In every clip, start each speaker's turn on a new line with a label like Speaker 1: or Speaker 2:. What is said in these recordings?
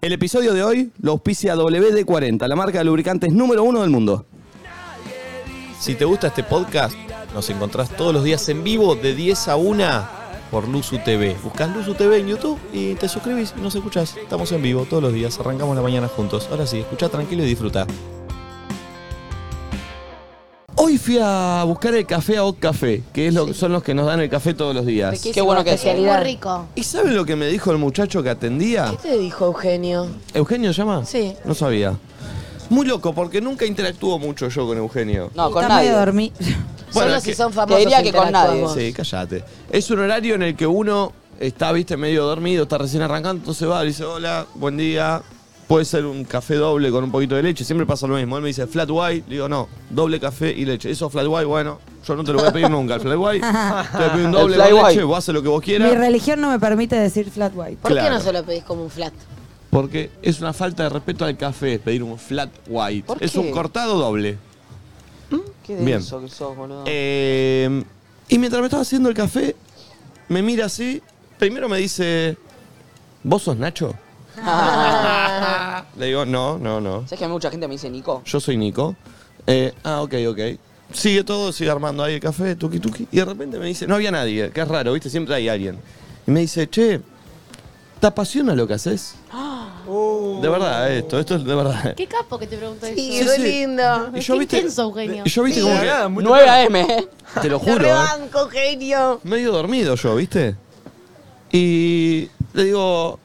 Speaker 1: El episodio de hoy lo auspicia WD-40, la marca de lubricantes número uno del mundo.
Speaker 2: Si te gusta este podcast, nos encontrás todos los días en vivo de 10 a 1 por Luzu TV. Buscás Luzu TV en YouTube y te suscribís y nos escuchás. Estamos en vivo todos los días, arrancamos la mañana juntos. Ahora sí, escucha tranquilo y disfruta.
Speaker 1: Hoy fui a buscar el café a Oc Café, que es lo, son los que nos dan el café todos los días.
Speaker 3: Qué bueno que
Speaker 4: es. Muy
Speaker 3: especialidad.
Speaker 4: rico.
Speaker 1: ¿Y saben lo que me dijo el muchacho que atendía?
Speaker 3: ¿Qué te dijo Eugenio?
Speaker 1: ¿Eugenio se llama?
Speaker 3: Sí.
Speaker 1: No sabía. Muy loco, porque nunca interactúo mucho yo con Eugenio.
Speaker 5: No, con
Speaker 6: Está medio
Speaker 5: nadie.
Speaker 6: dormí.
Speaker 1: Bueno,
Speaker 3: Solo
Speaker 1: es
Speaker 3: si
Speaker 1: que-
Speaker 3: son famosos.
Speaker 5: te diría que con nadie.
Speaker 3: interactuamos.
Speaker 1: Sí, cállate. Es un horario en el que uno está, viste, medio dormido, está recién arrancando, entonces va, le dice, hola, buen día. Puede ser un café doble con un poquito de leche, siempre pasa lo mismo. Él me dice flat white, le digo, no, doble café y leche. Eso flat white, bueno, yo no te lo voy a pedir nunca, el flat white. Te voy a pedir
Speaker 2: El
Speaker 1: un doble
Speaker 2: flat
Speaker 1: con leche,
Speaker 2: white.
Speaker 1: vos haces lo que vos
Speaker 6: Mi
Speaker 1: quieras.
Speaker 6: religión no me permite decir flat white.
Speaker 3: ¿Por
Speaker 1: Claro.
Speaker 3: qué no se lo pedís como un flat?
Speaker 1: Porque es una falta de respeto al café pedir un flat white.
Speaker 5: ¿Por
Speaker 1: Es
Speaker 5: qué?
Speaker 1: un cortado doble.
Speaker 5: ¿Qué
Speaker 1: Bien.
Speaker 5: de eso que sos, boludo?
Speaker 1: Eh, y mientras me estaba haciendo el café, me mira así. Primero me dice, ¿vos sos Nacho? Le digo, no, no, no.
Speaker 5: ¿Sabes que a mí mucha gente me dice Nico?
Speaker 1: Yo soy Nico. Eh, ah, ok, ok. Sigue todo, sigue armando ahí el café, tuki tuki. Y de repente me dice, no había nadie, que es raro, ¿viste? Siempre hay alguien. Y me dice, che, ¿te apasiona lo que haces? De verdad, esto, esto es de verdad.
Speaker 4: Qué capo que te pregunto eso.
Speaker 3: Sí,
Speaker 1: Sí,
Speaker 3: re
Speaker 1: sí.
Speaker 3: lindo.
Speaker 1: Y
Speaker 4: Qué intenso, Eugenio.
Speaker 1: y yo viste como que,
Speaker 5: 9 AM, ¿eh?
Speaker 1: te lo
Speaker 3: Te
Speaker 1: juro, ¿eh?
Speaker 3: rebanco, Eugenio.
Speaker 1: medio dormido yo, ¿viste? Y le digo,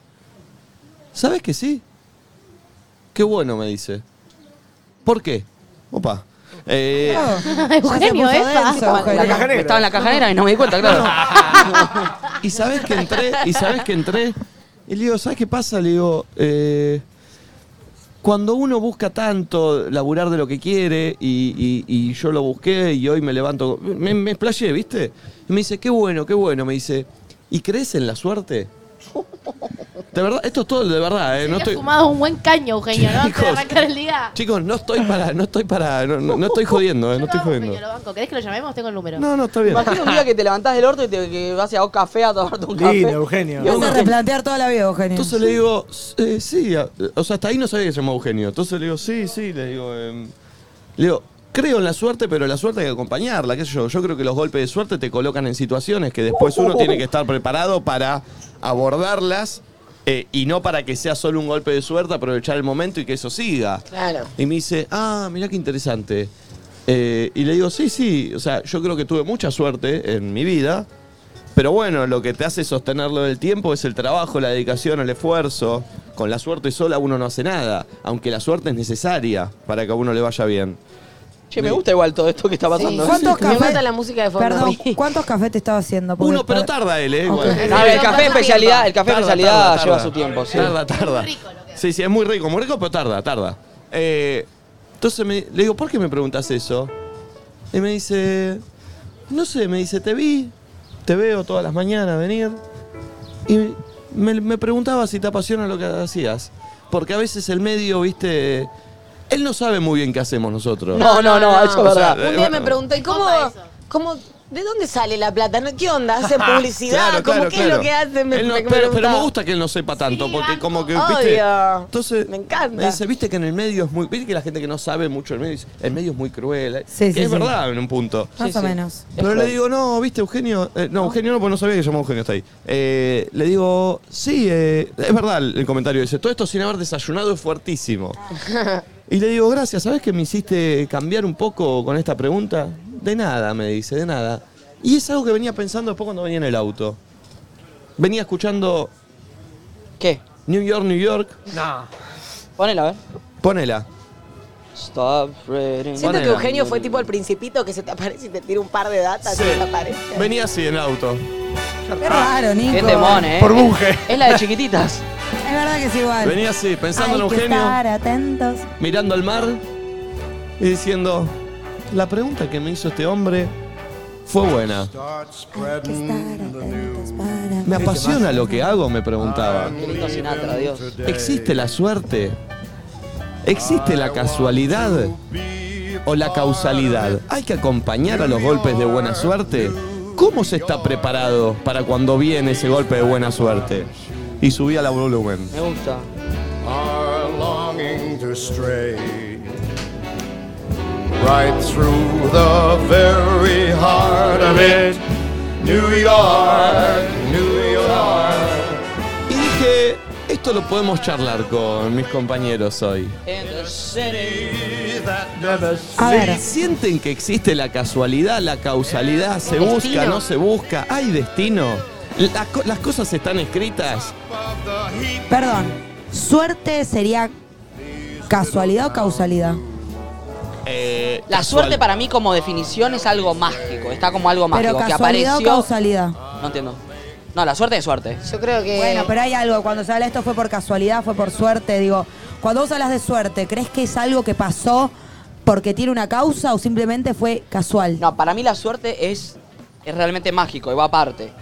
Speaker 1: ¿sabes que sí? Qué bueno, me dice. ¿Por qué? Opa. Eh,
Speaker 6: Ah.
Speaker 4: Eugenio,
Speaker 6: Ya se
Speaker 4: Eva.
Speaker 6: puso denso,
Speaker 5: Estaba en la
Speaker 6: Eugenio.
Speaker 5: caja negra. Estaba en la caja negra y no me di cuenta, claro.
Speaker 1: y sabes que entré, y sabes que entré. Y le digo, ¿sabes qué pasa? Le digo, eh, cuando uno busca tanto laburar de lo que quiere, y, y- y yo lo busqué y hoy me levanto. Me, me explayé, ¿viste? Y me dice, qué bueno, qué bueno. Me dice, ¿y crees en la suerte? De verdad, esto es todo de verdad, ¿eh?
Speaker 4: Te
Speaker 1: No
Speaker 4: habías
Speaker 1: estoy,
Speaker 4: fumado un buen caño, Eugenio, ¿no? Antes de
Speaker 1: Chicos.
Speaker 4: arrancar el día.
Speaker 1: chicos, no estoy para, no estoy para, no, no- no estoy jodiendo, ¿eh?
Speaker 4: Yo
Speaker 1: No estoy
Speaker 4: lo banco,
Speaker 1: jodiendo.
Speaker 4: Eugenio, lo banco. ¿Querés que lo llamemos? Tengo el número.
Speaker 1: No, no, está bien.
Speaker 5: Imagino un día que te levantás del orto y te que vas a un café a tomarte un café.
Speaker 7: Lindo, Eugenio.
Speaker 5: Y
Speaker 6: Te
Speaker 5: un
Speaker 6: hace replantear toda la vida, Eugenio.
Speaker 1: Entonces le digo, eh, sí, a- o sea, hasta ahí no sabía que se llamaba Eugenio. Entonces le digo, sí, sí, le digo, em, le digo, creo en la suerte, pero la suerte hay que acompañarla, qué sé yo. Yo creo que los golpes de suerte te colocan en situaciones que después uno tiene que estar preparado para abordarlas eh, y no para que sea solo un golpe de suerte, aprovechar el momento y que eso siga.
Speaker 3: Claro.
Speaker 1: Y me dice, ah, mirá qué interesante. Eh, y le digo, sí, sí, o sea, yo creo que tuve mucha suerte en mi vida, pero bueno, lo que te hace sostenerlo del tiempo es el trabajo, la dedicación, el esfuerzo. Con la suerte sola uno no hace nada, aunque la suerte es necesaria para que a uno le vaya bien.
Speaker 5: Che, me gusta igual todo esto que está pasando.
Speaker 3: Sí.
Speaker 6: ¿Cuántos
Speaker 3: Me
Speaker 6: cafés?
Speaker 3: mata la música de fondo.
Speaker 6: Perdón, ¿cuántos cafés te estaba haciendo? Porque
Speaker 1: Uno, pero
Speaker 6: para-
Speaker 1: tarda él, ¿eh? Igual.
Speaker 5: No, a ver, el café de
Speaker 3: Tarda,
Speaker 5: especialidad, Ah, el café de
Speaker 1: Tarda,
Speaker 5: especialidad
Speaker 1: tarda,
Speaker 5: lleva
Speaker 1: tarda.
Speaker 5: su tiempo, sí.
Speaker 1: Tarda, tarda.
Speaker 4: Es muy rico lo que
Speaker 1: sí, sí, es muy rico, muy rico, pero tarda, tarda. Eh, entonces me- le digo, ¿por qué me preguntas eso? Y me dice, no sé, me dice, te vi, te veo todas las mañanas venir. Y me, me preguntaba si te apasiona lo que hacías. Porque a veces el medio, viste, él no sabe muy bien qué hacemos nosotros.
Speaker 5: No, no, no, eso
Speaker 3: no.
Speaker 5: es verdad.
Speaker 1: eh,
Speaker 3: Un día me
Speaker 1: bueno.
Speaker 3: preguntó, ¿y cómo,
Speaker 4: Opa, eso.
Speaker 3: cómo, de dónde sale la plata? ¿No? ¿Qué onda? ¿Hace publicidad?
Speaker 1: Ah, Claro,
Speaker 3: ¿Cómo
Speaker 1: claro,
Speaker 3: qué es
Speaker 1: claro.
Speaker 3: lo que hace?
Speaker 1: Él no- pero, pero me gusta que él no sepa tanto,
Speaker 4: Sí,
Speaker 1: porque
Speaker 4: banco.
Speaker 1: como que,
Speaker 3: Obvio.
Speaker 1: viste, entonces,
Speaker 3: Me encanta.
Speaker 1: Me dice, viste que en el medio es muy. Viste que la gente que no sabe mucho el medio dice, el medio es muy cruel. eh".
Speaker 6: Sí,
Speaker 1: Que
Speaker 6: sí,
Speaker 1: es
Speaker 6: sí.
Speaker 1: verdad en un punto.
Speaker 6: Más
Speaker 5: Sí,
Speaker 6: o
Speaker 5: sí.
Speaker 6: menos.
Speaker 1: Pero le digo, no, viste, Eugenio. eh, no, Eugenio no, porque no sabía que se llamaba Eugenio, está ahí. Eh, le digo, sí, eh, es verdad el, el comentario. Dice, todo esto sin haber desayunado es fuertísimo. Y le digo, gracias, ¿sabes que me hiciste cambiar un poco con esta pregunta? De nada, me dice, de nada. Y es algo que venía pensando después cuando venía en el auto. Venía escuchando
Speaker 5: ¿Qué?
Speaker 1: New York, New York.
Speaker 7: No.
Speaker 5: Ponela, a ver.
Speaker 1: Ponela.
Speaker 5: Stop reading.
Speaker 3: Siento que
Speaker 1: Ponela.
Speaker 3: Eugenio fue tipo el principito que se te aparece y te tira un par de datas
Speaker 1: Sí.
Speaker 3: y te aparece.
Speaker 1: Venía así en el auto.
Speaker 6: Qué raro, Nico.
Speaker 5: Qué temón, eh.
Speaker 7: Por buje.
Speaker 5: Es la de chiquititas.
Speaker 6: Es verdad que es igual.
Speaker 1: Venía así, pensando
Speaker 6: Hay
Speaker 1: en
Speaker 6: que
Speaker 1: Eugenio,
Speaker 6: estar atentos.
Speaker 1: mirando al mar y diciendo, la pregunta que me hizo este hombre fue buena.
Speaker 6: Hay que estar atentos para...
Speaker 1: ¿Me apasiona lo que hago? Me preguntaba.
Speaker 5: Lindo Sinatra, Dios.
Speaker 1: ¿Existe la suerte? ¿Existe la casualidad o la causalidad? ¿Hay que acompañar a los golpes de buena suerte? ¿Cómo se está preparado para cuando viene ese golpe de buena suerte? Y subí a la volumen.
Speaker 5: Me gusta.
Speaker 7: are longing to stray right through the very heart of it. New York, New York.
Speaker 1: Y dije, esto lo podemos charlar con mis compañeros hoy.
Speaker 6: A ver.
Speaker 1: ¿Sienten que existe la casualidad, la causalidad? ¿Se
Speaker 4: Destino.
Speaker 1: busca, no se busca? ¿Hay destino? La co- ¿Las cosas están escritas?
Speaker 6: Perdón. ¿Suerte sería casualidad o causalidad?
Speaker 1: Eh,
Speaker 5: La
Speaker 1: casual-
Speaker 5: suerte para mí como definición es algo mágico, está como algo mágico
Speaker 6: Pero
Speaker 5: que
Speaker 6: casualidad o
Speaker 5: apareció.
Speaker 6: causalidad.
Speaker 5: No entiendo. No, la suerte es suerte.
Speaker 3: Yo creo que.
Speaker 6: Bueno, pero hay algo, cuando se habla esto fue por casualidad, fue por suerte, digo, cuando vos hablas de suerte, ¿crees que es algo que pasó porque tiene una causa o simplemente fue casual?
Speaker 5: No, para mí la suerte es, es realmente mágico y va aparte.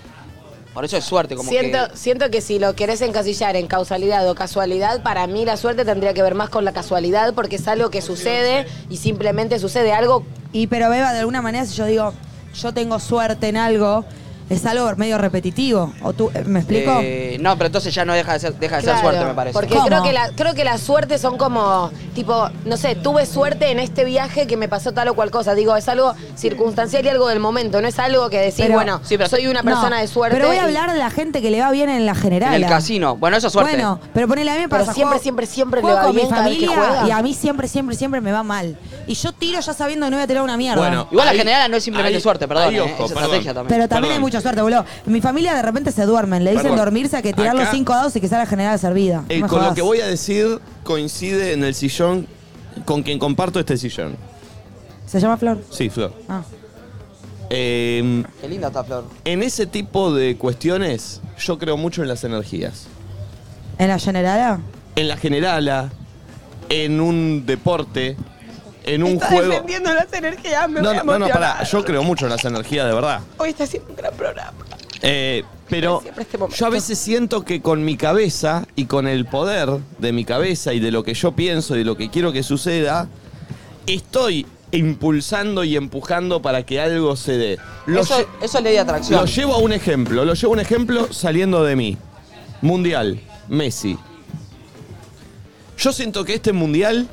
Speaker 5: Por eso es suerte, como
Speaker 3: siento,
Speaker 5: que.
Speaker 3: siento que si lo querés encasillar en causalidad o casualidad, para mí la suerte tendría que ver más con la casualidad porque es algo que sucede y simplemente sucede algo.
Speaker 6: Y pero Beba, de alguna manera si yo digo, yo tengo suerte en algo, es algo medio repetitivo. ¿O tú, eh, ¿Me explico?
Speaker 5: Eh, no, pero entonces ya no deja de ser, deja de ser
Speaker 3: Claro,
Speaker 5: suerte, me parece.
Speaker 3: Porque
Speaker 6: ¿Cómo?
Speaker 3: creo que, la, creo que la suerte son como, tipo, no sé, tuve suerte en este viaje que me pasó tal o cual cosa. Digo, es algo circunstancial y algo del momento. No es algo que decís,
Speaker 6: Pero-
Speaker 3: bueno,
Speaker 5: Sí, pero-
Speaker 3: soy una persona
Speaker 6: No,
Speaker 3: de suerte.
Speaker 6: Pero voy a
Speaker 3: y-
Speaker 6: hablar de la gente que le va bien en la general.
Speaker 5: en el casino. Bueno, eso es suerte.
Speaker 6: Bueno, pero ponele a mí me
Speaker 3: Pero
Speaker 6: pasa.
Speaker 3: siempre,
Speaker 6: juego-
Speaker 3: siempre, siempre le
Speaker 6: juego
Speaker 3: va
Speaker 6: con
Speaker 3: bien
Speaker 6: mi
Speaker 3: cada vez que
Speaker 6: familia
Speaker 3: juega.
Speaker 6: y a mí siempre, siempre, siempre me va mal. Y yo tiro ya sabiendo que no voy a tirar una mierda.
Speaker 1: Bueno,
Speaker 5: Igual la
Speaker 1: Ahí-
Speaker 5: general no es simplemente
Speaker 1: ahí-
Speaker 5: suerte, perdón.
Speaker 1: ahí,
Speaker 5: eh,
Speaker 1: ojo,
Speaker 5: es
Speaker 1: perdón.
Speaker 5: estrategia también.
Speaker 6: Pero también
Speaker 1: Perdón.
Speaker 6: hay mucha suerte, boludo. Mi familia de repente se duermen, le dicen
Speaker 1: Perdón.
Speaker 6: dormirse a que tirar
Speaker 1: Acá-
Speaker 6: los 5 dados y que sea la general servida.
Speaker 1: Eh,
Speaker 6: No me
Speaker 1: con lo
Speaker 6: jodas.
Speaker 1: que voy a decir coincide en el sillón con quien comparto este sillón.
Speaker 6: ¿Se llama Flor?
Speaker 1: Sí, Flor.
Speaker 6: Ah.
Speaker 1: Eh,
Speaker 5: Qué linda está Flor.
Speaker 1: en ese tipo de cuestiones yo creo mucho en las energías.
Speaker 6: ¿En la generala?
Speaker 1: En la generala, en un deporte, en un
Speaker 8: Está
Speaker 1: juego.
Speaker 8: defendiendo las energías, me
Speaker 1: No,
Speaker 8: voy a
Speaker 1: no, no, no, pará,
Speaker 8: emocionar.
Speaker 1: yo creo mucho en las energías, de verdad.
Speaker 8: Hoy está haciendo un gran programa.
Speaker 1: Eh, pero
Speaker 8: Siempre este momento.
Speaker 1: yo a veces siento que con mi cabeza y con el poder de mi cabeza y de lo que yo pienso y de lo que quiero que suceda, estoy impulsando y empujando para que algo se dé. Lo,
Speaker 5: Eso,
Speaker 1: lle-
Speaker 5: eso es ley de atracción.
Speaker 1: lo llevo a un ejemplo, lo llevo a un ejemplo saliendo de mí. Mundial, Messi. Yo siento que este mundial,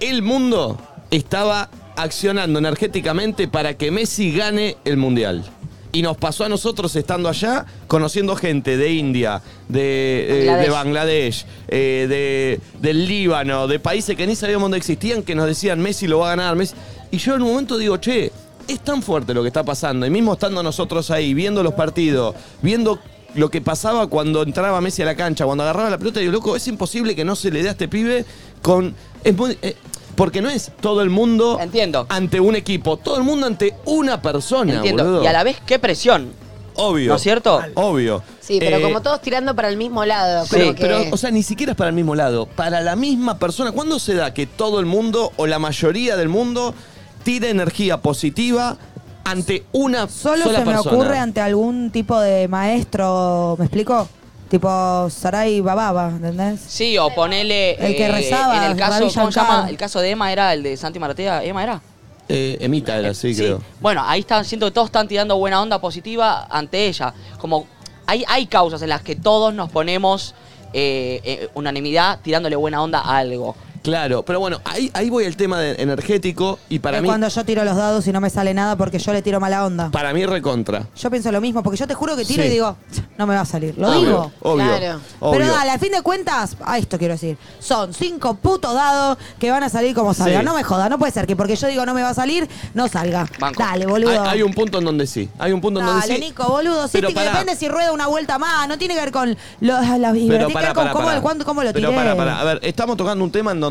Speaker 1: el mundo estaba accionando energéticamente para que Messi gane el mundial. Y nos pasó a nosotros estando allá, conociendo gente de India, de eh, de Bangladesh,
Speaker 5: Bangladesh.
Speaker 1: eh, de- del Líbano, de países que ni sabíamos dónde existían, que nos decían Messi lo va a ganar. Messi. Y yo en un momento digo, che, es tan fuerte lo que está pasando. Y mismo estando nosotros ahí, viendo los partidos, viendo lo que pasaba cuando entraba Messi a la cancha, cuando agarraba la pelota, digo, loco, es imposible que no se le dé a este pibe con... es muy- eh, porque no es todo el mundo
Speaker 5: Entiendo.
Speaker 1: ante un equipo, todo el mundo ante una persona,
Speaker 5: Entiendo.
Speaker 1: boludo.
Speaker 5: Y a la vez, qué presión.
Speaker 1: Obvio.
Speaker 5: ¿No es cierto?
Speaker 1: Obvio.
Speaker 3: Sí, pero
Speaker 1: Eh,
Speaker 3: como todos tirando para el mismo lado.
Speaker 5: Sí,
Speaker 3: creo que-
Speaker 1: Pero, o sea, ni siquiera es para el mismo lado, para la misma persona. ¿Cuándo se da que todo el mundo o la mayoría del mundo tira energía positiva ante una
Speaker 6: Solo
Speaker 1: sola
Speaker 6: se me
Speaker 1: persona?
Speaker 6: ocurre ante algún tipo de maestro, ¿me explico? Tipo Sarai Bababa, ¿entendés?
Speaker 5: Sí, o ponele. eh,
Speaker 6: El que rezaba,
Speaker 5: En el caso,
Speaker 6: Ravi
Speaker 5: ¿cómo se
Speaker 6: Shankar.
Speaker 5: llama? El caso de Emma era el de Santi Maratea. ¿Emma era?
Speaker 1: Eh, Emita era, sí, creo.
Speaker 5: Bueno, ahí están, siento que todos están tirando buena onda positiva ante ella. Como hay, hay causas en las que todos nos ponemos eh, eh, unanimidad tirándole buena onda a algo.
Speaker 1: Claro, pero bueno, ahí, ahí voy al tema de- energético y para
Speaker 6: Es
Speaker 1: mí,
Speaker 6: cuando yo tiro los dados y no me sale nada porque yo le tiro mala onda.
Speaker 1: para mí recontra.
Speaker 6: Yo pienso lo mismo, porque yo te juro que tiro
Speaker 1: Sí. Ah,
Speaker 6: y digo, no me va a salir. Lo
Speaker 1: Obvio,
Speaker 6: digo.
Speaker 1: Obvio.
Speaker 3: Claro.
Speaker 1: obvio.
Speaker 6: Pero dale, a fin de cuentas, a esto quiero decir, son cinco putos dados que van a salir como salga.
Speaker 1: Sí.
Speaker 6: No me joda, no puede ser que porque yo digo no me va a salir, no salga.
Speaker 5: Banco.
Speaker 6: Dale, boludo.
Speaker 1: Hay, hay un punto en donde sí. Hay un punto en donde
Speaker 6: Dale,
Speaker 1: sí.
Speaker 6: Nico, boludo. Sí,
Speaker 1: Pero
Speaker 6: te-
Speaker 1: pará.
Speaker 6: depende si rueda una vuelta más. No tiene que ver con los, las vibras. Tiene que ver
Speaker 1: pará,
Speaker 6: con
Speaker 1: pará,
Speaker 6: cómo,
Speaker 1: pará.
Speaker 6: el cuándo, cómo lo tiré.
Speaker 1: Pero para, para. A ver, estamos tocando un tema en donde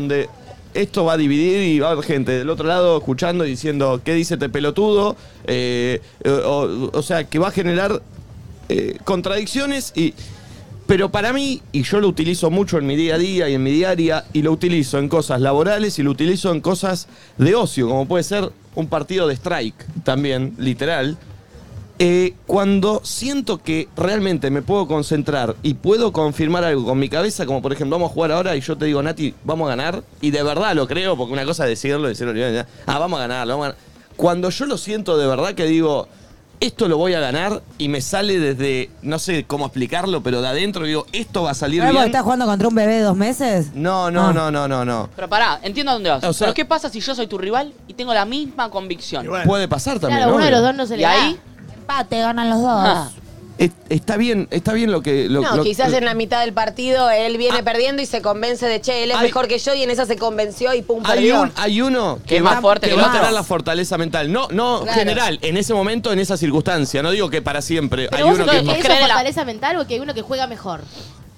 Speaker 1: esto va a dividir y va a haber gente del otro lado escuchando y diciendo, ¿qué dice este pelotudo? Eh, eh, o, o sea, que va a generar eh, contradicciones y... Pero para mí, y yo lo utilizo mucho en mi día a día y en mi diaria, y lo utilizo en cosas laborales y lo utilizo en cosas de ocio, como puede ser un partido de strike también, literal. Eh, cuando siento que realmente me puedo concentrar y puedo confirmar algo con mi cabeza, como por ejemplo, vamos a jugar ahora y yo te digo, Nati, vamos a ganar, y de verdad lo creo, porque una cosa es decirlo, decirlo, y, ah, vamos a ganar, vamos a ganar. Cuando yo lo siento de verdad que digo, esto lo voy a ganar y me sale desde, no sé cómo explicarlo, pero de adentro digo, esto va a salir
Speaker 6: ¿Algo que
Speaker 1: bien.
Speaker 6: estás jugando contra un bebé de dos meses?
Speaker 1: No, no,
Speaker 6: Ah.
Speaker 1: no, no, no, no.
Speaker 5: Pero pará, entiendo a dónde vas.
Speaker 1: O sea-
Speaker 5: Pero ¿qué pasa si yo soy tu rival y tengo la misma convicción?
Speaker 1: Puede pasar también.
Speaker 4: Claro, uno de
Speaker 1: obvio.
Speaker 4: los dos no se
Speaker 5: ¿Y
Speaker 4: le da.
Speaker 5: ahí?
Speaker 6: Empate, ganan los dos.
Speaker 5: Ah,
Speaker 1: Es- Está bien, está bien lo que. Lo,
Speaker 3: No,
Speaker 1: lo- Ah.
Speaker 3: quizás en la mitad del partido él viene perdiendo y se convence de che, él es
Speaker 1: Hay-
Speaker 3: mejor que yo y en esa se convenció y pum,
Speaker 1: Hay,
Speaker 3: perdió.
Speaker 1: un- eh, hay uno que,
Speaker 5: es
Speaker 1: va,
Speaker 5: más fuerte
Speaker 1: que
Speaker 5: que
Speaker 1: va a
Speaker 5: más.
Speaker 1: tener la fortaleza mental. No, no
Speaker 3: Claro.
Speaker 1: general, en ese momento, en esa circunstancia. No digo que para siempre.
Speaker 4: Pero
Speaker 1: hay
Speaker 4: vos
Speaker 1: uno que es
Speaker 4: crees que
Speaker 1: más-
Speaker 4: eso
Speaker 5: Cree
Speaker 4: es
Speaker 5: la-
Speaker 4: fortaleza mental o que hay uno que juega mejor.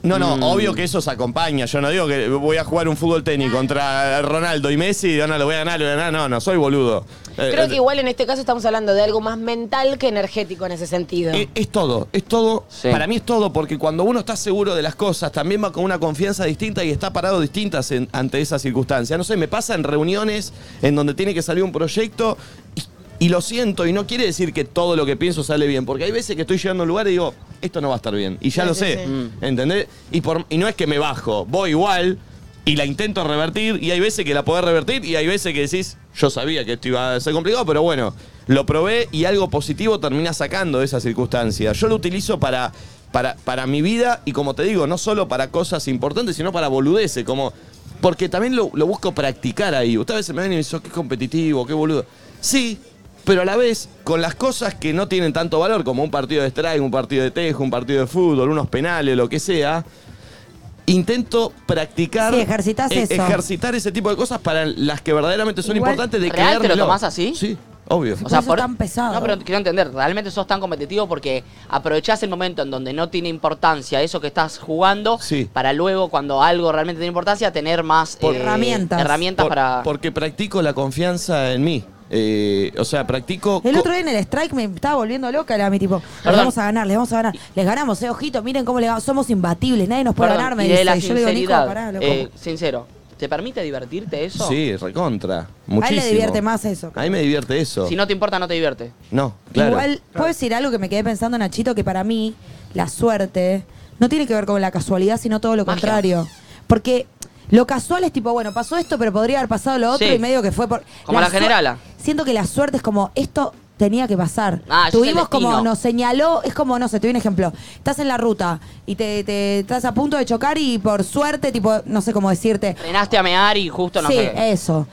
Speaker 1: No, no, obvio que eso se acompaña. Yo no digo que voy a jugar un fútbol tenis contra Ronaldo y Messi y no lo voy a ganar, lo voy a ganar. No, no, soy boludo. Eh,
Speaker 3: Creo
Speaker 1: eh,
Speaker 3: que igual en este caso estamos hablando de algo más mental que energético en ese sentido.
Speaker 1: Eh, Es, es todo, es todo.
Speaker 5: Sí.
Speaker 1: Para mí es todo, porque cuando uno está seguro de las cosas, también va con una confianza distinta y está parado distintas en- ante esa circunstancia. No sé, me pasa en reuniones en donde tiene que salir un proyecto y, y lo siento, y no quiere decir que todo lo que pienso sale bien, porque hay veces que estoy llegando a un lugar y digo, esto no va a estar bien, y ya
Speaker 3: Sí,
Speaker 1: lo
Speaker 3: sí,
Speaker 1: sé,
Speaker 3: sí.
Speaker 1: Mm. ¿entendés? Y, por, y no es que me bajo, voy igual. Y la intento revertir, y hay veces que la podés revertir, y hay veces que decís, yo sabía que esto iba a ser complicado, pero bueno, lo probé y algo positivo termina sacando de esa circunstancia. Yo lo utilizo para, para, para mi vida y como te digo, no solo para cosas importantes, sino para boludeces, como. Porque también lo, lo busco practicar ahí. Ustedes a veces me ven y me dicen, "Oh, qué competitivo, qué boludo. Sí, pero a la vez, con las cosas que no tienen tanto valor, como un partido de strike, un partido de tejo, un partido de fútbol, unos penales, lo que sea, intento practicar. e-
Speaker 6: Sí, ejercitás eso.
Speaker 1: Ejercitar ese tipo de cosas para las que verdaderamente son
Speaker 6: Igual,
Speaker 1: importantes de
Speaker 5: ¿real te lo
Speaker 1: creérmelo.
Speaker 5: tomás así?
Speaker 1: Sí, obvio.
Speaker 6: Por eso tan pesado.
Speaker 5: No, pero quiero entender, realmente sos tan competitivo porque aprovechás el momento en donde no tiene importancia eso que estás jugando
Speaker 1: Sí.
Speaker 5: para luego, cuando algo realmente tiene importancia, tener más eh,
Speaker 6: Por- Herramientas.
Speaker 5: herramientas
Speaker 1: Por-
Speaker 5: para.
Speaker 1: Porque practico la confianza en mí. Eh, o sea, practico.
Speaker 6: El
Speaker 1: co-
Speaker 6: otro día en el strike me estaba volviendo loca, era mi tipo, les
Speaker 5: Perdón.
Speaker 6: vamos a ganar, les vamos a ganar, les ganamos, eh, ojito, miren cómo le vamos, somos imbatibles, nadie nos puede
Speaker 5: Perdón,
Speaker 6: ganar, me
Speaker 5: y de
Speaker 6: dice.
Speaker 5: la
Speaker 6: Yo le digo, Nico,
Speaker 5: sinceridad,
Speaker 6: pará, loco.
Speaker 5: eh, sincero, ¿te permite divertirte eso?
Speaker 1: Sí, recontra. Muchísimo.
Speaker 6: A él le divierte más eso.
Speaker 1: A mí me divierte eso.
Speaker 5: Si no te importa, no te divierte.
Speaker 1: no, claro.
Speaker 6: Igual, ¿puedo decir algo que me quedé pensando, Nachito? Que para mí, la suerte no tiene que ver con la casualidad, sino todo lo
Speaker 5: Magia.
Speaker 6: contrario. Porque lo casual es tipo, bueno, pasó esto, pero podría haber pasado lo otro
Speaker 5: Sí.
Speaker 6: y medio que fue por.
Speaker 5: Como la
Speaker 6: su-
Speaker 5: generala.
Speaker 6: Siento que la suerte es como, esto tenía que pasar.
Speaker 5: Ah, eso es el
Speaker 6: Tuvimos como,
Speaker 5: destino.
Speaker 6: nos señaló, es como, no sé, te doy un ejemplo. Estás en la ruta y te, te- estás a punto de chocar y por suerte, tipo, no sé cómo decirte,
Speaker 5: Frenaste a mear y justo no
Speaker 6: sí,
Speaker 5: sé.
Speaker 6: eso.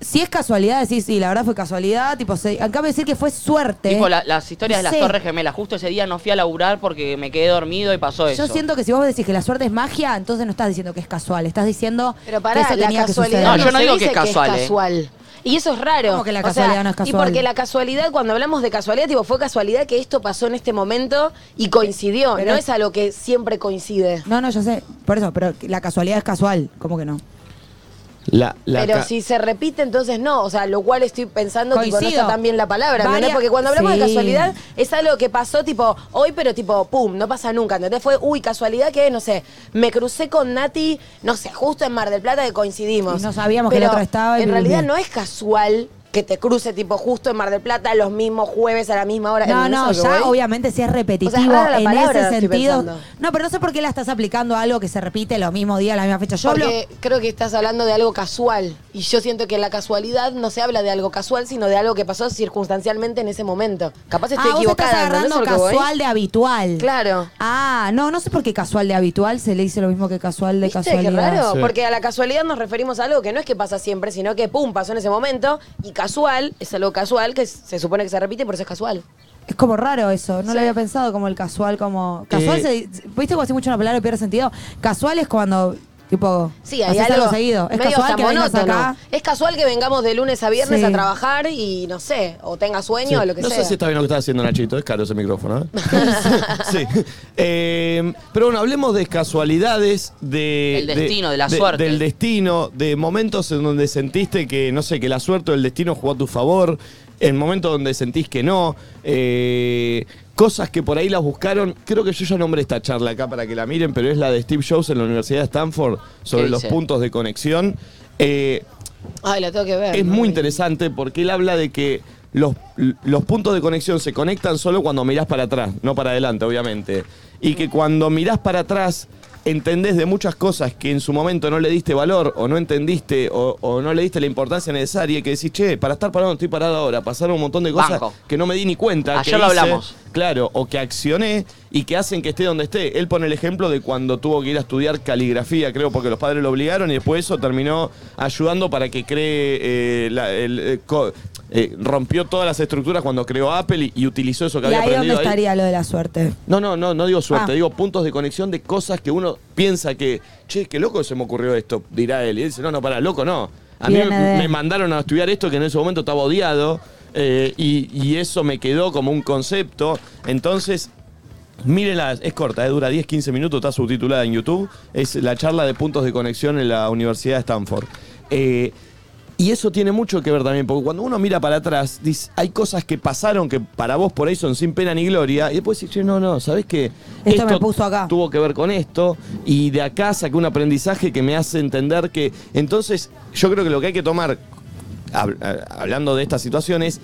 Speaker 6: Si es casualidad, decís, sí, la verdad fue casualidad, tipo, se, acabo de decir que fue suerte.
Speaker 5: Tipo la- las historias de las
Speaker 6: este. Sí.
Speaker 5: Torres Gemelas. Justo ese día no fui a laburar porque me quedé dormido y pasó eso.
Speaker 6: Yo siento que si vos decís que la suerte es magia, entonces no estás diciendo que es casual, estás diciendo
Speaker 3: Pero
Speaker 6: que
Speaker 3: pará,
Speaker 6: eso
Speaker 3: la
Speaker 6: tenía que suceder.
Speaker 3: casualidad
Speaker 5: No, yo no
Speaker 3: se
Speaker 5: digo que
Speaker 3: dice
Speaker 5: es casual, ¿eh?
Speaker 3: casual. Y eso es raro.
Speaker 6: ¿Cómo que la
Speaker 3: O sea,
Speaker 6: casualidad no es casual?
Speaker 3: Y porque la casualidad, cuando hablamos de casualidad, tipo, fue casualidad que esto pasó en este momento y coincidió.
Speaker 6: Pero
Speaker 3: no
Speaker 6: es-
Speaker 3: es algo que siempre coincide.
Speaker 6: No, no, yo sé, por eso, pero la casualidad es casual, ¿cómo que no?
Speaker 1: La- la
Speaker 3: Pero
Speaker 1: ca-
Speaker 3: si se repite, entonces no. O sea, lo cual estoy pensando, tipo, no
Speaker 6: Coincido.
Speaker 3: está tan bien la palabra, ¿entendés?
Speaker 6: Varias-
Speaker 3: Porque cuando hablamos de
Speaker 6: sí.
Speaker 3: casualidad, es algo que pasó, tipo, hoy, pero tipo, pum, no pasa nunca, ¿entendés? Fue, uy, casualidad que, no sé, me crucé con Nati, no sé, justo en Mar del Plata que coincidimos.
Speaker 6: Y no sabíamos que el
Speaker 3: Pero
Speaker 6: otro estaba y
Speaker 3: En
Speaker 6: bla, bla,
Speaker 3: realidad
Speaker 6: bla.
Speaker 3: no es casual que te cruce, tipo, justo en Mar del Plata los mismos jueves a la misma hora.
Speaker 6: No,
Speaker 3: ¿entendés a
Speaker 6: no,
Speaker 3: lo que
Speaker 6: ya
Speaker 3: voy?
Speaker 6: obviamente si es repetitivo
Speaker 3: O sea, es rara la
Speaker 6: en
Speaker 3: palabra,
Speaker 6: ese
Speaker 3: estoy
Speaker 6: sentido.
Speaker 3: pensando.
Speaker 6: No, pero no sé por qué la estás aplicando a algo que se repite los mismos días, la misma fecha. Yo hablo-
Speaker 3: Porque creo que estás hablando de algo casual. Y yo siento que la casualidad no se habla de algo casual, sino de algo que pasó circunstancialmente en ese momento. Capaz estoy
Speaker 6: ah, vos estás
Speaker 3: equivocada, ¿entendés eh?
Speaker 6: agarrando
Speaker 3: a lo que voy?
Speaker 6: casual de habitual.
Speaker 3: Claro.
Speaker 6: Ah, no, no sé por qué casual de habitual se le dice lo mismo que casual de
Speaker 3: ¿Viste
Speaker 6: casualidad.
Speaker 3: qué raro?
Speaker 1: Sí.
Speaker 3: Porque a la casualidad nos referimos a algo que no es que pasa siempre, sino que pum, pasó en ese momento. Y casual es algo casual que se supone que se repite, por eso es casual.
Speaker 6: Es como raro eso, no
Speaker 3: Sí.
Speaker 6: lo había pensado como el casual, como... Casual,
Speaker 1: Eh,
Speaker 6: se- ¿viste cuando hace mucho una palabra y pierde sentido? Casual es cuando, tipo,
Speaker 3: Sí, hay
Speaker 6: haces
Speaker 3: algo,
Speaker 6: seguido. Es
Speaker 3: medio
Speaker 6: casual que
Speaker 3: hasta
Speaker 6: vengas
Speaker 3: monótono.
Speaker 6: acá.
Speaker 3: Es casual que vengamos de lunes a viernes
Speaker 6: Sí.
Speaker 3: a trabajar y no sé, o tenga sueño o lo que
Speaker 1: no
Speaker 3: sea.
Speaker 1: sé si está bien lo que estás haciendo, Nachito. Es caro ese micrófono, ¿eh? sí. Eh, pero bueno, hablemos de casualidades, de...
Speaker 5: El destino, de la suerte.
Speaker 1: Del destino, de momentos en donde sentiste que, no sé, que la suerte o el destino jugó a tu favor, en momentos donde sentís que no, eh, cosas que por ahí las buscaron. Creo que yo ya nombré esta charla acá para que la miren, pero es la de Steve Jobs en la Universidad de Stanford sobre los
Speaker 5: dice?
Speaker 1: puntos de conexión. Eh,
Speaker 3: Ay, la tengo que ver.
Speaker 1: es
Speaker 3: ¿no?
Speaker 1: muy interesante porque él habla de que los, los puntos de conexión se conectan solo cuando mirás para atrás, no para adelante, obviamente. Y que cuando mirás para atrás entendés de muchas cosas que en su momento no le diste valor o no entendiste o, o no le diste la importancia necesaria y que decís, che, para estar parado no estoy parado ahora, pasaron un montón de cosas
Speaker 5: Banco.
Speaker 1: que no me di ni cuenta. que
Speaker 5: Ayer lo
Speaker 1: hice,
Speaker 5: hablamos.
Speaker 1: Claro, o que accioné y que hacen que esté donde esté. Él pone el ejemplo de cuando tuvo que ir a estudiar caligrafía, creo, porque los padres lo obligaron y después eso terminó ayudando para que cree, eh, la- el, eh, co- eh, rompió todas las estructuras cuando creó Apple y, y utilizó eso que
Speaker 6: Y
Speaker 1: había
Speaker 6: ahí donde
Speaker 1: aprendido ahí.
Speaker 6: estaría lo de la suerte.
Speaker 1: No, no, no, no digo suerte,
Speaker 6: Ah.
Speaker 1: digo puntos de conexión de cosas que uno piensa que, che, qué loco se me ocurrió esto, dirá él. Y él dice, no, no, para, loco, no. A mí
Speaker 6: Viene
Speaker 1: me,
Speaker 6: de-
Speaker 1: me mandaron a estudiar esto que en ese momento estaba odiado eh, y, y eso me quedó como un concepto. Entonces, mírenla, es corta, eh, dura 10, 15 minutos, está subtitulada en YouTube. Es la charla de puntos de conexión en la Universidad de Stanford. Eh, y eso tiene mucho que ver también, porque cuando uno mira para atrás, dice, hay cosas que pasaron que para vos por ahí son sin pena ni gloria, y después decís, "Che, no, no, ¿sabés qué?
Speaker 6: Esto me puso acá.
Speaker 1: Tuvo que ver con esto, y de acá saqué un aprendizaje que me hace entender que. Entonces, yo creo que lo que hay que tomar, hab- a- hablando de estas situaciones,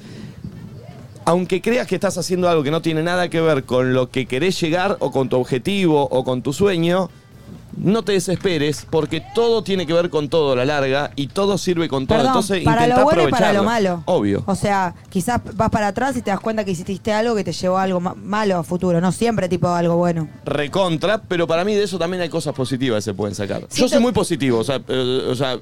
Speaker 1: aunque creas que estás haciendo algo que no tiene nada que ver con lo que querés llegar, o con tu objetivo, o con tu sueño, no te desesperes, porque todo tiene que ver con todo a la larga y todo sirve con todo.
Speaker 6: Perdón,
Speaker 1: Entonces
Speaker 6: para
Speaker 1: intentá
Speaker 6: lo bueno y para lo
Speaker 1: aprovecharlo.
Speaker 6: malo.
Speaker 1: Obvio.
Speaker 6: O sea, quizás vas para atrás y te das cuenta que hiciste algo que te llevó a algo ma- malo a futuro. No siempre tipo algo bueno.
Speaker 1: Recontra, pero para mí de eso también hay cosas positivas que se pueden sacar. Yo
Speaker 3: Siento-
Speaker 1: soy muy positivo, o sea, eh, o sea,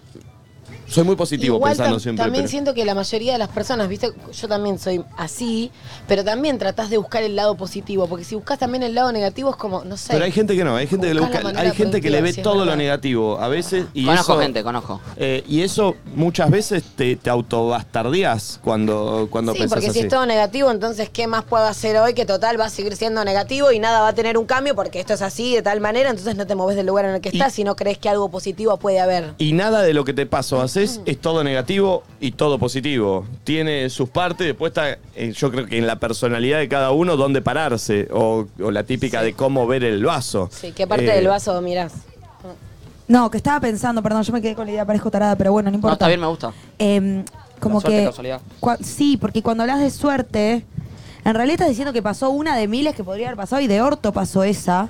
Speaker 1: soy muy positivo
Speaker 3: Igual
Speaker 1: pensando
Speaker 3: tam-
Speaker 1: siempre.
Speaker 3: También
Speaker 1: pero-
Speaker 3: siento que la mayoría de las personas, viste, yo también soy así, pero también tratás de buscar el lado positivo, porque si buscas también el lado negativo es como, no sé.
Speaker 1: Pero hay gente que no, hay gente que, le
Speaker 3: Buscá la
Speaker 1: busca-
Speaker 3: manera
Speaker 1: hay gente que le
Speaker 3: productiva,
Speaker 1: ve
Speaker 3: si es
Speaker 1: todo lo
Speaker 3: verdad.
Speaker 1: negativo a veces. Y
Speaker 5: Conozco
Speaker 1: eso-
Speaker 5: gente, conozco.
Speaker 1: eh, y eso muchas veces te, te autobastardeás cuando, cuando
Speaker 3: sí,
Speaker 1: pensás
Speaker 3: porque
Speaker 1: así.
Speaker 3: si es todo negativo, entonces, ¿qué más puedo hacer hoy que total va a seguir siendo negativo y nada va a tener un cambio porque esto es así de tal manera? Entonces no te moves del lugar en el que
Speaker 1: Y-
Speaker 3: estás, sino crees que algo positivo puede haber.
Speaker 1: Y nada de lo que te paso
Speaker 3: Mm.
Speaker 1: haces es todo negativo y todo positivo. Tiene sus partes, después está, eh, yo creo que en la personalidad de cada uno, dónde pararse, o, o la típica de cómo ver el vaso.
Speaker 3: Sí, ¿qué parte
Speaker 1: Eh,
Speaker 3: del vaso mirás?
Speaker 6: No, que estaba pensando, perdón, yo me quedé con la idea, parezco tarada, pero bueno, no
Speaker 5: No,
Speaker 6: importa.
Speaker 5: está bien, me gusta.
Speaker 6: Em, como
Speaker 5: La suerte,
Speaker 6: que.
Speaker 5: casualidad.
Speaker 6: cua- sí, porque cuando hablas de suerte, en realidad estás diciendo que pasó una de miles que podría haber pasado y de orto pasó esa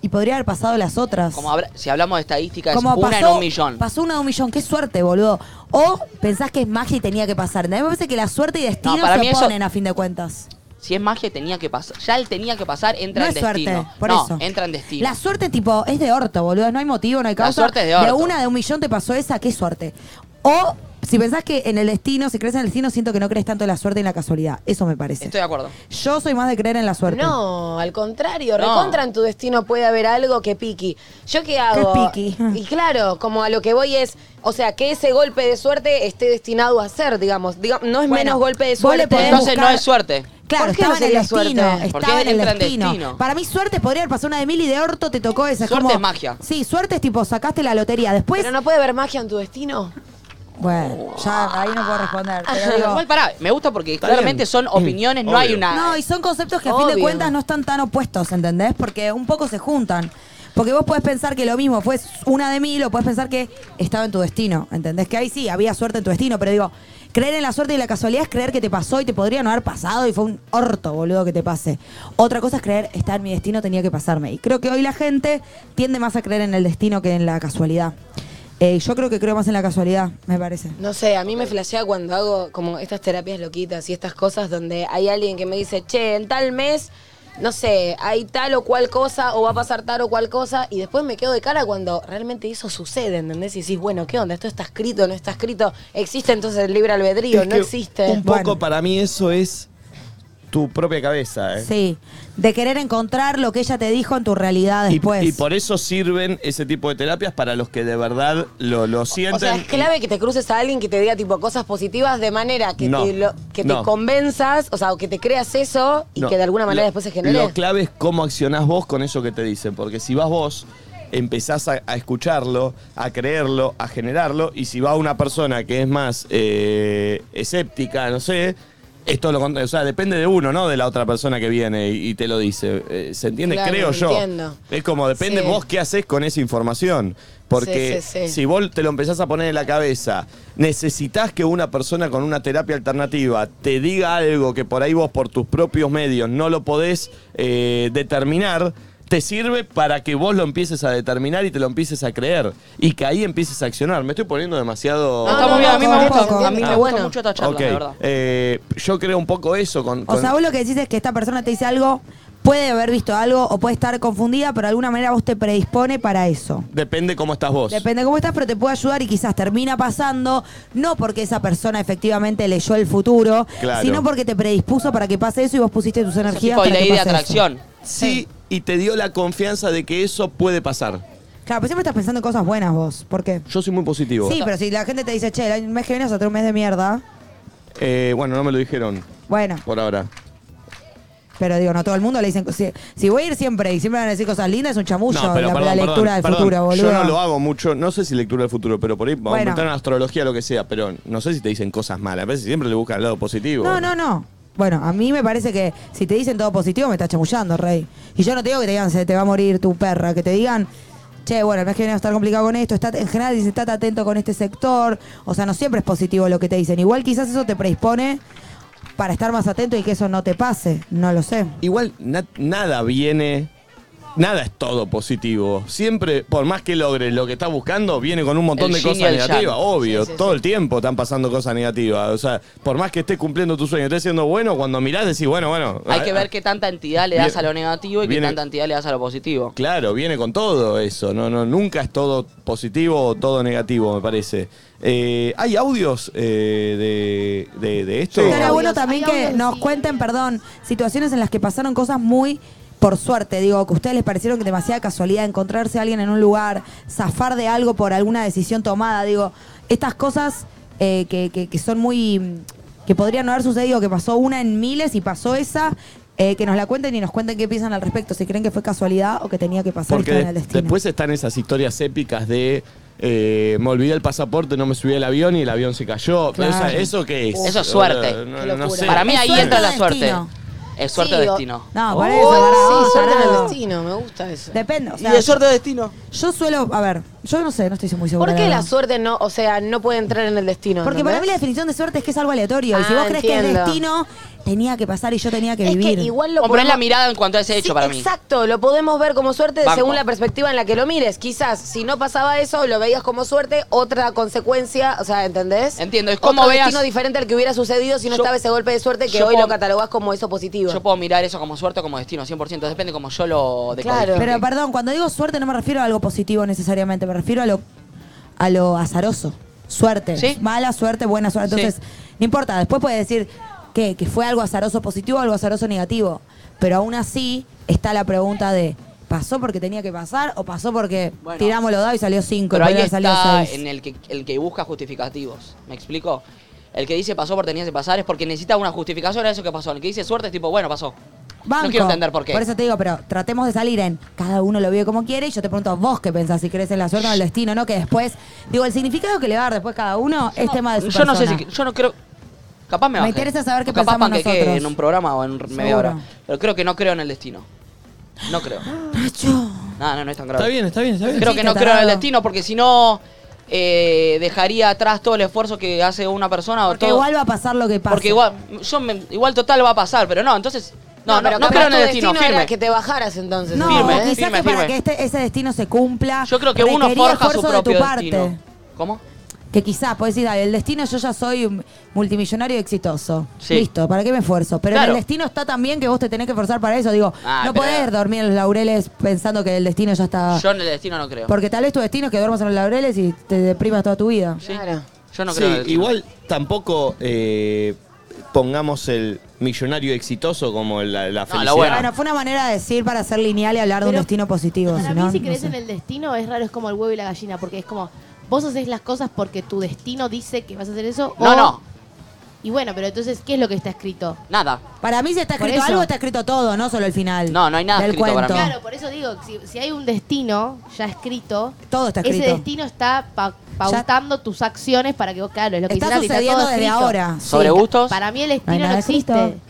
Speaker 6: y podría haber pasado las otras.
Speaker 5: Como habla- si hablamos de estadística, es
Speaker 6: Como
Speaker 5: una en un millón.
Speaker 6: Pasó una de un millón, qué suerte, boludo. O pensás que es magia y tenía que pasar. A mí me parece que la suerte y destino
Speaker 5: No, para mí
Speaker 6: se
Speaker 5: eso-
Speaker 6: oponen a fin de cuentas.
Speaker 5: Si es magia, tenía que pasar. Ya él tenía que pasar, entra
Speaker 6: no
Speaker 5: en
Speaker 6: es
Speaker 5: destino.
Speaker 6: suerte, por
Speaker 5: no,
Speaker 6: eso.
Speaker 5: entra en destino.
Speaker 6: La suerte, tipo, es de orto, boludo. No hay motivo, no hay
Speaker 5: La
Speaker 6: causa.
Speaker 5: suerte es de orto.
Speaker 6: una de un millón te pasó esa, qué suerte. O si pensás que en el destino, si crees en el destino, siento que no crees tanto en la suerte y en la casualidad. Eso me parece.
Speaker 5: Estoy de acuerdo.
Speaker 6: Yo soy más de creer en la suerte.
Speaker 3: No, al contrario,
Speaker 5: No.
Speaker 3: recontra en tu destino puede haber algo que piqui. ¿Yo qué hago?
Speaker 6: piqui?
Speaker 3: Y claro, como a lo que voy es, o sea, que ese golpe de suerte esté destinado a ser, digamos. Diga- no es
Speaker 6: Bueno,
Speaker 3: menos golpe de
Speaker 6: vos le
Speaker 3: suerte.
Speaker 6: podés
Speaker 5: Entonces no
Speaker 6: buscar-
Speaker 5: es suerte.
Speaker 6: Claro,
Speaker 3: ¿Por qué
Speaker 6: estaba
Speaker 3: no
Speaker 6: en el
Speaker 3: sería
Speaker 6: destino.
Speaker 3: suerte?
Speaker 5: Porque
Speaker 6: Estaba en el
Speaker 5: entra en
Speaker 6: destino.
Speaker 5: destino.
Speaker 6: Para mí, suerte podría haber pasado una de mil y de orto te tocó esa.
Speaker 5: Suerte
Speaker 6: como,
Speaker 5: es magia.
Speaker 6: Sí, suerte es tipo, sacaste la lotería. Después.
Speaker 3: Pero no puede haber magia en tu destino.
Speaker 6: Bueno, ya ahí no puedo responder. pero digo-
Speaker 5: Igual, pará, me gusta porque
Speaker 1: Está
Speaker 5: claramente
Speaker 1: bien.
Speaker 5: son opiniones, no
Speaker 1: Obvio.
Speaker 5: hay una.
Speaker 6: No, y son conceptos que a fin de
Speaker 3: Obvio.
Speaker 6: cuentas no están tan opuestos, ¿entendés? Porque un poco se juntan. Porque vos podés pensar que lo mismo fue una de mil o podés pensar que estaba en tu destino, ¿entendés? Que ahí sí, había suerte en tu destino, pero digo, creer en la suerte y la casualidad es creer que te pasó y te podría no haber pasado y fue un orto, boludo, que te pase. Otra cosa es creer, está en mi destino, tenía que pasarme. Y creo que hoy la gente tiende más a creer en el destino que en la casualidad. Eh, yo creo que creo más en la casualidad, me parece.
Speaker 3: No sé, a mí me flashea cuando hago como estas terapias loquitas y estas cosas donde hay alguien que me dice, che, en tal mes, no sé, hay tal o cual cosa o va a pasar tal o cual cosa y después me quedo de cara cuando realmente eso sucede, ¿entendés? Y decís, bueno, ¿qué onda? ¿Esto está escrito? ¿No está escrito? ¿Existe entonces el libre albedrío?
Speaker 1: Es
Speaker 3: ¿No
Speaker 1: que
Speaker 3: existe?
Speaker 1: Un poco
Speaker 6: Bueno.
Speaker 1: para mí eso es tu propia cabeza, ¿eh?
Speaker 6: Sí, de querer encontrar lo que ella te dijo en tu realidad
Speaker 1: Y-
Speaker 6: después.
Speaker 1: Y, por eso sirven ese tipo de terapias para los que de verdad lo, lo sienten.
Speaker 3: O sea, es clave que te cruces a alguien que te diga tipo cosas positivas de manera que,
Speaker 1: No,
Speaker 3: te, lo- que te
Speaker 1: no.
Speaker 3: convenzas, o sea, o que te creas eso y
Speaker 1: No,
Speaker 3: que de alguna manera
Speaker 1: lo-
Speaker 3: después se genere.
Speaker 1: Lo clave es cómo accionás vos con eso que te dicen, porque si vas vos, empezás a, a escucharlo, a creerlo, a generarlo, y si va una persona que es más eh, escéptica, no sé, es todo lo contrario. O sea, depende de uno, ¿no? De la otra persona que viene y, y te lo dice. Eh, ¿Se entiende?
Speaker 3: Claro,
Speaker 1: Creo yo.
Speaker 3: entiendo.
Speaker 1: Es como depende
Speaker 3: Sí.
Speaker 1: vos qué haces con esa información. Porque
Speaker 3: Sí, sí, sí.
Speaker 1: si vos te lo empezás a poner en la cabeza, necesitas que una persona con una terapia alternativa te diga algo que por ahí vos por tus propios medios no lo podés eh, determinar. te sirve para que vos lo empieces a determinar y te lo empieces a creer. Y que ahí empieces a accionar. Me estoy poniendo demasiado...
Speaker 5: No, está muy bien, a mí me
Speaker 6: tampoco. Ah.
Speaker 5: gusta, a mí me
Speaker 3: Está
Speaker 5: gusta
Speaker 3: bueno.
Speaker 5: mucho esta charla,
Speaker 1: Ok,
Speaker 5: la verdad.
Speaker 1: eh, yo creo un poco eso con...
Speaker 6: O
Speaker 1: con-
Speaker 6: sea, vos lo que decís es que esta persona te dice algo, puede haber visto algo o puede estar confundida, pero de alguna manera vos te predispone para eso.
Speaker 1: Depende cómo estás vos.
Speaker 6: Depende cómo estás, pero te puede ayudar y quizás termina pasando, no porque esa persona efectivamente leyó el futuro,
Speaker 1: Claro.
Speaker 6: sino porque te predispuso para que pase eso y vos pusiste tus
Speaker 5: Es
Speaker 6: energías
Speaker 5: tipo
Speaker 6: para
Speaker 5: de
Speaker 6: que
Speaker 5: ley de
Speaker 6: pase eso.
Speaker 5: atracción.
Speaker 1: sí, y te dio la confianza de que eso puede pasar.
Speaker 6: Claro, pero siempre estás pensando en cosas buenas vos, ¿por qué?
Speaker 1: Yo soy muy positivo.
Speaker 6: Sí, pero si la gente te dice, che, el mes que viene es otro mes de mierda,
Speaker 1: Eh, bueno, no me lo dijeron
Speaker 6: bueno,
Speaker 1: por ahora.
Speaker 6: pero digo, no todo el mundo le dicen, si, si voy a ir siempre y siempre van a decir cosas lindas, es un chamullo la, la lectura del
Speaker 1: perdón.
Speaker 6: futuro, boludo.
Speaker 1: Yo no lo hago mucho, no sé si lectura del futuro, pero por ahí vamos
Speaker 6: Bueno.
Speaker 1: a meter en astrología lo que sea, pero no sé si te dicen cosas malas. A veces siempre le buscan el lado positivo.
Speaker 6: No, no, no. Bueno, a mí me parece que si te dicen todo positivo, me estás chamullando, rey. Y yo no te digo que te digan, se te va a morir tu perra, que te digan, che, bueno, el mes que viene va a estar complicado con esto. Está, en general dicen, estate atento con este sector. O sea, no siempre es positivo lo que te dicen. Igual quizás eso te predispone para estar más atento y que eso no te pase. No lo sé.
Speaker 1: Igual na- nada viene. Nada es todo positivo. Siempre, por más que logres lo que estás buscando, viene con un montón
Speaker 5: El
Speaker 1: de
Speaker 5: yin y
Speaker 1: cosas
Speaker 5: el yang.
Speaker 1: negativas. Obvio,
Speaker 5: Sí, sí,
Speaker 1: todo el tiempo están pasando cosas negativas. O sea, por más que estés cumpliendo tu sueño, estés siendo bueno, cuando mirás decís, bueno, bueno.
Speaker 5: Hay
Speaker 1: ah,
Speaker 5: que ver qué tanta entidad le
Speaker 1: Bien.
Speaker 5: das a lo negativo y qué
Speaker 1: Viene-
Speaker 5: tanta entidad le das a lo positivo.
Speaker 1: Claro, viene con todo eso. No, no, nunca es todo positivo o todo negativo, me parece. Eh, ¿Hay audios eh, de, de- de esto?
Speaker 6: Estaría bueno
Speaker 4: audios,
Speaker 6: también
Speaker 4: hay
Speaker 6: que
Speaker 4: audios,
Speaker 6: nos
Speaker 4: sí.
Speaker 6: cuenten, perdón, situaciones en las que pasaron cosas muy por suerte, digo, que a ustedes les parecieron que demasiada casualidad encontrarse a alguien en un lugar, zafar de algo por alguna decisión tomada, digo, estas cosas eh, que, que- que son muy, mm, que podrían no haber sucedido, que pasó una en miles y pasó esa, eh, que nos la cuenten y nos cuenten qué piensan al respecto, si creen que fue casualidad o que tenía que pasar y
Speaker 1: Porque
Speaker 6: estaba en el
Speaker 1: de-
Speaker 6: destino.
Speaker 1: después están esas historias épicas de eh, me olvidé el pasaporte, no me subí al avión y el avión se cayó.
Speaker 6: Claro.
Speaker 1: O sea, ¿Eso qué es?
Speaker 5: Eso es suerte.
Speaker 1: Eh, no-
Speaker 3: Qué
Speaker 1: no
Speaker 3: locura.
Speaker 1: sé.
Speaker 5: Para mí
Speaker 6: Es
Speaker 5: ahí
Speaker 6: suerte
Speaker 5: entra
Speaker 6: o
Speaker 5: la suerte.
Speaker 6: destino.
Speaker 5: Es suerte o
Speaker 3: Sí, o-
Speaker 5: destino.
Speaker 6: no,
Speaker 1: Oh,
Speaker 6: por Ah, eso,
Speaker 3: Oh,
Speaker 6: pará,
Speaker 3: sí, suerte en el
Speaker 6: pará.
Speaker 3: destino, me gusta eso.
Speaker 6: Depende, o
Speaker 5: Y
Speaker 6: sea,
Speaker 5: es suerte o destino.
Speaker 6: yo suelo, a ver, yo no sé, no estoy muy segura.
Speaker 3: ¿Por qué
Speaker 6: verdad.
Speaker 3: la suerte no, o sea, no puede entrar en el destino?
Speaker 6: Porque para mí la
Speaker 3: ¿entendés?
Speaker 6: definición de suerte es que es algo aleatorio. y si
Speaker 3: Ah,
Speaker 6: vos crees que el
Speaker 3: entiendo.
Speaker 6: destino tenía que pasar y yo tenía que
Speaker 3: es
Speaker 6: vivir.
Speaker 3: que igual lo
Speaker 5: Bueno, pero es la
Speaker 3: podemos-
Speaker 5: mirada en cuanto a ese hecho
Speaker 3: Sí,
Speaker 5: para mí.
Speaker 3: Exacto, lo podemos ver como suerte
Speaker 5: Banco.
Speaker 3: según la perspectiva en la que lo mires. Quizás si no pasaba eso, lo veías como suerte, otra consecuencia, o sea, ¿entendés?
Speaker 5: Entiendo, es como
Speaker 3: Otro
Speaker 5: veas-
Speaker 3: destino diferente al que hubiera sucedido si no
Speaker 5: Yo-
Speaker 3: estaba ese golpe de suerte que
Speaker 5: yo
Speaker 3: hoy
Speaker 5: puedo-
Speaker 3: lo catalogás como eso positivo.
Speaker 5: Yo puedo mirar eso como suerte o como destino, 100%. Depende como yo lo decodifique.
Speaker 3: Claro.
Speaker 6: Pero perdón, cuando digo suerte no me refiero a algo positivo necesariamente, me refiero a lo, a lo azaroso. Suerte.
Speaker 5: Sí.
Speaker 6: Mala suerte, buena suerte.
Speaker 5: Sí.
Speaker 6: Entonces, no importa, después puedes decir que, que fue algo azaroso positivo o algo azaroso negativo. Pero aún así está la pregunta de. ¿Pasó porque tenía que pasar o pasó porque
Speaker 5: Bueno.
Speaker 6: tiramos los dados y salió 5?
Speaker 5: Pero ahí
Speaker 6: salió
Speaker 5: está
Speaker 6: seis?
Speaker 5: en el que, el que busca justificativos. ¿Me explico? El que dice pasó por tenía que pasar es porque necesita una justificación a eso que pasó. El que dice suerte es tipo, bueno, pasó.
Speaker 6: Banco.
Speaker 5: No quiero entender por qué.
Speaker 6: Por eso te digo, pero tratemos de salir en cada uno lo vive como quiere y yo te pregunto a vos qué pensás, si crees en la suerte o en el destino, ¿no? Que después, digo, el significado que le va a dar después cada uno es tema de su
Speaker 5: yo no sé
Speaker 6: persona.
Speaker 5: si. Yo no creo. Capaz me
Speaker 6: Me
Speaker 5: bajé.
Speaker 6: interesa saber qué
Speaker 5: O capaz
Speaker 6: pensamos
Speaker 5: panquequee
Speaker 6: nosotros.
Speaker 5: en un programa o en media
Speaker 6: Seguro.
Speaker 5: hora. Pero creo que no creo en el destino. No creo.
Speaker 6: Nacho.
Speaker 5: No, no, no es tan grave.
Speaker 1: Está bien, está bien, está bien.
Speaker 5: Creo
Speaker 6: Sí,
Speaker 5: que no
Speaker 6: está
Speaker 5: creo en el
Speaker 6: tarado.
Speaker 5: destino porque si no eh, dejaría atrás todo el esfuerzo que hace una persona o
Speaker 6: Porque
Speaker 5: todo.
Speaker 6: igual va a pasar lo que pasa.
Speaker 5: porque igual, yo me- igual total va a pasar, pero no, entonces no, no,
Speaker 3: pero
Speaker 5: no creo
Speaker 3: capaz
Speaker 5: en el
Speaker 3: tu
Speaker 5: destino,
Speaker 3: era
Speaker 5: firme.
Speaker 3: que te bajaras entonces.
Speaker 6: No,
Speaker 5: Firme,
Speaker 6: quizás
Speaker 5: firme,
Speaker 6: que para
Speaker 5: firme.
Speaker 6: que este- ese destino se cumpla.
Speaker 5: Yo creo que uno
Speaker 6: requería
Speaker 5: forja su
Speaker 6: esfuerzo
Speaker 5: propio
Speaker 6: de tu parte.
Speaker 5: destino. ¿Cómo?
Speaker 6: Que quizás podés decir, dale, el destino yo ya soy un multimillonario exitoso.
Speaker 5: Sí.
Speaker 6: Listo, ¿para qué me esfuerzo? Pero en
Speaker 5: Claro.
Speaker 6: el destino está también que vos te tenés que forzar para eso. Digo,
Speaker 5: Ah,
Speaker 6: no
Speaker 5: pero-
Speaker 6: podés dormir en los laureles pensando que el destino ya está.
Speaker 5: Yo en el destino no creo.
Speaker 6: Porque tal vez tu destino es que duermas en los laureles y te deprimas toda tu vida.
Speaker 3: Claro.
Speaker 5: Yo no
Speaker 1: Sí,
Speaker 5: creo en el destino.
Speaker 1: igual tampoco eh, pongamos el millonario exitoso como la, la
Speaker 5: No,
Speaker 1: felicidad.
Speaker 5: la buena.
Speaker 6: Bueno, fue una manera de decir para ser lineal y hablar de un
Speaker 4: Pero
Speaker 6: destino positivo.
Speaker 4: Para
Speaker 6: si no,
Speaker 4: mí, si
Speaker 6: no
Speaker 4: crees
Speaker 6: sé.
Speaker 4: en el destino, es raro, es como el huevo y la gallina, porque es como, vos haces las cosas porque tu destino dice que vas a hacer eso.
Speaker 5: No,
Speaker 4: o-
Speaker 5: no.
Speaker 4: Y bueno, pero entonces, ¿qué es lo que está escrito?
Speaker 5: Nada.
Speaker 6: Para mí, si está
Speaker 4: Por
Speaker 6: escrito
Speaker 4: eso.
Speaker 6: algo, está escrito todo, no solo el final.
Speaker 5: No, no hay nada
Speaker 6: del
Speaker 5: escrito para
Speaker 6: cuento.
Speaker 5: mí.
Speaker 4: Claro, por eso digo, si, si hay un destino ya escrito,
Speaker 6: Todo está
Speaker 4: ese
Speaker 6: escrito.
Speaker 4: destino está pa- pautando tus acciones para que vos, claro, es lo que dice
Speaker 6: Está
Speaker 4: Lali,
Speaker 6: sucediendo
Speaker 4: todo
Speaker 6: desde
Speaker 4: escrito.
Speaker 6: ahora. sí.
Speaker 5: Sobre gustos.
Speaker 4: Para mí el
Speaker 6: No hay
Speaker 4: destino no,
Speaker 6: nada escrito.
Speaker 4: existe.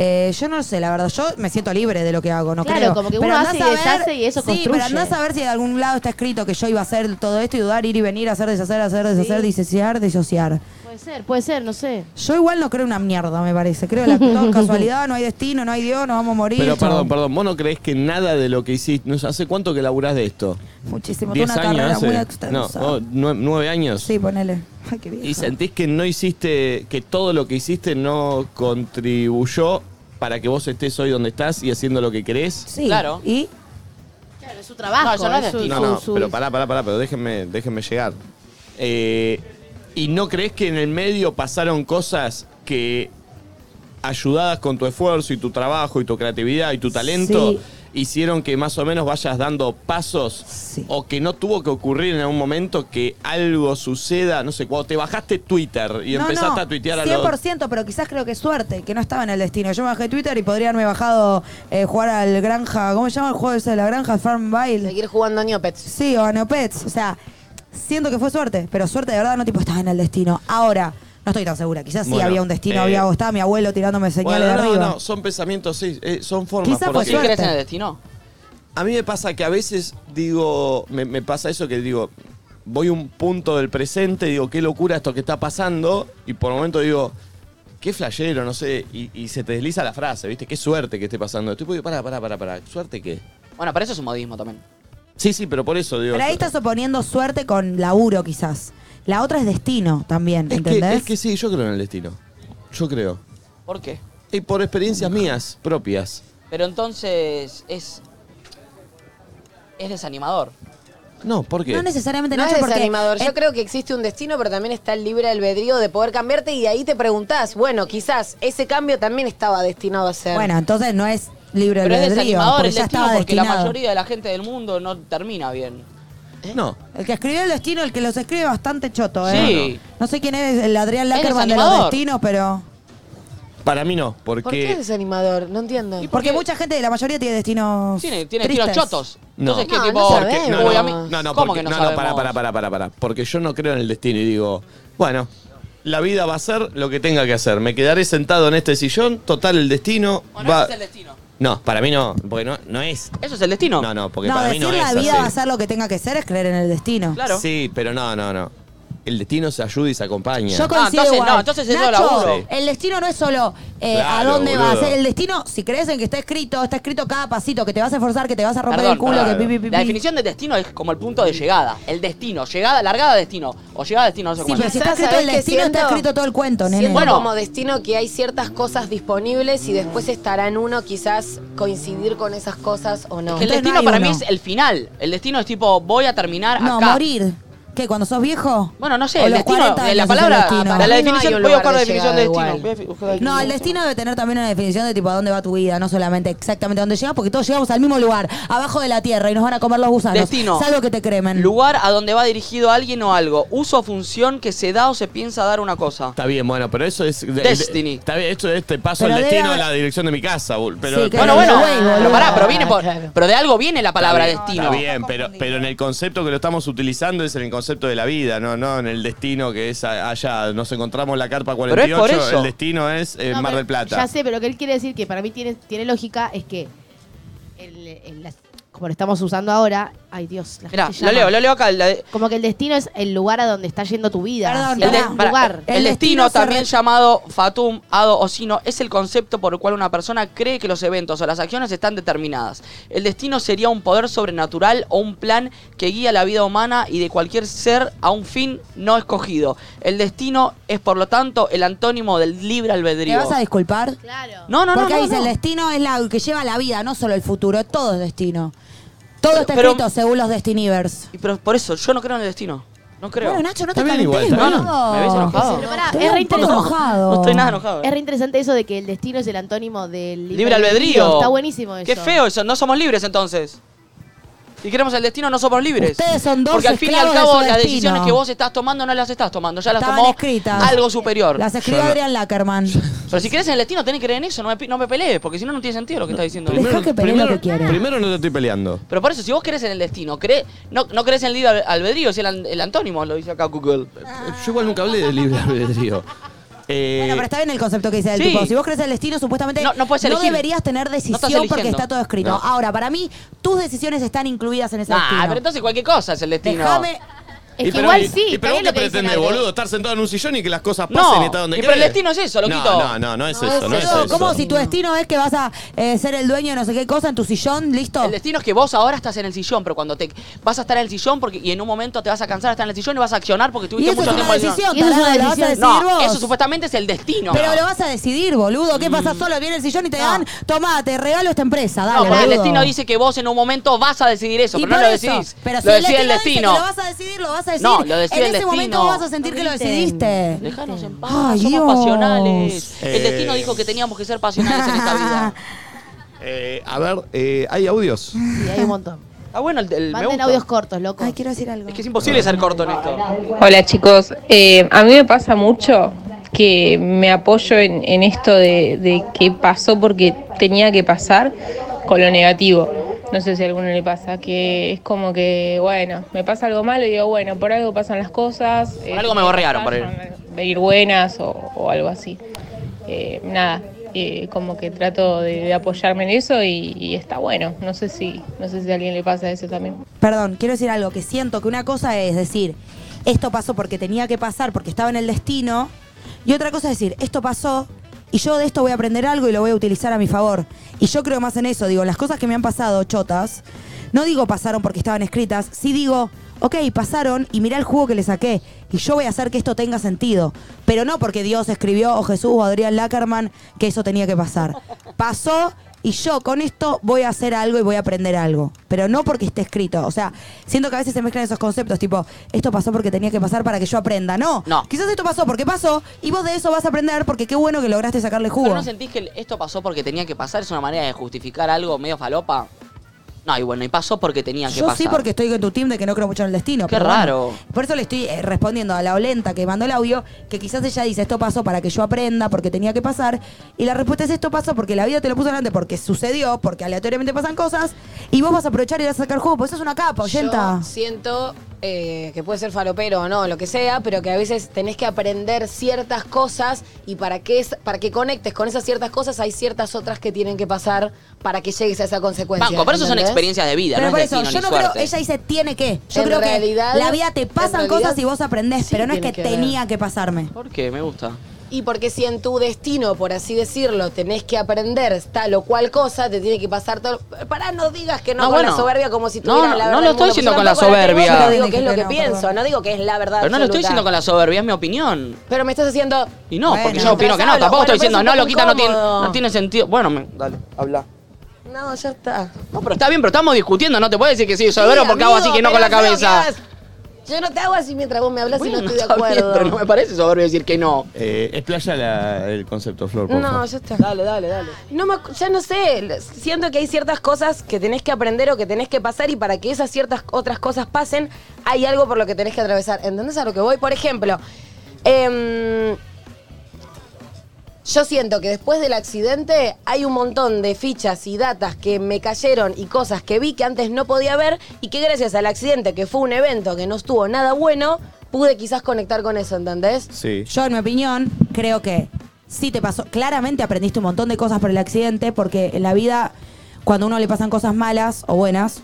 Speaker 6: Eh, yo no sé, la verdad, yo me siento libre de lo que hago, no
Speaker 4: Claro,
Speaker 6: creo.
Speaker 4: como que
Speaker 6: Pero
Speaker 4: uno
Speaker 6: andás
Speaker 4: hace y
Speaker 6: a ver-
Speaker 4: deshace y eso
Speaker 6: sí,
Speaker 4: construye.
Speaker 6: pero andás a ver si de algún lado está escrito que yo iba a hacer todo esto y dudar, ir y venir, hacer, deshacer, hacer, deshacer, disociar, disociar.
Speaker 4: Puede ser, puede ser, no sé.
Speaker 6: Yo igual no creo una mierda, me parece. Creo la no, casualidad, no hay destino, no hay Dios, nos vamos a morir.
Speaker 1: Pero
Speaker 6: chao.
Speaker 1: perdón, perdón, vos no creés que nada de lo que hiciste. no sé, ¿Hace cuánto que laburás de esto?
Speaker 6: Muchísimo, tuve
Speaker 1: ¿Diez
Speaker 6: una
Speaker 1: años?
Speaker 6: carrera
Speaker 1: hace?
Speaker 6: muy
Speaker 1: no,
Speaker 6: extensa.
Speaker 1: vos, nue- nueve años.
Speaker 6: Sí, ponele. Ay, qué vieja.
Speaker 1: ¿Y sentís que no hiciste, que todo lo que hiciste no contribuyó para que vos estés hoy donde estás y haciendo lo que querés?
Speaker 6: Sí.
Speaker 5: Claro.
Speaker 6: ¿Y?
Speaker 4: Claro, es su trabajo.
Speaker 5: No, eso no es
Speaker 4: su-
Speaker 5: destino.
Speaker 4: su-
Speaker 1: No, no,
Speaker 4: su-
Speaker 1: pero pará, pará, pará, pero déjenme, déjenme llegar. Eh, ¿Y no crees que en el medio pasaron cosas que, ayudadas con tu esfuerzo y tu trabajo y tu creatividad y tu talento,
Speaker 6: Sí.
Speaker 1: hicieron que más o menos vayas dando pasos?
Speaker 6: Sí.
Speaker 1: O que no tuvo que ocurrir en algún momento que algo suceda, no sé, cuando te bajaste Twitter y
Speaker 6: No,
Speaker 1: empezaste
Speaker 6: no,
Speaker 1: a tuitear a los...
Speaker 6: 100%, pero quizás creo que es suerte, que no estaba en el destino. Yo me bajé Twitter y podría haberme bajado eh, jugar al Granja, ¿cómo se llama el juego ese de la Granja? Farm Bile.
Speaker 3: Seguir jugando a Neopets.
Speaker 6: Sí, o a Neopets. O sea, siento que fue suerte, pero suerte de verdad no tipo estaba en el destino. Ahora, no estoy tan segura, quizás sí
Speaker 1: Bueno,
Speaker 6: había un destino,
Speaker 1: eh,
Speaker 6: había o estaba mi abuelo tirándome señales
Speaker 1: Bueno,
Speaker 6: de
Speaker 1: no,
Speaker 6: arriba.
Speaker 1: no, son pensamientos, sí, eh, son formas.
Speaker 6: Quizá fue
Speaker 1: porque-
Speaker 5: ¿Sí crees
Speaker 6: suerte.
Speaker 5: en el destino?
Speaker 1: A mí me pasa que a veces digo, me, me pasa eso que digo, voy a un punto del presente, digo, qué locura esto que está pasando, y por el momento digo, qué flashero, no sé, y, y se te desliza la frase, ¿viste? Qué suerte que esté pasando esto. Y digo, pará, pará, pará, pará, ¿suerte qué?
Speaker 5: Bueno, pero eso es un modismo también.
Speaker 1: Sí, sí, pero por eso digo.
Speaker 6: Pero ahí
Speaker 1: yo-
Speaker 6: estás oponiendo suerte con laburo, quizás. La otra es destino también,
Speaker 1: es, que,
Speaker 6: ¿entendés?
Speaker 1: es que sí, yo creo en el destino. Yo creo.
Speaker 5: ¿Por qué?
Speaker 1: Y por experiencias mías, propias.
Speaker 5: Pero entonces es. Es desanimador.
Speaker 1: No, ¿por qué?
Speaker 6: No necesariamente,
Speaker 3: No
Speaker 6: Nacho,
Speaker 3: es
Speaker 6: porque
Speaker 3: desanimador.
Speaker 6: en-
Speaker 3: Yo creo que existe un destino, pero también está el libre albedrío de poder cambiarte y de ahí te preguntás, bueno, quizás ese cambio también estaba destinado a ser.
Speaker 6: Bueno, entonces no es libre
Speaker 5: Pero es
Speaker 6: albedrío,
Speaker 5: desanimador
Speaker 6: porque
Speaker 5: el
Speaker 6: ya
Speaker 5: destino
Speaker 6: estaba
Speaker 5: porque la
Speaker 6: destinado.
Speaker 5: mayoría de la gente del mundo no termina bien.
Speaker 1: no.
Speaker 6: El que escribió el destino, el que los escribe bastante choto, ¿eh?
Speaker 5: Sí.
Speaker 6: No sé quién es el Adrián
Speaker 5: Es
Speaker 6: Lackerman de los
Speaker 5: desanimador.
Speaker 6: destinos, pero...
Speaker 1: Para mí no, porque...
Speaker 3: ¿Por qué es desanimador? No entiendo.
Speaker 5: Y por-
Speaker 6: Porque
Speaker 5: Porque-
Speaker 6: mucha gente de la mayoría tiene destinos
Speaker 5: Tiene, tiene
Speaker 6: tristes.
Speaker 5: tiros chotos.
Speaker 1: No.
Speaker 5: Entonces, ¿qué
Speaker 3: No,
Speaker 5: tipo?
Speaker 3: no
Speaker 5: Porque-
Speaker 6: ¿Eh?
Speaker 3: sabemos.
Speaker 1: no,
Speaker 5: Uy, a
Speaker 1: no,
Speaker 5: mí-
Speaker 1: no, no,
Speaker 5: ¿Cómo
Speaker 1: porque,
Speaker 5: que no,
Speaker 1: no, no, para,
Speaker 5: sabemos?
Speaker 1: para, para, para, para. Porque yo no creo en el destino y digo, bueno, la vida va a ser lo que tenga que hacer. Me quedaré sentado en este sillón, total el destino
Speaker 5: Bueno,
Speaker 1: va.
Speaker 5: ese es el destino.
Speaker 1: No, para mí no, porque no, no es.
Speaker 5: Eso es el destino.
Speaker 1: No, no, porque
Speaker 6: no,
Speaker 1: para mí
Speaker 6: decir
Speaker 1: no
Speaker 6: la
Speaker 1: es
Speaker 6: vida
Speaker 1: así.
Speaker 6: va a ser lo que tenga que ser es creer en el destino.
Speaker 5: Claro.
Speaker 1: Sí, pero no, no, no. El destino se ayuda y se acompaña.
Speaker 6: Yo coincido
Speaker 5: Ah, entonces
Speaker 6: igual.
Speaker 5: no, entonces es solo
Speaker 6: Nacho,
Speaker 5: laburo.
Speaker 6: el destino no es solo eh, a
Speaker 1: Claro,
Speaker 6: dónde
Speaker 1: boludo.
Speaker 6: vas. El destino, si crees en que está escrito, está escrito cada pasito, que te vas a esforzar, que te vas a romper
Speaker 5: Perdón,
Speaker 6: el culo,
Speaker 5: perdón.
Speaker 6: que pi, pi, pi,
Speaker 5: La
Speaker 6: pi.
Speaker 5: definición de destino es como el punto de llegada. El destino, llegada, largada, destino. O llegada, destino, no sé
Speaker 6: Sí,
Speaker 5: cuál
Speaker 6: pero
Speaker 5: es.
Speaker 6: si está
Speaker 3: Quizás,
Speaker 6: escrito el
Speaker 3: ¿sabés qué
Speaker 6: destino, está
Speaker 3: siento?
Speaker 6: escrito todo el cuento, nene.
Speaker 3: Siento
Speaker 5: Bueno.
Speaker 3: como destino que hay ciertas cosas disponibles y después estará en uno quizás coincidir con esas cosas o no.
Speaker 5: Que el
Speaker 6: Entonces no
Speaker 5: destino
Speaker 6: hay
Speaker 5: para mí
Speaker 6: uno.
Speaker 5: es el final. El destino es tipo, voy a terminar
Speaker 6: no,
Speaker 5: acá.
Speaker 6: morir. ¿Qué, cuando sos viejo?
Speaker 5: Bueno, no
Speaker 6: O
Speaker 5: sé, el
Speaker 6: los
Speaker 5: destino,
Speaker 6: 40
Speaker 5: de la
Speaker 6: años es el
Speaker 5: palabra,
Speaker 6: destino.
Speaker 5: de la
Speaker 3: Para mí no hay
Speaker 5: definición,
Speaker 3: un
Speaker 5: voy a buscar
Speaker 3: lugar
Speaker 5: la
Speaker 3: de
Speaker 5: definición de
Speaker 3: llegada
Speaker 5: destino.
Speaker 3: igual.
Speaker 5: Voy a buscar aquí.
Speaker 6: No, el destino debe tener también una definición de tipo a dónde va tu vida, no solamente exactamente a dónde llegas, porque todos llegamos al mismo lugar, abajo de la tierra, y nos van a comer los gusanos.
Speaker 5: Destino.
Speaker 6: Salvo que te cremen.
Speaker 5: Lugar a donde va dirigido alguien o algo. Uso o función que se da o se piensa dar una cosa.
Speaker 1: Está bien, bueno, pero eso es.
Speaker 5: Destiny.
Speaker 1: Está bien, esto es te paso
Speaker 6: Pero
Speaker 1: el
Speaker 6: debe
Speaker 1: destino
Speaker 6: haber-
Speaker 1: a la dirección de mi casa, bol- pero.
Speaker 6: Sí, que
Speaker 5: Bueno,
Speaker 6: Pero
Speaker 5: bueno,
Speaker 6: de huevo,
Speaker 5: pero
Speaker 6: boludo.
Speaker 5: pará, pero viene por.
Speaker 3: Claro.
Speaker 5: Pero de algo viene la palabra
Speaker 1: Está bien,
Speaker 5: destino.
Speaker 1: Está bien, pero, pero en el concepto que lo estamos utilizando es en el concepto de la vida, no, no en el destino que es a- allá. Nos encontramos en la carpa
Speaker 5: Pero es
Speaker 1: 48,
Speaker 5: por eso.
Speaker 1: el destino es eh,
Speaker 4: No,
Speaker 1: Mar
Speaker 4: pero
Speaker 1: del Plata.
Speaker 4: Ya sé, pero lo que él quiere decir, que para mí tiene, tiene lógica, es que el- el- las- como lo estamos usando ahora, ay Dios, la
Speaker 5: Mirá,
Speaker 4: gente
Speaker 5: lo
Speaker 4: llama.
Speaker 5: leo, lo leo acá. la de-
Speaker 4: Como que el destino es el lugar a donde está yendo tu vida.
Speaker 6: Perdón,
Speaker 4: hacia
Speaker 5: El, de-
Speaker 6: Pará,
Speaker 4: un
Speaker 5: pará,
Speaker 4: lugar.
Speaker 5: el
Speaker 6: El
Speaker 5: destino,
Speaker 6: destino se
Speaker 5: también
Speaker 6: re-
Speaker 5: llamado fatum, ado o sino, es el concepto por el cual una persona cree que los eventos o las acciones están determinadas. El destino sería un poder sobrenatural o un plan que guía la vida humana y de cualquier ser a un fin no escogido. El destino es, por lo tanto, el antónimo del libre
Speaker 6: ¿Te
Speaker 5: albedrío.
Speaker 6: vas a disculpar?
Speaker 4: Claro.
Speaker 5: No, no, no.
Speaker 6: porque
Speaker 5: no,
Speaker 6: dice
Speaker 5: no.
Speaker 6: el destino es la que lleva la vida, no solo el futuro, todo es destino. Todo está
Speaker 5: pero-
Speaker 6: escrito según los Destinivers.
Speaker 5: Y Pero por eso, yo no creo en el destino. No creo.
Speaker 6: Bueno, Nacho, no te
Speaker 1: Está bien igual,
Speaker 6: calentes,
Speaker 1: está
Speaker 5: bien.
Speaker 6: boludo.
Speaker 5: ¿Me ves enojado?
Speaker 4: Pero pará,
Speaker 6: Estoy
Speaker 4: es re
Speaker 6: un poco
Speaker 4: interesante.
Speaker 6: enojado.
Speaker 5: No estoy nada enojado.
Speaker 4: Es re interesante eso de que el destino es el antónimo del
Speaker 5: Libre albedrío.
Speaker 4: Está buenísimo eso.
Speaker 5: Qué feo eso, no somos libres entonces. Si queremos el destino, no somos libres.
Speaker 6: Ustedes son dos
Speaker 5: Porque al fin y al
Speaker 6: esclavos de
Speaker 5: cabo,
Speaker 6: su
Speaker 5: las
Speaker 6: destino.
Speaker 5: decisiones que vos estás tomando no las estás tomando, ya las
Speaker 6: Estaban
Speaker 5: tomó
Speaker 6: escritas.
Speaker 5: algo superior.
Speaker 6: Las escribió
Speaker 1: Yo no-
Speaker 6: Adrián Lackerman.
Speaker 5: Pero si crees en el destino, tenés que creer en eso, no me, pi- no me pelees, porque si no, no tiene sentido lo que estás diciendo.
Speaker 6: Dejá que pelee lo que quiera.
Speaker 1: primero no te estoy peleando.
Speaker 5: Pero por eso, si vos crees en el destino, cre- no, no crees en el libre al- albedrío, si el, an- el antónimo lo dice acá Google.
Speaker 1: Yo igual nunca hablé de libre albedrío. Eh,
Speaker 6: Bueno, pero está bien el concepto que dice el
Speaker 5: Sí.
Speaker 6: tipo. Si vos crees el destino, supuestamente
Speaker 5: No- no puedes elegir.
Speaker 6: deberías tener
Speaker 5: estás
Speaker 6: decisión porque
Speaker 5: eligiendo.
Speaker 6: está todo escrito.
Speaker 5: No.
Speaker 6: Ahora, para mí, tus decisiones están incluidas en ese
Speaker 5: Nah,
Speaker 6: destino.
Speaker 5: Ah, pero entonces cualquier cosa es el destino.
Speaker 6: Déjame.
Speaker 4: Es
Speaker 2: Y
Speaker 4: que
Speaker 2: pero-
Speaker 4: igual
Speaker 2: y- y
Speaker 4: sí.
Speaker 2: pero
Speaker 4: está
Speaker 2: vos
Speaker 4: bien
Speaker 2: qué
Speaker 4: lo que dice
Speaker 2: pretendés,
Speaker 4: Nate.
Speaker 2: boludo, estar sentado en un sillón y que las cosas
Speaker 5: No,
Speaker 2: pasen y está donde
Speaker 5: y pero el
Speaker 2: querés.
Speaker 5: destino es eso,
Speaker 2: No,
Speaker 5: loquito.
Speaker 2: No, no, no es
Speaker 3: No,
Speaker 2: eso,
Speaker 3: es
Speaker 2: no es
Speaker 3: eso.
Speaker 2: eso.
Speaker 6: ¿Cómo si tu destino es que vas a eh, ser el dueño de no sé qué cosa en tu sillón? ¿Listo?
Speaker 5: El destino es que vos ahora estás en el sillón, pero cuando te vas a estar en el sillón porque y en un momento te vas a cansar de estar en el sillón y vas a accionar porque
Speaker 6: Y
Speaker 5: tuviste
Speaker 6: eso es
Speaker 5: mucho
Speaker 6: una
Speaker 5: tiempo en el sillón.
Speaker 6: decisión,
Speaker 4: Y eso es
Speaker 6: tarado,
Speaker 4: una
Speaker 6: la vas a decidir
Speaker 4: decisión.
Speaker 5: No,
Speaker 6: vos.
Speaker 5: eso supuestamente es el destino.
Speaker 6: Pero lo vas a decidir, boludo. ¿Qué pasa solo? Viene el sillón y te dan, toma, te regalo esta empresa, dale.
Speaker 5: No, porque el
Speaker 6: boludo.
Speaker 5: destino dice que vos en un momento vas a decidir eso,
Speaker 6: Y
Speaker 5: pero no
Speaker 6: por
Speaker 5: lo
Speaker 6: eso,
Speaker 5: decidís.
Speaker 6: Pero si
Speaker 5: lo
Speaker 6: el
Speaker 5: decide
Speaker 6: destino
Speaker 5: el
Speaker 6: dice que
Speaker 5: destino.
Speaker 6: lo vas a decidir, lo vas a decidir.
Speaker 5: No, lo decide
Speaker 6: En
Speaker 5: el
Speaker 6: ese momento
Speaker 5: destino.
Speaker 6: vas a sentir que lo
Speaker 3: Griten.
Speaker 6: decidiste.
Speaker 5: Déjanos en paz,
Speaker 6: Ay,
Speaker 5: somos
Speaker 6: Dios.
Speaker 5: pasionales.
Speaker 2: Eh.
Speaker 5: El destino dijo que teníamos que ser pasionales en esta vida.
Speaker 2: Eh, a ver, eh, hay audios.
Speaker 4: Sí, hay un montón.
Speaker 5: Ah, bueno, el, el me
Speaker 4: Manden
Speaker 5: gusta.
Speaker 4: audios cortos, loco.
Speaker 6: Ay, quiero decir algo.
Speaker 5: Es que es imposible ser corto en esto.
Speaker 9: Hola chicos, Eh, a mí me pasa mucho que me apoyo en, en esto de, de que pasó porque tenía que pasar con lo negativo. No sé si a alguno le pasa, que es como que, bueno, me pasa algo malo y digo, bueno, por algo pasan las cosas. eh,
Speaker 5: algo me borrearon, por ahí.
Speaker 9: van a Venir buenas o, o algo así. Eh, nada, eh, como que trato de, de apoyarme en eso y, y está bueno. No sé, si, no sé si a alguien le pasa eso también.
Speaker 6: Perdón, quiero decir algo, que siento que una cosa es decir, esto pasó porque tenía que pasar, porque estaba en el destino, y otra cosa es decir, esto pasó y yo de esto voy a aprender algo y lo voy a utilizar a mi favor. Y yo creo más en eso, digo, las cosas que me han pasado, chotas, no digo pasaron porque estaban escritas, sí digo, ok, pasaron y mirá el jugo que le saqué, y yo voy a hacer que esto tenga sentido, pero no porque Dios escribió o Jesús o Adrián Lackerman que eso tenía que pasar. Pasó y yo con esto voy a hacer algo y voy a aprender algo. Pero no porque esté escrito. O sea, siento que a veces se mezclan esos conceptos, tipo, esto pasó porque tenía que pasar para que yo aprenda. No.
Speaker 5: No.
Speaker 6: Quizás esto pasó porque pasó y vos de eso vas a aprender porque qué bueno que lograste sacarle jugo.
Speaker 5: ¿Pero no sentís que esto pasó porque tenía que pasar? ¿Es una manera de justificar algo medio falopa? No, y bueno, y pasó porque tenía que
Speaker 6: yo
Speaker 5: pasar.
Speaker 6: sí porque estoy con tu team de que no creo mucho en el destino.
Speaker 5: Qué
Speaker 6: pero bueno.
Speaker 5: raro.
Speaker 6: por eso le estoy eh, respondiendo a la olenta que mandó el audio, que quizás ella dice, esto pasó para que yo aprenda, porque tenía que pasar. Y la respuesta es, esto pasó porque la vida te lo puso delante, porque sucedió, porque aleatoriamente pasan cosas. Y vos vas a aprovechar y vas a sacar jugo, porque eso es una capa, oyenta.
Speaker 3: Yo siento eh, que puede ser falopero o no, lo que sea, pero que a veces tenés que aprender ciertas cosas y para que, es- para que conectes con esas ciertas cosas hay ciertas otras que tienen que pasar para que llegues a esa consecuencia.
Speaker 5: Banco, pero eso son
Speaker 3: ¿entendés?
Speaker 5: experiencias de vida,
Speaker 6: Pero
Speaker 5: no
Speaker 6: por
Speaker 5: es
Speaker 6: eso,
Speaker 5: destino
Speaker 6: yo
Speaker 5: ni
Speaker 6: no creo,
Speaker 5: suerte.
Speaker 6: ella dice tiene que. Yo
Speaker 3: En
Speaker 6: creo
Speaker 3: realidad-
Speaker 6: que la vida te
Speaker 3: en
Speaker 6: pasan
Speaker 3: realidad
Speaker 6: cosas y vos aprendés,
Speaker 3: sí
Speaker 6: pero no es que,
Speaker 3: tiene que ver.
Speaker 6: tenía que pasarme.
Speaker 5: ¿Por qué? Me gusta.
Speaker 3: Y porque si en tu destino, por así decirlo, tenés que aprender tal o cual cosa, te tiene que pasar todo. Pará, no digas que no,
Speaker 5: No,
Speaker 3: con
Speaker 5: bueno.
Speaker 3: la soberbia como si
Speaker 5: No,
Speaker 3: tuvieras
Speaker 5: no,
Speaker 3: la
Speaker 5: no
Speaker 3: verdad.
Speaker 5: lo
Speaker 3: del
Speaker 5: estoy
Speaker 3: mundo,
Speaker 5: diciendo
Speaker 3: porque
Speaker 5: con la
Speaker 3: tampoco tengo,
Speaker 5: soberbia.
Speaker 3: pero digo que es lo que
Speaker 6: No,
Speaker 3: pienso,
Speaker 6: perdón.
Speaker 3: no digo que es la verdad.
Speaker 5: Pero no lo estoy
Speaker 3: absoluta.
Speaker 5: diciendo con la soberbia, es mi opinión.
Speaker 3: Pero me estás haciendo.
Speaker 5: Y no, porque
Speaker 6: Bueno,
Speaker 5: yo opino que no.
Speaker 3: trazalo.
Speaker 5: Tampoco estoy
Speaker 3: Bueno, pero
Speaker 5: diciendo,
Speaker 3: es un
Speaker 5: no,
Speaker 3: poco
Speaker 5: loquita, no tiene,
Speaker 3: incómodo.
Speaker 5: no tiene sentido. Bueno, me- dale, habla.
Speaker 3: No, ya está.
Speaker 5: No, pero está bien, pero estamos discutiendo. No te puedes decir que sí, soberbio,
Speaker 3: Sí,
Speaker 5: porque hago
Speaker 3: amigo,
Speaker 5: así que no
Speaker 3: pero
Speaker 5: con la
Speaker 3: feo que
Speaker 5: cabeza.
Speaker 3: hagas. Yo no te hago así mientras vos me hablas
Speaker 5: Bueno,
Speaker 3: y no estoy de
Speaker 5: está bien,
Speaker 3: acuerdo.
Speaker 5: pero no me parece soberbio decir que no.
Speaker 1: Eh, explaya la- el concepto, Flor, por
Speaker 3: No,
Speaker 1: favor.
Speaker 3: ya está. Dale, dale, dale. No me, acu- ya no sé, siento que hay ciertas cosas que tenés que aprender o que tenés que pasar y para que esas ciertas otras cosas pasen, hay algo por lo que tenés que atravesar. ¿Entendés a lo que voy? Por ejemplo, em, yo siento que después del accidente hay un montón de fichas y datas que me cayeron y cosas que vi que antes no podía ver y que gracias al accidente, que fue un evento que no estuvo nada bueno, pude quizás conectar con eso, ¿entendés?
Speaker 2: Sí.
Speaker 6: Yo, en mi opinión, creo que sí te pasó. Claramente aprendiste un montón de cosas por el accidente, porque en la vida, cuando a uno le pasan cosas malas o buenas,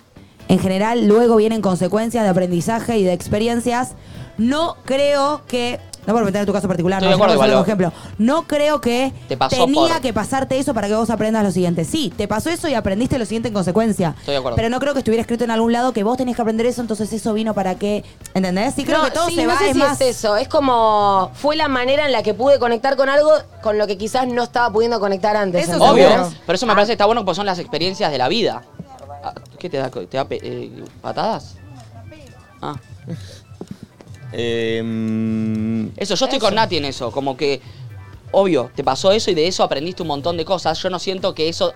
Speaker 6: en general luego vienen consecuencias de aprendizaje y de experiencias. No creo que. No por meter tu caso particular,
Speaker 5: Estoy
Speaker 6: no,
Speaker 5: de acuerdo,
Speaker 6: yo no, solo
Speaker 5: igual.
Speaker 6: como ejemplo. No creo que
Speaker 5: Te pasó
Speaker 6: tenía
Speaker 5: por.
Speaker 6: que pasarte eso para que vos aprendas lo siguiente. Sí, te pasó eso y aprendiste lo siguiente en consecuencia.
Speaker 5: Estoy de acuerdo.
Speaker 6: Pero no creo que estuviera escrito en algún lado que vos tenés que aprender eso, entonces eso vino para que. ¿Entendés? Sí, creo
Speaker 3: No,
Speaker 6: que todo
Speaker 3: sí,
Speaker 6: se
Speaker 3: no
Speaker 6: va
Speaker 3: sé
Speaker 6: es
Speaker 3: si
Speaker 6: más.
Speaker 3: es eso. Es como fue la manera en la que pude conectar con algo con lo que quizás no estaba pudiendo conectar antes.
Speaker 6: Eso
Speaker 3: ¿entendés?
Speaker 5: Obvio,
Speaker 6: Seguro.
Speaker 5: pero
Speaker 3: Ah.
Speaker 5: eso me parece que está bueno porque son las experiencias de la vida. Ah, ¿Qué te da? co- ¿Te da pe- eh, patadas? Ah,
Speaker 1: Eh, mm,
Speaker 5: eso, yo estoy con Nati en eso, como que, obvio, te pasó eso y de eso aprendiste un montón de cosas. Yo no siento que eso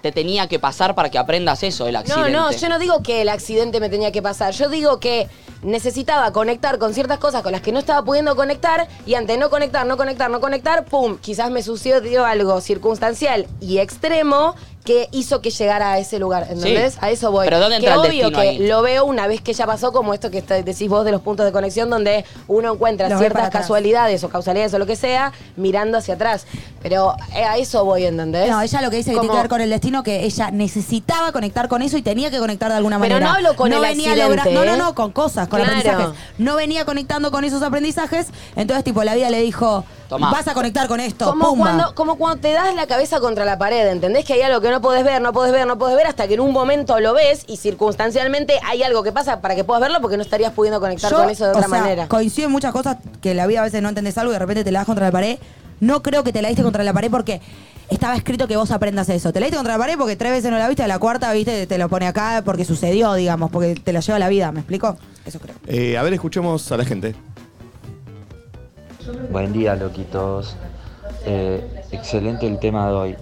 Speaker 5: te tenía que pasar para que aprendas eso, el
Speaker 3: No,
Speaker 5: accidente.
Speaker 3: no, yo no digo que el accidente me tenía que pasar. Yo digo que necesitaba conectar con ciertas cosas con las que no estaba pudiendo conectar y ante no conectar, no conectar, no conectar, pum, quizás me sucedió algo circunstancial y extremo que hizo que llegara a ese lugar, ¿entendés?
Speaker 5: Sí.
Speaker 3: A eso voy.
Speaker 5: Pero ¿dónde
Speaker 3: que
Speaker 5: entra el
Speaker 3: obvio
Speaker 5: destino
Speaker 3: que
Speaker 5: ahí?
Speaker 3: lo veo una vez que ya pasó, como esto que está- decís vos de los puntos de conexión, donde uno encuentra
Speaker 6: Los ve para
Speaker 3: ciertas
Speaker 6: atrás.
Speaker 3: casualidades o causalidades o lo que sea, mirando hacia atrás. Pero eh, a eso voy, ¿entendés?
Speaker 6: No, ella lo que dice que tiene
Speaker 3: Como-
Speaker 6: que ver con el destino, que ella necesitaba conectar con eso y tenía que conectar de alguna
Speaker 3: Pero
Speaker 6: manera.
Speaker 3: no hablo con el
Speaker 6: logra-
Speaker 3: accidente,
Speaker 6: No,
Speaker 3: ¿eh?
Speaker 6: no, no, con cosas, con
Speaker 3: Claro.
Speaker 6: aprendizajes. No venía conectando con esos aprendizajes, entonces tipo la vida le dijo,
Speaker 5: Tomá.
Speaker 6: vas a conectar con esto,
Speaker 3: Como
Speaker 6: pumba.
Speaker 3: cuando, como cuando te das la cabeza contra la pared, ¿entendés? Que hay algo que no podés ver, no podés ver, no podés ver, hasta que en un momento lo ves y circunstancialmente hay algo que pasa para que puedas verlo porque no estarías pudiendo conectar con eso de
Speaker 6: o
Speaker 3: otra
Speaker 6: sea,
Speaker 3: manera.
Speaker 6: Coincido en muchas cosas que la vida a veces no entendés algo y de repente te la das contra la pared. No creo que te la diste contra la pared porque estaba escrito que vos aprendas eso. Te la diste contra la pared porque tres veces no la viste, a la cuarta, viste, te lo pone acá porque sucedió, digamos, porque te la lleva la vida, ¿me explico? Eso creo.
Speaker 7: Eh, a ver, escuchemos a la gente.
Speaker 10: Buen día, loquitos. Eh, excelente el tema de hoy.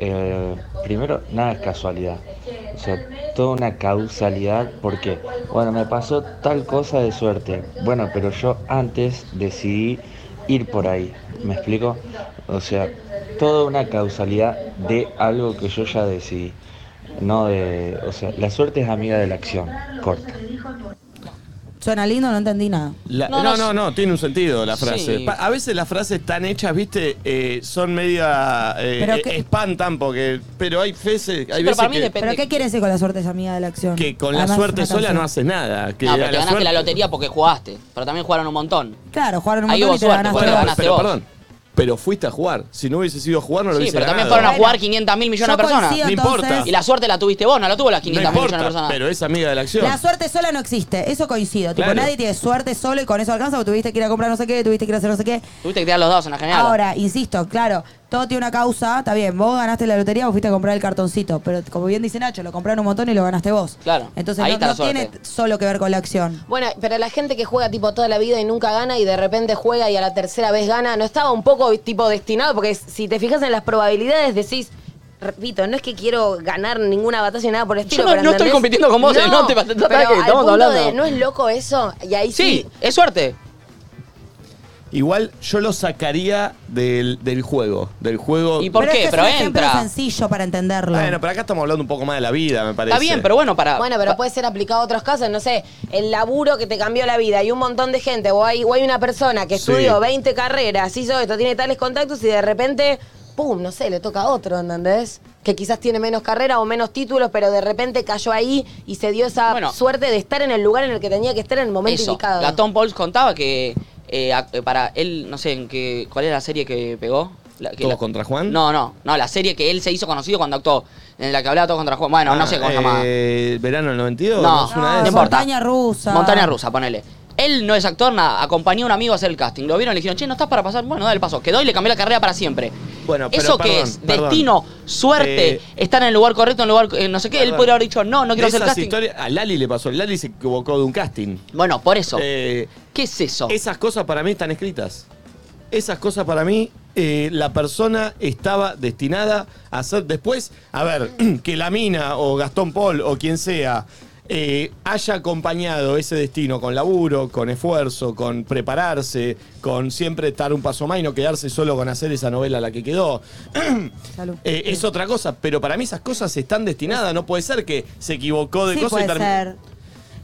Speaker 10: Eh, primero, nada es casualidad. O sea, toda una causalidad. porque, Bueno, me pasó tal cosa de suerte. Bueno, pero yo antes decidí ir por ahí. ¿Me explico? O sea, toda una causalidad de algo que yo ya decidí. No de. O sea, la suerte es amiga de la acción. Corta.
Speaker 6: Suena lindo, no entendí nada.
Speaker 1: La-
Speaker 5: No,
Speaker 1: no,
Speaker 5: no,
Speaker 1: no, no, tiene un sentido la frase.
Speaker 5: Sí.
Speaker 1: Pa- A veces las frases tan hechas, viste, eh, son media. eh,
Speaker 6: Pero
Speaker 1: eh,
Speaker 6: que-
Speaker 1: espantan porque. Pero hay veces, hay
Speaker 5: pero
Speaker 1: veces
Speaker 5: para mí
Speaker 1: que,
Speaker 5: depende.
Speaker 6: ¿Pero qué quiere decir con la suerte es amiga de la acción?
Speaker 1: que con la
Speaker 6: Además,
Speaker 1: suerte
Speaker 6: una
Speaker 1: sola
Speaker 6: canción.
Speaker 1: no haces nada. Que
Speaker 5: No,
Speaker 1: a
Speaker 5: pero te ganaste
Speaker 1: suerte-
Speaker 5: la lotería porque jugaste. Pero también jugaron un montón.
Speaker 6: Claro, jugaron un
Speaker 5: Ahí
Speaker 6: montón
Speaker 5: hubo
Speaker 6: y te
Speaker 5: suerte,
Speaker 6: la
Speaker 5: porque
Speaker 1: Pero,
Speaker 5: la ganaste
Speaker 6: ganaste.
Speaker 1: pero,
Speaker 5: vos.
Speaker 1: perdón, pero fuiste a jugar. Si no hubiese sido a jugar, no lo
Speaker 5: Sí,
Speaker 1: hubiese
Speaker 5: pero también
Speaker 1: ganado.
Speaker 5: fueron a jugar 500 mil millones de
Speaker 6: Yo
Speaker 5: personas.
Speaker 6: coincido,
Speaker 1: No importa.
Speaker 6: entonces.
Speaker 5: Y la suerte la tuviste vos, no la tuvo las 500
Speaker 1: no
Speaker 5: mil millones de
Speaker 1: importa,
Speaker 5: personas.
Speaker 1: pero es amiga de la acción.
Speaker 6: La suerte sola no existe, eso coincido. Tipo,
Speaker 1: Claro.
Speaker 6: nadie tiene suerte solo y con eso alcanza, porque tuviste que ir a comprar no sé qué, tuviste que ir a hacer no sé qué.
Speaker 5: Tuviste que tirar los dados en la general.
Speaker 6: Ahora, insisto, claro, todo tiene una causa, está bien, vos ganaste la lotería, vos fuiste a comprar el cartoncito, pero como bien dice Nacho, lo compraron un montón y lo ganaste vos.
Speaker 5: Claro,
Speaker 6: Entonces
Speaker 5: ahí
Speaker 6: no,
Speaker 5: está la
Speaker 6: no tiene
Speaker 5: suerte.
Speaker 6: solo que ver con la acción.
Speaker 3: Bueno, pero la gente que juega tipo toda la vida y nunca gana y de repente juega y a la tercera vez gana, ¿no estaba un poco tipo destinado? Porque si te fijas en las probabilidades decís, repito, no es que quiero ganar ninguna batalla ni nada por el estilo.
Speaker 5: no-
Speaker 3: pero
Speaker 5: no estoy
Speaker 3: ¿entendés?
Speaker 5: compitiendo con vos, eh, no te pases
Speaker 3: pero
Speaker 5: ataque,
Speaker 3: al
Speaker 5: estamos
Speaker 3: punto
Speaker 5: hablando.
Speaker 3: de, ¿No es loco eso? Y ahí sí.
Speaker 5: Sí, es suerte.
Speaker 1: Igual yo lo sacaría del, del juego. Del juego.
Speaker 5: Y por-
Speaker 6: pero
Speaker 5: qué?
Speaker 6: Es que
Speaker 5: Pero
Speaker 6: es un ejemplo
Speaker 5: entra.
Speaker 6: sencillo para entenderlo.
Speaker 1: Bueno, pero acá estamos hablando un poco más de la vida, me parece.
Speaker 5: Está bien, pero bueno, para.
Speaker 3: Bueno, pero
Speaker 5: Ah, pa-
Speaker 3: puede ser aplicado a otros casos, no sé, el laburo que te cambió la vida. Hay un montón de gente, o hay, o hay una persona que
Speaker 1: Sí.
Speaker 3: estudió 20 carreras, hizo esto, tiene tales contactos y de repente, ¡pum! No sé, le toca a otro, ¿entendés? Que quizás tiene menos carrera o menos títulos, pero de repente cayó ahí y se dio esa
Speaker 5: Bueno.
Speaker 3: suerte de estar en el lugar en el que tenía que estar en el momento
Speaker 5: Eso.
Speaker 3: indicado.
Speaker 5: La Tom Pauls contaba que eh, a- eh, para él, no sé en qué. ¿Cuál era la serie que pegó? La, que
Speaker 1: ¿Todos
Speaker 5: la-
Speaker 1: contra Juan?
Speaker 5: No, no, no, la serie que él se hizo conocido cuando actuó. En la que hablaba todo contra Juan. Bueno, no sé cómo se llamaba.
Speaker 1: Ah, eh, ¿Verano del 92?
Speaker 5: No,
Speaker 1: es
Speaker 6: No,
Speaker 1: una de
Speaker 5: no
Speaker 1: esas?
Speaker 5: importa.
Speaker 6: Ah, Montaña rusa.
Speaker 5: Montaña rusa, ponele. Él no es actor, nada. Acompañó a un amigo a hacer el casting. Lo vieron, le dijeron, che, no estás para pasar. Bueno, dale el paso. Quedó y le cambió la carrera para siempre.
Speaker 1: Bueno, pero
Speaker 5: Eso que
Speaker 1: perdón,
Speaker 5: es
Speaker 1: perdón.
Speaker 5: destino, suerte,
Speaker 1: Eh,
Speaker 5: estar en el lugar correcto, en el lugar. eh, no sé qué. Él
Speaker 1: Perdón.
Speaker 5: podría haber dicho, no, no quiero
Speaker 1: De
Speaker 5: hacer el
Speaker 1: esas
Speaker 5: casting.
Speaker 1: historias- a Lali le pasó. Lali se equivocó de un casting.
Speaker 5: Bueno, por eso.
Speaker 1: Eh,
Speaker 5: ¿Qué es eso?
Speaker 1: esas cosas para mí están escritas. Esas cosas para mí, eh, la persona estaba destinada a hacer después, a ver, que la mina o Gastón Paul o quien sea eh, haya acompañado ese destino con laburo, con esfuerzo, con prepararse, con siempre estar un paso más y no quedarse solo con hacer esa novela a la que quedó.
Speaker 6: Salud.
Speaker 1: Eh, es otra cosa, pero para mí esas cosas están destinadas. No puede ser que se equivocó de
Speaker 6: Sí,
Speaker 1: cosas y
Speaker 6: puede
Speaker 1: terminó.
Speaker 6: ser.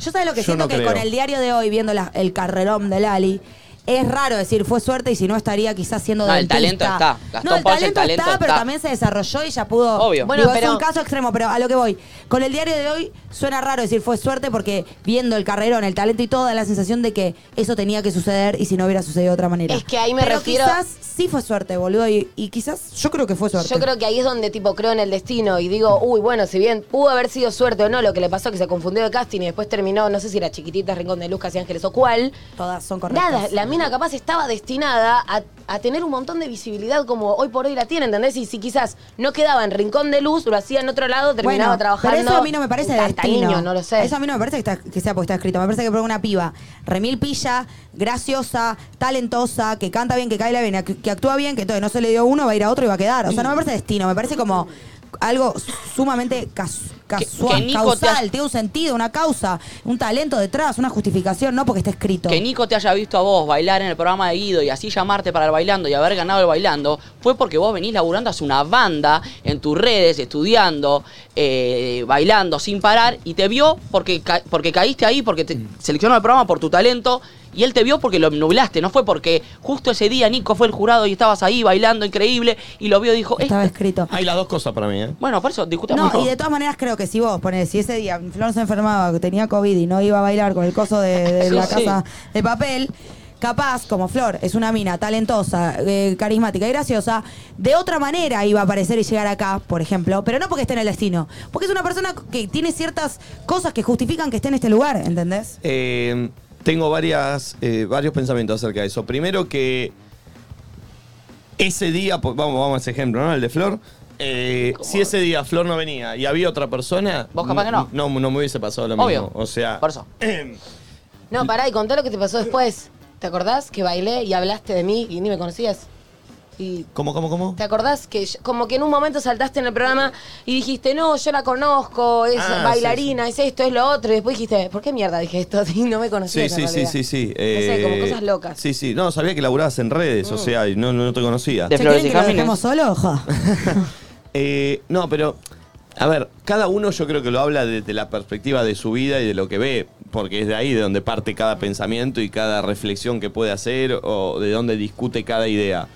Speaker 6: Yo sabes lo que
Speaker 1: Yo
Speaker 6: siento
Speaker 1: no
Speaker 6: que
Speaker 1: creo.
Speaker 6: con el diario de hoy, viendo la- el carrerón de Lali, es raro decir fue suerte y si no estaría quizás siendo
Speaker 5: No, el
Speaker 6: dentista.
Speaker 5: talento está. Gastón
Speaker 6: no, el
Speaker 5: Pauls, el
Speaker 6: talento,
Speaker 5: talento
Speaker 6: está, pero
Speaker 5: está.
Speaker 6: también se desarrolló y ya pudo.
Speaker 5: Obvio.
Speaker 6: Bueno,
Speaker 3: Bueno,
Speaker 6: es
Speaker 3: pero-
Speaker 6: un caso extremo, pero a lo que voy. Con el diario de hoy suena raro decir fue suerte porque viendo el carrerón, el talento y todo, da la sensación de que eso tenía que suceder y si no hubiera sucedido de otra manera.
Speaker 3: Es que ahí me
Speaker 6: Pero
Speaker 3: refiero-
Speaker 6: quizás sí fue suerte, boludo, y, y quizás yo creo que fue suerte.
Speaker 3: Yo creo que ahí es donde tipo creo en el destino y digo, uy, bueno, si bien pudo haber sido suerte o no, lo que le pasó que se confundió de casting y después terminó, no sé si era chiquitita, Rincón de Lucas y Ángeles o cuál.
Speaker 6: todas son correctas.
Speaker 3: Nada, la mina capaz estaba destinada a, a tener un montón de visibilidad como hoy por hoy la tiene, ¿entendés? Y si quizás no quedaba en Rincón de Luz, lo hacía en otro lado, terminaba
Speaker 6: Bueno,
Speaker 3: trabajando.
Speaker 6: Pero eso a mí no me parece
Speaker 3: en
Speaker 6: destino.
Speaker 3: Castaño, no lo sé.
Speaker 6: Eso a mí no me parece que, está- que sea porque está escrito. Me parece que fue una piba remil pilla, graciosa, talentosa, que canta bien, que cae bien, que, que actúa bien, que entonces no se le dio uno, va a ir a otro y va a quedar. O sea, no me parece destino. Me parece como algo sumamente cas- casual,
Speaker 5: que Nico te
Speaker 6: causal,
Speaker 5: ha-
Speaker 6: tiene un sentido, una causa, un talento detrás, una justificación, no porque está escrito.
Speaker 5: Que Nico te haya visto a vos bailar en el programa de Guido y así llamarte para el bailando y haber ganado el bailando, fue porque vos venís laburando hace una banda en tus redes, estudiando, eh, bailando sin parar, y te vio porque, ca- porque caíste ahí, porque
Speaker 1: Mm.
Speaker 5: te seleccionó el programa por tu talento, y él te vio porque lo nublaste, no fue porque justo ese día Nico fue el jurado y estabas ahí bailando increíble, y lo vio y dijo, "Eh,
Speaker 6: Estaba escrito.
Speaker 1: Hay las dos cosas para mí, ¿eh?
Speaker 5: bueno, por eso discutamos.
Speaker 6: No, y de todas maneras creo que si vos ponés, si ese día Flor se enfermaba, que tenía COVID y no iba a bailar con el coso de, de
Speaker 5: Sí,
Speaker 6: la
Speaker 5: sí.
Speaker 6: casa de papel, capaz, como Flor es una mina talentosa, eh, carismática y graciosa, de otra manera iba a aparecer y llegar acá, por ejemplo, pero no porque esté en el destino, porque es una persona que tiene ciertas cosas que justifican que esté en este lugar, ¿entendés?
Speaker 1: Eh, tengo varias, eh, varios pensamientos acerca de eso. Primero que ese día, po- vamos, vamos a ese ejemplo, ¿no? El de Flor. Eh, si ese día Flor no venía y había otra persona,
Speaker 5: Vos capaz que no.
Speaker 1: no, no me hubiese pasado lo
Speaker 5: Obvio.
Speaker 1: mismo. O sea,
Speaker 5: Por eso.
Speaker 3: No, pará, y contá lo que te pasó después. ¿Te acordás que bailé y hablaste de mí y ni me conocías? Y
Speaker 1: ¿cómo, cómo, cómo?
Speaker 3: ¿Te acordás que yo- como que en un momento saltaste en el programa y dijiste, no, yo la conozco, es
Speaker 1: Ah,
Speaker 3: bailarina, es esto, es lo otro? Y después dijiste, ¿por qué mierda dije esto? Y no me
Speaker 1: Sí,
Speaker 3: conocías.
Speaker 1: sí,
Speaker 3: en
Speaker 1: sí,
Speaker 3: realidad.
Speaker 1: sí, sí.
Speaker 3: sé, como
Speaker 1: eh,
Speaker 3: cosas locas.
Speaker 1: Sí, sí. No, sabía que laburabas en redes, o sea, y no, no te conocía.
Speaker 5: De
Speaker 6: Che,
Speaker 5: Flores
Speaker 6: ¿quieren
Speaker 5: y
Speaker 6: que lo
Speaker 5: Jazmines.
Speaker 6: dejemos solo? Ja.
Speaker 1: Eh, no, pero, a ver, cada uno yo creo que lo habla desde la perspectiva de su vida y de lo que ve, porque es de ahí de donde parte cada pensamiento y cada reflexión que puede hacer o de donde discute cada idea.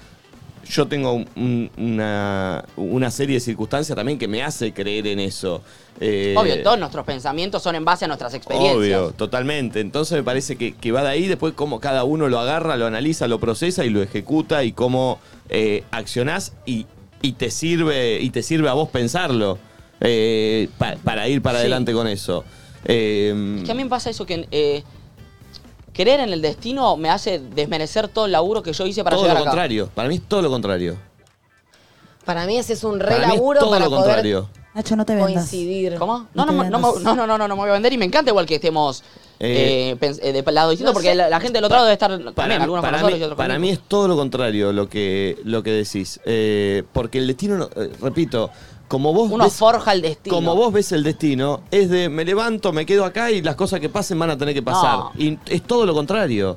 Speaker 1: Yo tengo un- un- una, una serie de circunstancias también que me hace creer en eso. Eh,
Speaker 5: Obvio, todos nuestros pensamientos son en base a nuestras experiencias.
Speaker 1: Obvio, totalmente. Entonces me parece que, que va de ahí, después cómo cada uno lo agarra, lo analiza, lo procesa y lo ejecuta y cómo eh, accionás y, y te sirve, y te sirve a vos pensarlo eh, pa- para ir para
Speaker 5: Sí.
Speaker 1: adelante con eso. Eh,
Speaker 5: Es que a mí me pasa eso que eh, creer en el destino me hace desmerecer todo el laburo que yo hice para
Speaker 1: todo lo
Speaker 5: llegar acá.
Speaker 1: contrario. Para mí es todo lo contrario.
Speaker 3: Para mí ese es un re
Speaker 1: Para mí es
Speaker 3: laburo
Speaker 1: todo
Speaker 3: para
Speaker 1: lo
Speaker 3: poder
Speaker 1: contrario.
Speaker 6: Nacho, no te vendas.
Speaker 3: coincidir.
Speaker 5: ¿Cómo? No, no, no,
Speaker 6: No te
Speaker 5: no,
Speaker 6: vendas.
Speaker 5: me- no, no, no, no, me voy a vender y me encanta igual que estemos
Speaker 1: Eh,
Speaker 5: eh, pens- eh, del lado distinto
Speaker 3: No
Speaker 5: porque
Speaker 3: sé.
Speaker 5: la, la gente del otro lado debe estar también, algunos para,
Speaker 1: para,
Speaker 5: nosotros
Speaker 1: mí,
Speaker 5: y otros
Speaker 1: para
Speaker 5: para
Speaker 1: mí
Speaker 5: mí.
Speaker 1: es todo lo contrario lo que, lo que decís. Eh, porque el destino, no- eh, repito, como vos
Speaker 5: Uno
Speaker 1: ves-
Speaker 5: forja el destino.
Speaker 1: Como vos ves el destino, es de me levanto, me quedo acá y las cosas que pasen van a tener que pasar.
Speaker 5: No.
Speaker 1: Y es todo lo contrario.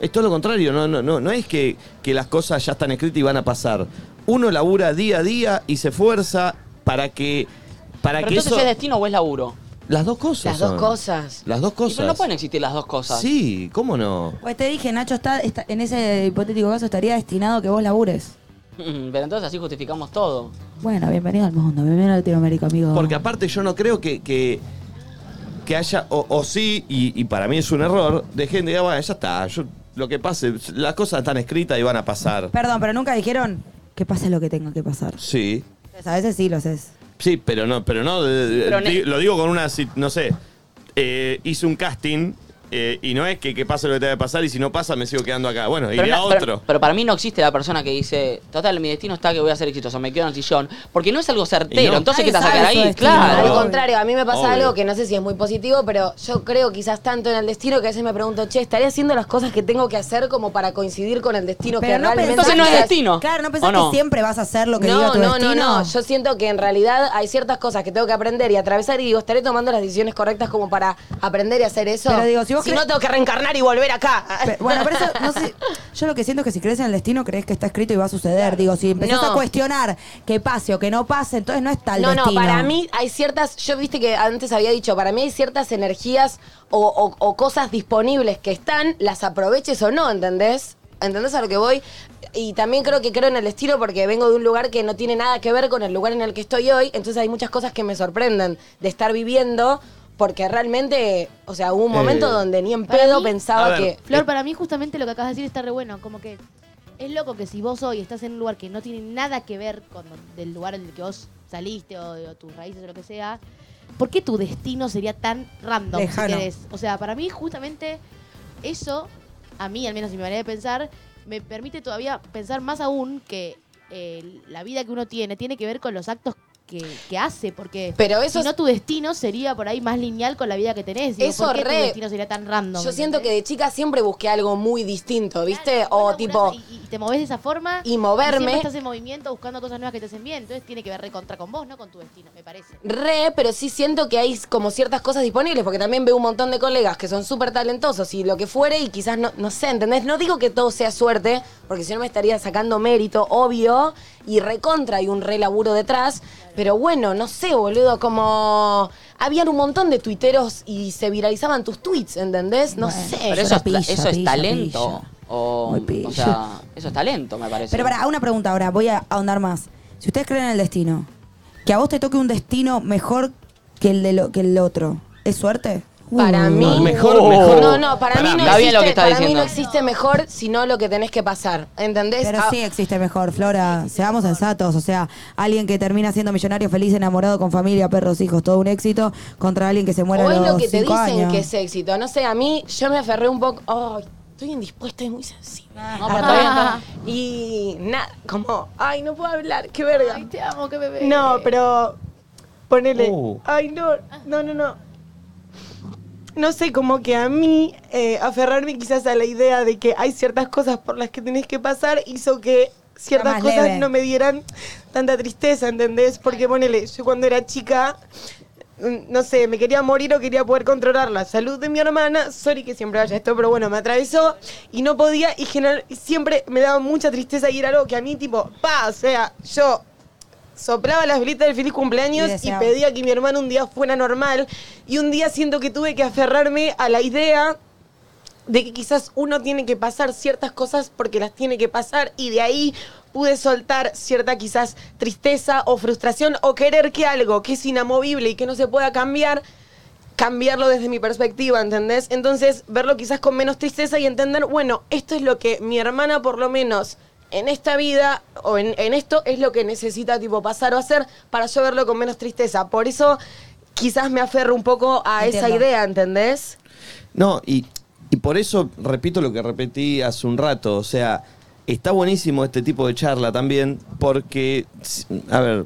Speaker 1: Es todo lo contrario. No, no, no, no es que, que las cosas ya están escritas y van a pasar. Uno labura día a día y se esfuerza para que. Para
Speaker 5: Pero
Speaker 1: que
Speaker 5: entonces
Speaker 1: eso.
Speaker 5: es destino o es laburo.
Speaker 1: Las dos cosas.
Speaker 3: Las dos
Speaker 1: son.
Speaker 3: cosas.
Speaker 1: Las dos
Speaker 5: Y
Speaker 1: cosas.
Speaker 5: pero no pueden existir las dos cosas.
Speaker 1: Sí, ¿cómo no?
Speaker 6: Pues te dije, Nacho, está, está- en ese hipotético caso estaría destinado a que vos labures.
Speaker 5: Mm, Pero entonces así justificamos todo.
Speaker 6: Bueno, bienvenido al mundo, bienvenido a Latinoamérica, amigo.
Speaker 1: Porque aparte yo no creo que, que, que haya, o, o sí, y, y para mí es un error, de gente que diga, bueno, ya está, yo, lo que pase, las cosas están escritas y van a pasar.
Speaker 6: Perdón, pero nunca dijeron que pase lo que tenga que pasar.
Speaker 1: Sí,
Speaker 6: Pues a veces sí lo haces.
Speaker 1: sí, pero no, pero no, de- de-
Speaker 5: Pero
Speaker 1: di-
Speaker 5: ne-
Speaker 1: lo digo con una, si- no sé, eh, hice un casting eh, y no es que, que pase lo que tenga que pasar y si no pasa me sigo quedando acá. Bueno, iré a
Speaker 5: no-
Speaker 1: otro.
Speaker 5: pero para mí no existe la persona que dice, total, mi destino está que voy a ser exitoso, me quedo en el sillón. Porque no es algo certero.
Speaker 1: Y no.
Speaker 5: Entonces, ¿qué te
Speaker 6: Nadie
Speaker 5: sacar
Speaker 6: sabe su
Speaker 5: ahí?
Speaker 6: destino.
Speaker 5: Claro.
Speaker 3: Al contrario, a mí me pasa
Speaker 1: Obvio.
Speaker 3: algo que no sé si es muy positivo, pero yo creo quizás tanto en el destino que a veces me pregunto, che, ¿estaré haciendo las cosas que tengo que hacer como para coincidir con el destino que
Speaker 6: Pero no
Speaker 3: realmente
Speaker 6: pensás
Speaker 5: Entonces no es
Speaker 3: quiero?
Speaker 5: destino.
Speaker 6: Claro, no
Speaker 5: ¿O
Speaker 6: pensás
Speaker 5: no?
Speaker 6: que siempre vas a hacer lo que
Speaker 3: no,
Speaker 6: diga tu
Speaker 3: no,
Speaker 6: destino.
Speaker 3: no, no. Yo siento que en realidad hay ciertas cosas que tengo que aprender y atravesar y digo, estaré tomando las decisiones correctas como para aprender y hacer eso.
Speaker 6: Pero digo, si vos crees-
Speaker 3: no tengo que reencarnar y volver acá.
Speaker 6: Pe- bueno, pero eso, no sé, yo lo que siento es que si crees en el destino, crees que está escrito y va a suceder. Digo, si empezás
Speaker 3: No.
Speaker 6: a cuestionar que pase o que no pase, entonces no es tal
Speaker 3: No, no,
Speaker 6: destino.
Speaker 3: para mí hay ciertas, yo viste que antes había dicho, para mí hay ciertas energías o, o- o cosas disponibles que están, las aproveches o no, ¿entendés? ¿Entendés a lo que voy? Y también creo que creo en el estilo porque vengo de un lugar que no tiene nada que ver con el lugar en el que estoy hoy, entonces hay muchas cosas que me sorprenden de estar viviendo porque realmente, o sea, hubo un momento
Speaker 1: Eh,
Speaker 3: donmente ni en
Speaker 4: para
Speaker 3: pedo
Speaker 4: mí-
Speaker 1: A
Speaker 3: pensaba
Speaker 1: ver,
Speaker 3: que...
Speaker 4: Flor, para mí justamente lo que acabas de decir está re bueno. Como que es loco que si vos hoy estás en un lugar que no tiene nada que ver con don- del lugar en el que vos saliste o, o tus raíces o lo que sea, ¿por qué tu destino sería tan random? si
Speaker 6: Lejano.
Speaker 4: querés? O sea, para mí justamente eso, a mí al menos en mi manera de pensar, me permite todavía pensar más aún que eh, la vida que uno tiene tiene que ver con los actos que, que hace, porque...
Speaker 3: Pero eso
Speaker 4: si
Speaker 3: es-
Speaker 4: no, tu destino sería por ahí más lineal con la vida que tenés. Digo,
Speaker 3: Eso
Speaker 4: ¿Por qué
Speaker 3: re-
Speaker 4: tu destino sería tan random?
Speaker 3: Yo siento que
Speaker 4: entendés?
Speaker 3: de chica siempre busqué algo muy distinto, ¿viste?
Speaker 4: Claro, vos
Speaker 3: o
Speaker 4: laburás
Speaker 3: tipo,
Speaker 4: y- y te moves de esa forma.
Speaker 3: Y moverme.
Speaker 4: siempre estás en movimiento buscando cosas nuevas que te hacen bien. Entonces tiene que ver recontra con vos, no con tu destino, me parece.
Speaker 3: Re, pero sí siento que hay como ciertas cosas disponibles, porque también veo un montón de colegas que son súper talentosos y lo que fuere, y quizás no, no sé, ¿entendés? No digo que todo sea suerte, porque si no me estaría sacando mérito, obvio, y recontra hay un re laburo detrás, pero bueno, no sé, boludo, como habían un montón de tuiteros y se viralizaban tus tweets, ¿entendés? No sé.
Speaker 5: Pero eso, es, ta- eso es talento. O,
Speaker 6: Muy pilla.
Speaker 5: o sea, eso es talento, me parece.
Speaker 6: Pero para, una pregunta ahora, voy a ahondar más. Si ustedes creen en el destino, que a vos te toque un destino mejor que el, de lo, que el otro, ¿es suerte?
Speaker 3: Para
Speaker 5: Mm.
Speaker 3: mí.
Speaker 6: No,
Speaker 2: mejor- mejor-
Speaker 3: No, no, para,
Speaker 2: Pará,
Speaker 3: mí, no
Speaker 5: está bien
Speaker 3: existe,
Speaker 5: lo que está
Speaker 3: para mí
Speaker 5: diciendo.
Speaker 3: no existe mejor, sino lo que tenés que pasar. ¿Entendés?
Speaker 6: Pero
Speaker 3: Ah,
Speaker 6: sí existe mejor, Flora. Seamos sensatos. O sea, alguien que termina siendo millonario, feliz, enamorado, con familia, perros, hijos, todo un éxito, contra alguien que se muere
Speaker 3: O
Speaker 6: a
Speaker 3: es
Speaker 6: los
Speaker 3: lo que te
Speaker 6: cinco
Speaker 3: dicen
Speaker 6: años.
Speaker 3: que es éxito. No sé, a mí yo me aferré un poco. Ay, estoy indispuesta y muy sensible. No, pero todavía no estaba- Y nada, como, ay, no puedo hablar, qué verga.
Speaker 4: Ay, te amo, qué bebé.
Speaker 8: No, pero ponele.
Speaker 2: Uh.
Speaker 8: Ay, no, no, no, no. No sé, como que a mí eh, aferrarme quizás a la idea de que hay ciertas cosas por las que tenés que pasar hizo que ciertas
Speaker 6: más
Speaker 8: cosas
Speaker 6: leve.
Speaker 8: no me dieran tanta tristeza, ¿entendés? Porque ponele, yo cuando era chica, mm, no sé, me quería morir o quería poder controlar la salud de mi hermana. Sorry que siempre haya esto, pero bueno, me atravesó y no podía y, general, y siempre me daba mucha tristeza y era algo que a mí tipo, pa, o sea, yo soplaba las velitas del feliz
Speaker 6: Y
Speaker 8: cumpleaños y,
Speaker 6: deseaba.
Speaker 8: pedía que mi hermano un día fuera normal. Y un día siento que tuve que aferrarme a la idea de que quizás uno tiene que pasar ciertas cosas porque las tiene que pasar y de ahí pude soltar cierta quizás tristeza o frustración o querer que algo que es inamovible y que no se pueda cambiar cambiarlo desde mi perspectiva, ¿entendés? Entonces, verlo quizás con menos tristeza y entender, bueno, esto es lo que mi hermana por lo menos en esta vida o en, en esto es lo que necesita tipo pasar o hacer para yo verlo con menos tristeza. Por eso quizás me aferro un poco a esa
Speaker 6: Entiendo.
Speaker 8: idea, ¿entendés?
Speaker 1: No, y, y por eso repito lo que repetí hace un rato. O sea, está buenísimo este tipo de charla también, porque, a ver,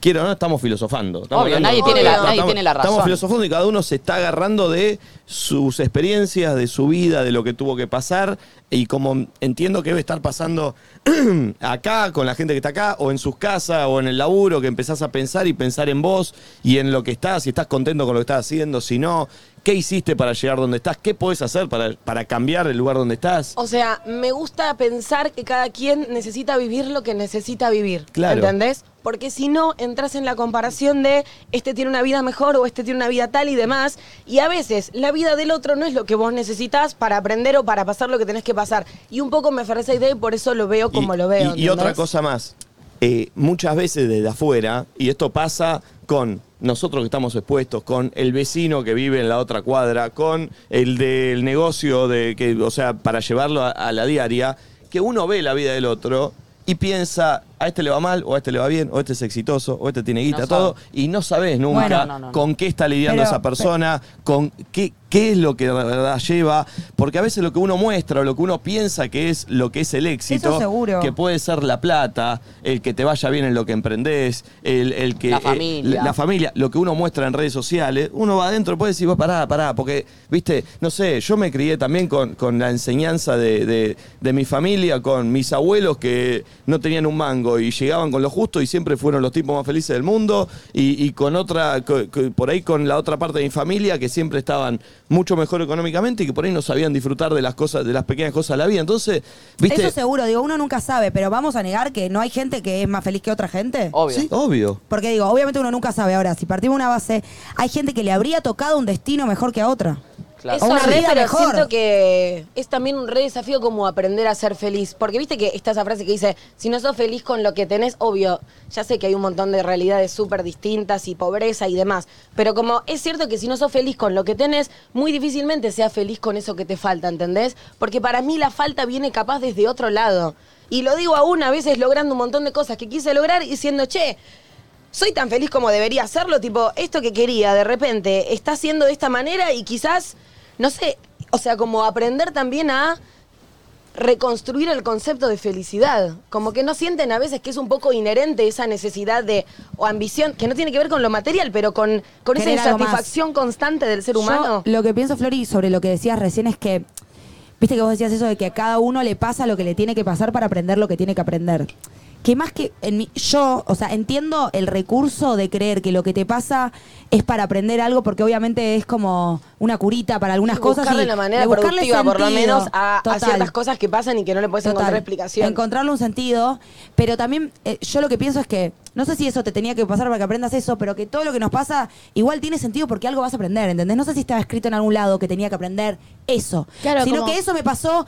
Speaker 1: quiero, no estamos filosofando. Estamos
Speaker 5: Obvio,
Speaker 1: hablando-
Speaker 5: nadie tiene la-
Speaker 1: estamos-
Speaker 5: nadie tiene la razón.
Speaker 1: Estamos filosofando y cada uno se está agarrando de sus experiencias, de su vida, de lo que tuvo que pasar. Y como entiendo que debe estar pasando acá, con la gente que está acá, o en sus casas, o en el laburo, que empezás a pensar y pensar en vos y en lo que estás, si estás contento con lo que estás haciendo, si no, qué hiciste para llegar donde estás, qué podés hacer para, para cambiar el lugar donde estás.
Speaker 3: O sea, me gusta pensar que cada quien necesita vivir lo que necesita vivir.
Speaker 1: Claro.
Speaker 3: ¿Entendés? Porque si no, entras en la comparación de este tiene una vida mejor o este tiene una vida tal y demás. Y a veces la vida del otro no es lo que vos necesitas para aprender o para pasar lo que tenés que pasar. Y un poco me aferré a esa idea y por eso lo veo como
Speaker 1: y,
Speaker 3: lo veo.
Speaker 1: y- y otra
Speaker 3: ¿entendés?
Speaker 1: cosa más. Eh, muchas veces desde afuera, y esto pasa con nosotros que estamos expuestos, con el vecino que vive en la otra cuadra, con el del negocio, de que, o sea, para llevarlo a, a la diaria, que uno ve la vida del otro y piensa, a este le va mal, o a este le va bien, o este es exitoso, o este tiene guita,
Speaker 5: No sabe.
Speaker 1: todo, y no sabes nunca
Speaker 5: Bueno, no, no, no.
Speaker 1: con qué está lidiando
Speaker 6: Pero-
Speaker 1: esa persona, con qué, qué es lo que de verdad lleva, porque a veces lo que uno muestra o lo que uno piensa que es lo que es el éxito,
Speaker 6: Eso seguro.
Speaker 1: que puede ser la plata, el que te vaya bien en lo que emprendés, el, el que.
Speaker 5: La
Speaker 1: eh,
Speaker 5: familia.
Speaker 1: la familia, lo que uno muestra en redes sociales, uno va adentro y puede decir, "Va, pará, pará, porque, viste, no sé, yo me crié también con, con la enseñanza de, de- de mi familia, con mis abuelos que no tenían un mango y llegaban con lo justo y siempre fueron los tipos más felices del mundo, y, y con otra, co- co- por ahí con la otra parte de mi familia que siempre estaban mucho mejor económicamente y que por ahí no sabían disfrutar de las cosas, de las pequeñas cosas de la vida. Entonces, viste.
Speaker 6: Eso seguro, digo, uno nunca sabe, pero vamos a negar que no hay gente que es más feliz que otra gente.
Speaker 5: Obvio.
Speaker 1: Sí, obvio.
Speaker 6: Porque digo, obviamente uno nunca sabe. Ahora, si partimos de una base, hay gente que le habría tocado un destino mejor que a otra.
Speaker 5: Claro.
Speaker 3: Eso
Speaker 6: O una
Speaker 3: re,
Speaker 6: vida
Speaker 3: pero
Speaker 6: mejor.
Speaker 3: siento que es también un re desafío como aprender a ser feliz. Porque viste que está esa frase que dice, si no sos feliz con lo que tenés, obvio, ya sé que hay un montón de realidades súper distintas y pobreza y demás. Pero como es cierto que si no sos feliz con lo que tenés, muy difícilmente seas feliz con eso que te falta, ¿entendés? Porque para mí la falta viene capaz desde otro lado. Y lo digo aún a veces logrando un montón de cosas que quise lograr y diciendo, che, soy tan feliz como debería hacerlo, tipo, esto que quería, de repente, está haciendo de esta manera y quizás, no sé, o sea, como aprender también a reconstruir el concepto de felicidad. Como que no sienten a veces que es un poco inherente esa necesidad de, o ambición, que no tiene que ver con lo material, pero con, con esa
Speaker 6: Querer algo más.
Speaker 3: insatisfacción constante del ser
Speaker 6: Yo
Speaker 3: humano.
Speaker 6: lo que pienso, Flori, sobre lo que decías recién es que Viste que vos decías eso de que a cada uno le pasa lo que le tiene que pasar para aprender lo que tiene que aprender. Que más que en mí, yo, o sea, entiendo el recurso de creer que lo que te pasa es para aprender algo, porque obviamente es como una curita para algunas cosas.
Speaker 3: Buscarle
Speaker 6: y
Speaker 3: la manera
Speaker 6: de buscarle
Speaker 3: productiva, por lo
Speaker 6: sentido.
Speaker 3: menos, a, a
Speaker 6: Total.
Speaker 3: ciertas cosas que pasan y que no le puedes encontrar
Speaker 6: Total.
Speaker 3: explicación.
Speaker 6: Encontrarle un sentido, pero también eh, yo lo que pienso es que, no sé si eso te tenía que pasar para que aprendas eso, pero que todo lo que nos pasa igual tiene sentido porque algo vas a aprender, ¿entendés? No sé si estaba escrito en algún lado que tenía que aprender eso,
Speaker 4: Claro,
Speaker 6: sino
Speaker 4: como-
Speaker 6: que eso me pasó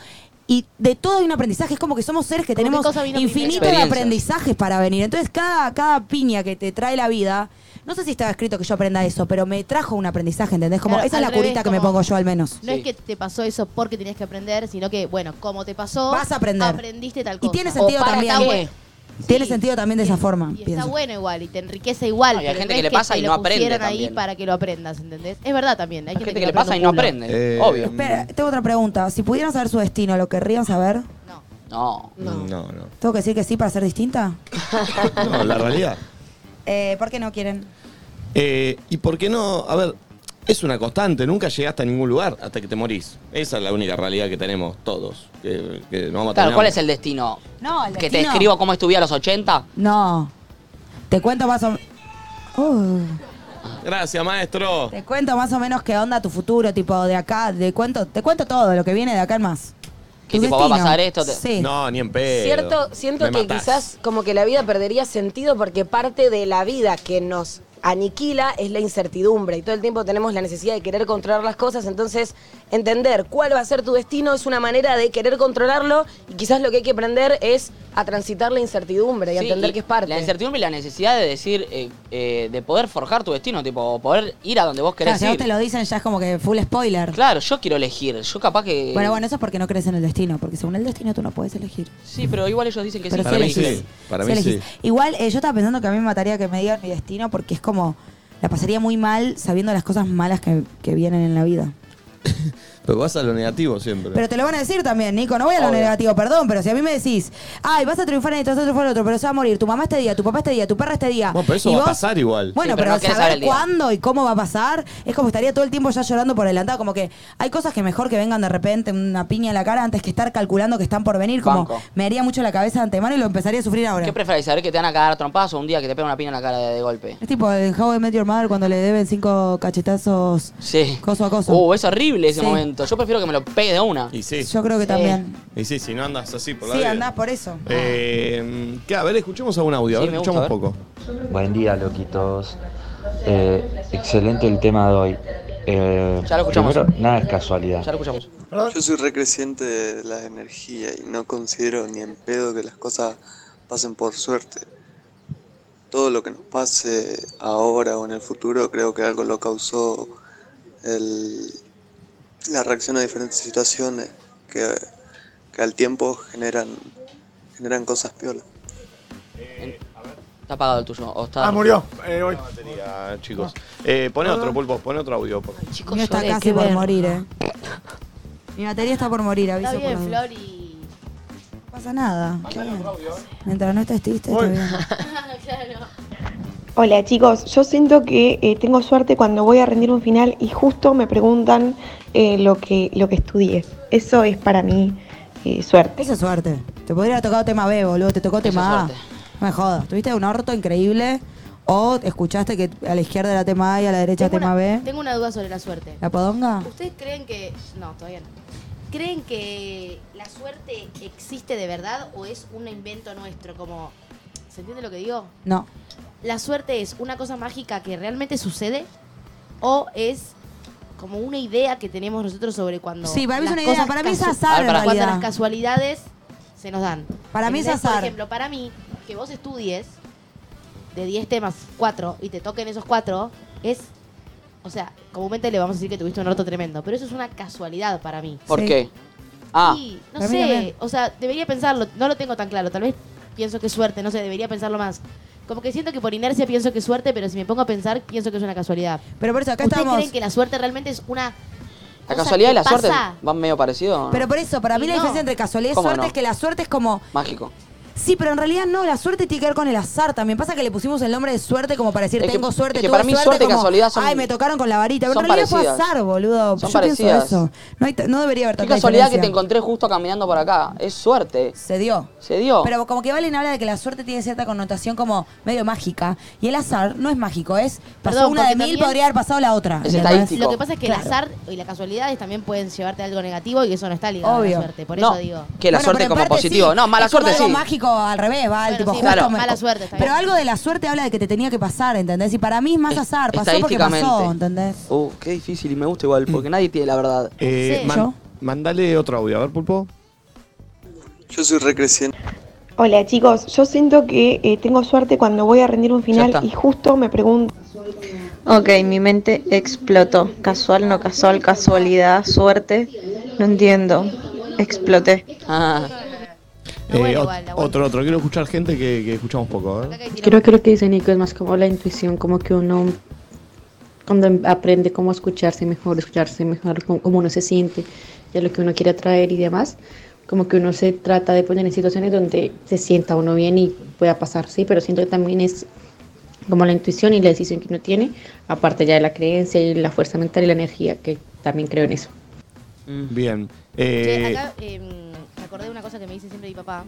Speaker 6: y de todo hay un aprendizaje, es como que somos seres que
Speaker 4: Como que
Speaker 6: tenemos
Speaker 4: cosa vino
Speaker 6: infinito de
Speaker 5: primero.
Speaker 6: aprendizajes para venir. Entonces cada, cada piña que te trae la vida... No sé si estaba escrito que yo aprenda eso, pero me trajo un aprendizaje, ¿entendés? Como
Speaker 4: Claro,
Speaker 6: esa es
Speaker 4: al
Speaker 6: la
Speaker 4: revés,
Speaker 6: curita que me
Speaker 4: como-
Speaker 6: pongo yo al menos.
Speaker 4: No es que te pasó eso porque tenías que aprender, sino que, bueno, como te pasó,
Speaker 6: Vas a aprender.
Speaker 4: aprendiste tal
Speaker 6: Y
Speaker 4: cosa.
Speaker 6: tiene sentido
Speaker 11: para
Speaker 6: también.
Speaker 11: qué. Está
Speaker 6: Tiene
Speaker 4: Sí.
Speaker 6: sentido también de esa forma,
Speaker 4: Y
Speaker 6: pienso.
Speaker 4: está bueno igual, y te enriquece igual.
Speaker 5: No, y hay
Speaker 4: pero
Speaker 5: gente
Speaker 4: es
Speaker 5: que le pasa
Speaker 4: te
Speaker 5: y
Speaker 4: lo
Speaker 5: no aprende
Speaker 4: pusieron ahí
Speaker 5: también.
Speaker 4: para que lo aprendas, ¿entendés? Es verdad también.
Speaker 5: Hay
Speaker 4: Hay
Speaker 5: gente que le
Speaker 4: lo
Speaker 5: pasa y no
Speaker 4: aprende un
Speaker 5: aprende,
Speaker 12: Eh,
Speaker 5: obvio.
Speaker 1: em,
Speaker 6: Espera, tengo otra pregunta. Si pudieran saber su destino, ¿lo querrían saber?
Speaker 4: culo.
Speaker 5: No.
Speaker 12: No, no.
Speaker 6: ¿Tengo que decir que sí para ser distinta?
Speaker 12: No, la realidad.
Speaker 6: Eh, ¿Por qué no quieren?
Speaker 1: Eh, ¿Y por qué no? A ver, es una constante, nunca llegaste a ningún lugar hasta que te morís. Esa es la única realidad que tenemos todos. Que, que no vamos a
Speaker 5: Claro,
Speaker 1: terminar.
Speaker 5: ¿cuál es el destino?
Speaker 6: No, el
Speaker 5: ¿Que te
Speaker 6: destino-
Speaker 5: escribo cómo estuve a los 80?
Speaker 6: No. Te cuento más o Oh. menos.
Speaker 1: Gracias, maestro.
Speaker 6: te cuento más o menos qué onda tu futuro, tipo de acá, te cuento, te cuento todo lo que viene de acá en más.
Speaker 5: ¿Qué
Speaker 6: Tu
Speaker 5: tipo va a
Speaker 6: destino.
Speaker 5: pasar esto? Te-
Speaker 6: Sí.
Speaker 1: No, ni en pedo.
Speaker 3: Cierto, siento
Speaker 1: Me
Speaker 3: que
Speaker 1: matás.
Speaker 3: quizás como que la vida perdería sentido porque parte de la vida que nos aniquila es la incertidumbre y todo el tiempo tenemos la necesidad de querer controlar las cosas, entonces entender cuál va a ser tu destino es una manera de querer controlarlo y quizás lo que hay que aprender es a transitar la incertidumbre y a
Speaker 5: Sí,
Speaker 3: entender
Speaker 5: y
Speaker 3: que es parte.
Speaker 5: La incertidumbre y la necesidad de decir, eh, eh, de poder forjar tu destino, tipo, poder ir a donde vos
Speaker 6: Claro,
Speaker 5: querés
Speaker 6: si a vos
Speaker 5: ir.
Speaker 6: te lo dicen ya es como que full spoiler.
Speaker 5: Claro, yo quiero elegir. Yo capaz que.
Speaker 6: Bueno, bueno, eso es porque no crees en el destino, porque según el destino tú no puedes elegir.
Speaker 5: Sí, pero igual ellos dicen que
Speaker 6: Pero
Speaker 5: sí.
Speaker 6: sí
Speaker 1: Para mí
Speaker 6: elegís.
Speaker 1: sí, para
Speaker 6: Sí
Speaker 1: mí
Speaker 6: elegís.
Speaker 1: sí.
Speaker 6: Igual eh, yo estaba pensando que a mí me mataría que me digan mi destino porque es como la pasaría muy mal sabiendo las cosas malas que, que vienen en la vida.
Speaker 12: Pero vas a lo negativo siempre.
Speaker 6: Pero te lo van a decir también, Nico. No voy a lo
Speaker 5: Obvio.
Speaker 6: negativo, perdón, pero si a mí me decís, ay, vas a triunfar en esto, vas a triunfar en otro, pero se va a morir, tu mamá este día, tu papá este día, tu perra este día.
Speaker 1: Bueno, pero eso
Speaker 6: y
Speaker 1: va a
Speaker 6: vos-
Speaker 1: pasar igual.
Speaker 6: Bueno,
Speaker 5: Sí, pero
Speaker 6: pero,
Speaker 5: no querés saber el
Speaker 6: saber
Speaker 5: día.
Speaker 6: cuándo y cómo va a pasar es como estaría todo el tiempo ya llorando por adelantado. Como que hay cosas que mejor que vengan de repente una piña en la cara antes que estar calculando que están por venir. Como
Speaker 5: Banco.
Speaker 6: me haría mucho la cabeza de antemano y lo empezaría a sufrir ahora.
Speaker 5: ¿Qué preferís? ¿Saber que te van a cagar a trompadas o un día que te pega una pina en la cara de, de golpe?
Speaker 6: Es tipo en How I Met Your Mother cuando le deben cinco cachetazos
Speaker 5: Sí.
Speaker 6: coso a coso.
Speaker 5: Uh, es horrible ese
Speaker 6: Sí.
Speaker 5: momento. Yo prefiero que me lo pegue de una.
Speaker 1: Y sí.
Speaker 6: Yo creo que también.
Speaker 1: Y sí, si no andas así por la
Speaker 6: Sí,
Speaker 1: vida.
Speaker 6: andás por eso.
Speaker 1: Eh, ¿qué? a ver, escuchemos algún audio.
Speaker 5: Sí,
Speaker 1: a ver,
Speaker 5: me gusta,
Speaker 1: escuchamos
Speaker 5: a ver.
Speaker 1: poco.
Speaker 10: Buen día, loquitos. Eh, excelente el tema de hoy. Eh,
Speaker 5: Ya lo escuchamos.
Speaker 10: primero, nada es casualidad.
Speaker 5: Ya lo escuchamos.
Speaker 13: Yo soy recreciente de la energía y no considero ni en pedo que las cosas pasen por suerte. Todo lo que nos pase ahora o en el futuro creo que algo lo causó el- la reacción a diferentes situaciones que, que al tiempo generan, generan cosas piolas.
Speaker 5: Está apagado el tuyo. O está...
Speaker 14: Ah, murió. Eh, hoy.
Speaker 1: Batería, chicos. Eh, pone otro, Pulpo, pone otro audio. por favor.
Speaker 6: El mío está
Speaker 11: lloré,
Speaker 6: casi
Speaker 11: qué
Speaker 6: por
Speaker 11: verga.
Speaker 6: morir, eh. Mi batería está por morir, aviso
Speaker 4: Está
Speaker 6: por las
Speaker 4: bien,
Speaker 6: dudas.
Speaker 4: Flor, y...
Speaker 6: No pasa nada. está bien. Mientras no estés triste, está
Speaker 14: Voy.
Speaker 6: bien.
Speaker 8: Hola chicos, yo siento que eh, tengo suerte cuando voy a rendir un final y justo me preguntan eh, lo, que, lo que estudié. Eso es para mí eh, suerte.
Speaker 6: Eso es suerte. Te podría haber tocado tema B, boludo. Te tocó tema A.
Speaker 5: suerte.
Speaker 6: No me jodas. Tuviste un orto increíble o escuchaste que a la izquierda era tema A y a la derecha
Speaker 4: Tengo
Speaker 6: tema
Speaker 4: una-
Speaker 6: B.
Speaker 4: Tengo una duda sobre la suerte.
Speaker 6: ¿La podonga?
Speaker 4: ¿Ustedes creen que.? No, todavía no. ¿Creen que la suerte existe de verdad o es un invento nuestro? Como. ¿Se entiende lo que digo?
Speaker 6: No.
Speaker 4: ¿La suerte es una cosa mágica que realmente sucede o es como una idea que tenemos nosotros sobre cuando.
Speaker 6: Sí, para mí es
Speaker 4: las
Speaker 6: una idea.
Speaker 4: cosas
Speaker 6: Para mí es
Speaker 4: casu-
Speaker 6: azar,
Speaker 5: A ver, para-
Speaker 6: en
Speaker 4: Cuando las
Speaker 6: realidad.
Speaker 4: casualidades se nos dan.
Speaker 6: Para mí es
Speaker 4: ¿Entendés?
Speaker 6: azar.
Speaker 4: Por ejemplo, para mí, que vos estudies de 10 temas 4 y te toquen esos 4 es. O sea, comúnmente le vamos a decir que tuviste un orto tremendo, pero eso es una casualidad para mí.
Speaker 5: ¿Por
Speaker 6: Sí.
Speaker 5: qué? Ah,
Speaker 4: Sí, no
Speaker 6: Para mí también.
Speaker 4: sé, o sea, debería pensarlo, no lo tengo tan claro, tal vez pienso que es suerte, no sé, debería pensarlo más. Como que siento que por inercia pienso que es suerte, pero si me pongo a pensar, pienso que es una casualidad.
Speaker 6: Pero por eso acá
Speaker 4: ¿Ustedes
Speaker 6: estamos.
Speaker 4: creen que la suerte realmente es una
Speaker 5: la
Speaker 4: cosa
Speaker 5: casualidad
Speaker 4: que
Speaker 5: y la suerte
Speaker 4: pasa?
Speaker 5: van medio parecidos.
Speaker 6: Pero por eso, para mí
Speaker 4: Y
Speaker 6: la
Speaker 4: no.
Speaker 6: diferencia entre casualidad y
Speaker 5: ¿Cómo
Speaker 6: suerte
Speaker 5: no?
Speaker 6: es que la suerte es como
Speaker 5: Mágico.
Speaker 6: Sí, pero en realidad no, la suerte tiene que ver con el azar también. Pasa que le pusimos el nombre de suerte como para decir,
Speaker 5: Es que-
Speaker 6: tengo suerte,
Speaker 5: es que
Speaker 6: tuve
Speaker 5: para mí suerte y
Speaker 6: como,
Speaker 5: casualidad son-
Speaker 6: Ay, me tocaron con la varita. Pero
Speaker 5: son
Speaker 6: en realidad
Speaker 5: parecidas.
Speaker 6: fue azar, boludo.
Speaker 5: Son
Speaker 6: Yo pienso
Speaker 5: parecidas.
Speaker 6: eso. No, hay t- no debería haber
Speaker 5: Qué
Speaker 6: tanta
Speaker 5: casualidad que te
Speaker 6: diferencia.
Speaker 5: encontré justo caminando por acá. Es suerte.
Speaker 6: Se dio.
Speaker 5: Se dio.
Speaker 6: Pero como que Valen habla de que la suerte tiene cierta connotación como medio mágica. Y el azar no es mágico, es pasó
Speaker 4: Perdón,
Speaker 6: una de
Speaker 4: porque
Speaker 6: mil,
Speaker 4: también-
Speaker 6: podría haber pasado la otra. ¿entendés?
Speaker 4: Lo que pasa es que el azar y las casualidades también pueden llevarte a algo negativo y eso no está ligado a
Speaker 6: Obvio.
Speaker 4: la suerte. Por
Speaker 5: No,
Speaker 4: eso digo.
Speaker 5: que la
Speaker 6: Bueno,
Speaker 5: suerte
Speaker 6: pero en
Speaker 5: como
Speaker 6: parte
Speaker 5: positivo.
Speaker 6: sí.
Speaker 5: No, mala
Speaker 6: Es como
Speaker 5: suerte sí.
Speaker 6: Algo mágico al revés, va el tipo
Speaker 4: sí,
Speaker 6: justo
Speaker 5: claro.
Speaker 6: me-
Speaker 4: mala suerte, está bien.
Speaker 6: Pero algo de la suerte habla de que te tenía que pasar, ¿entendés? Y para mí es más azar, pasó porque
Speaker 5: Estadísticamente.
Speaker 6: pasó, ¿entendés?
Speaker 5: Uh, qué difícil y me gusta igual,
Speaker 6: Mm.
Speaker 5: porque nadie tiene la verdad.
Speaker 1: Eh, man- mandale otro audio, a ver, Pulpo.
Speaker 15: Yo soy recreciente.
Speaker 8: Hola chicos, yo siento que eh, tengo suerte cuando voy a rendir un final
Speaker 15: está.
Speaker 8: y justo me pregunto.
Speaker 16: Ok, mi mente explotó. Casual, no casual, casualidad, suerte. No entiendo. Exploté.
Speaker 5: Ah,
Speaker 1: Eh, ot- otro, otro. Quiero escuchar gente que, que escuchamos poco. ¿eh?
Speaker 17: Creo que lo que dice Nico es más como la intuición, como que uno cuando em- aprende cómo escucharse mejor, escucharse mejor, cómo, cómo uno se siente, ya lo que uno quiere atraer y demás, como que uno se trata de poner en situaciones donde se sienta uno bien y pueda pasar, sí, pero siento que también es como la intuición y la decisión que uno tiene, aparte ya de la creencia y la fuerza mental y la energía, que también creo en eso.
Speaker 6: Mm.
Speaker 1: Bien.
Speaker 4: Che,
Speaker 1: Eh,
Speaker 4: acá eh, me acordé de una cosa que me dice siempre mi papá,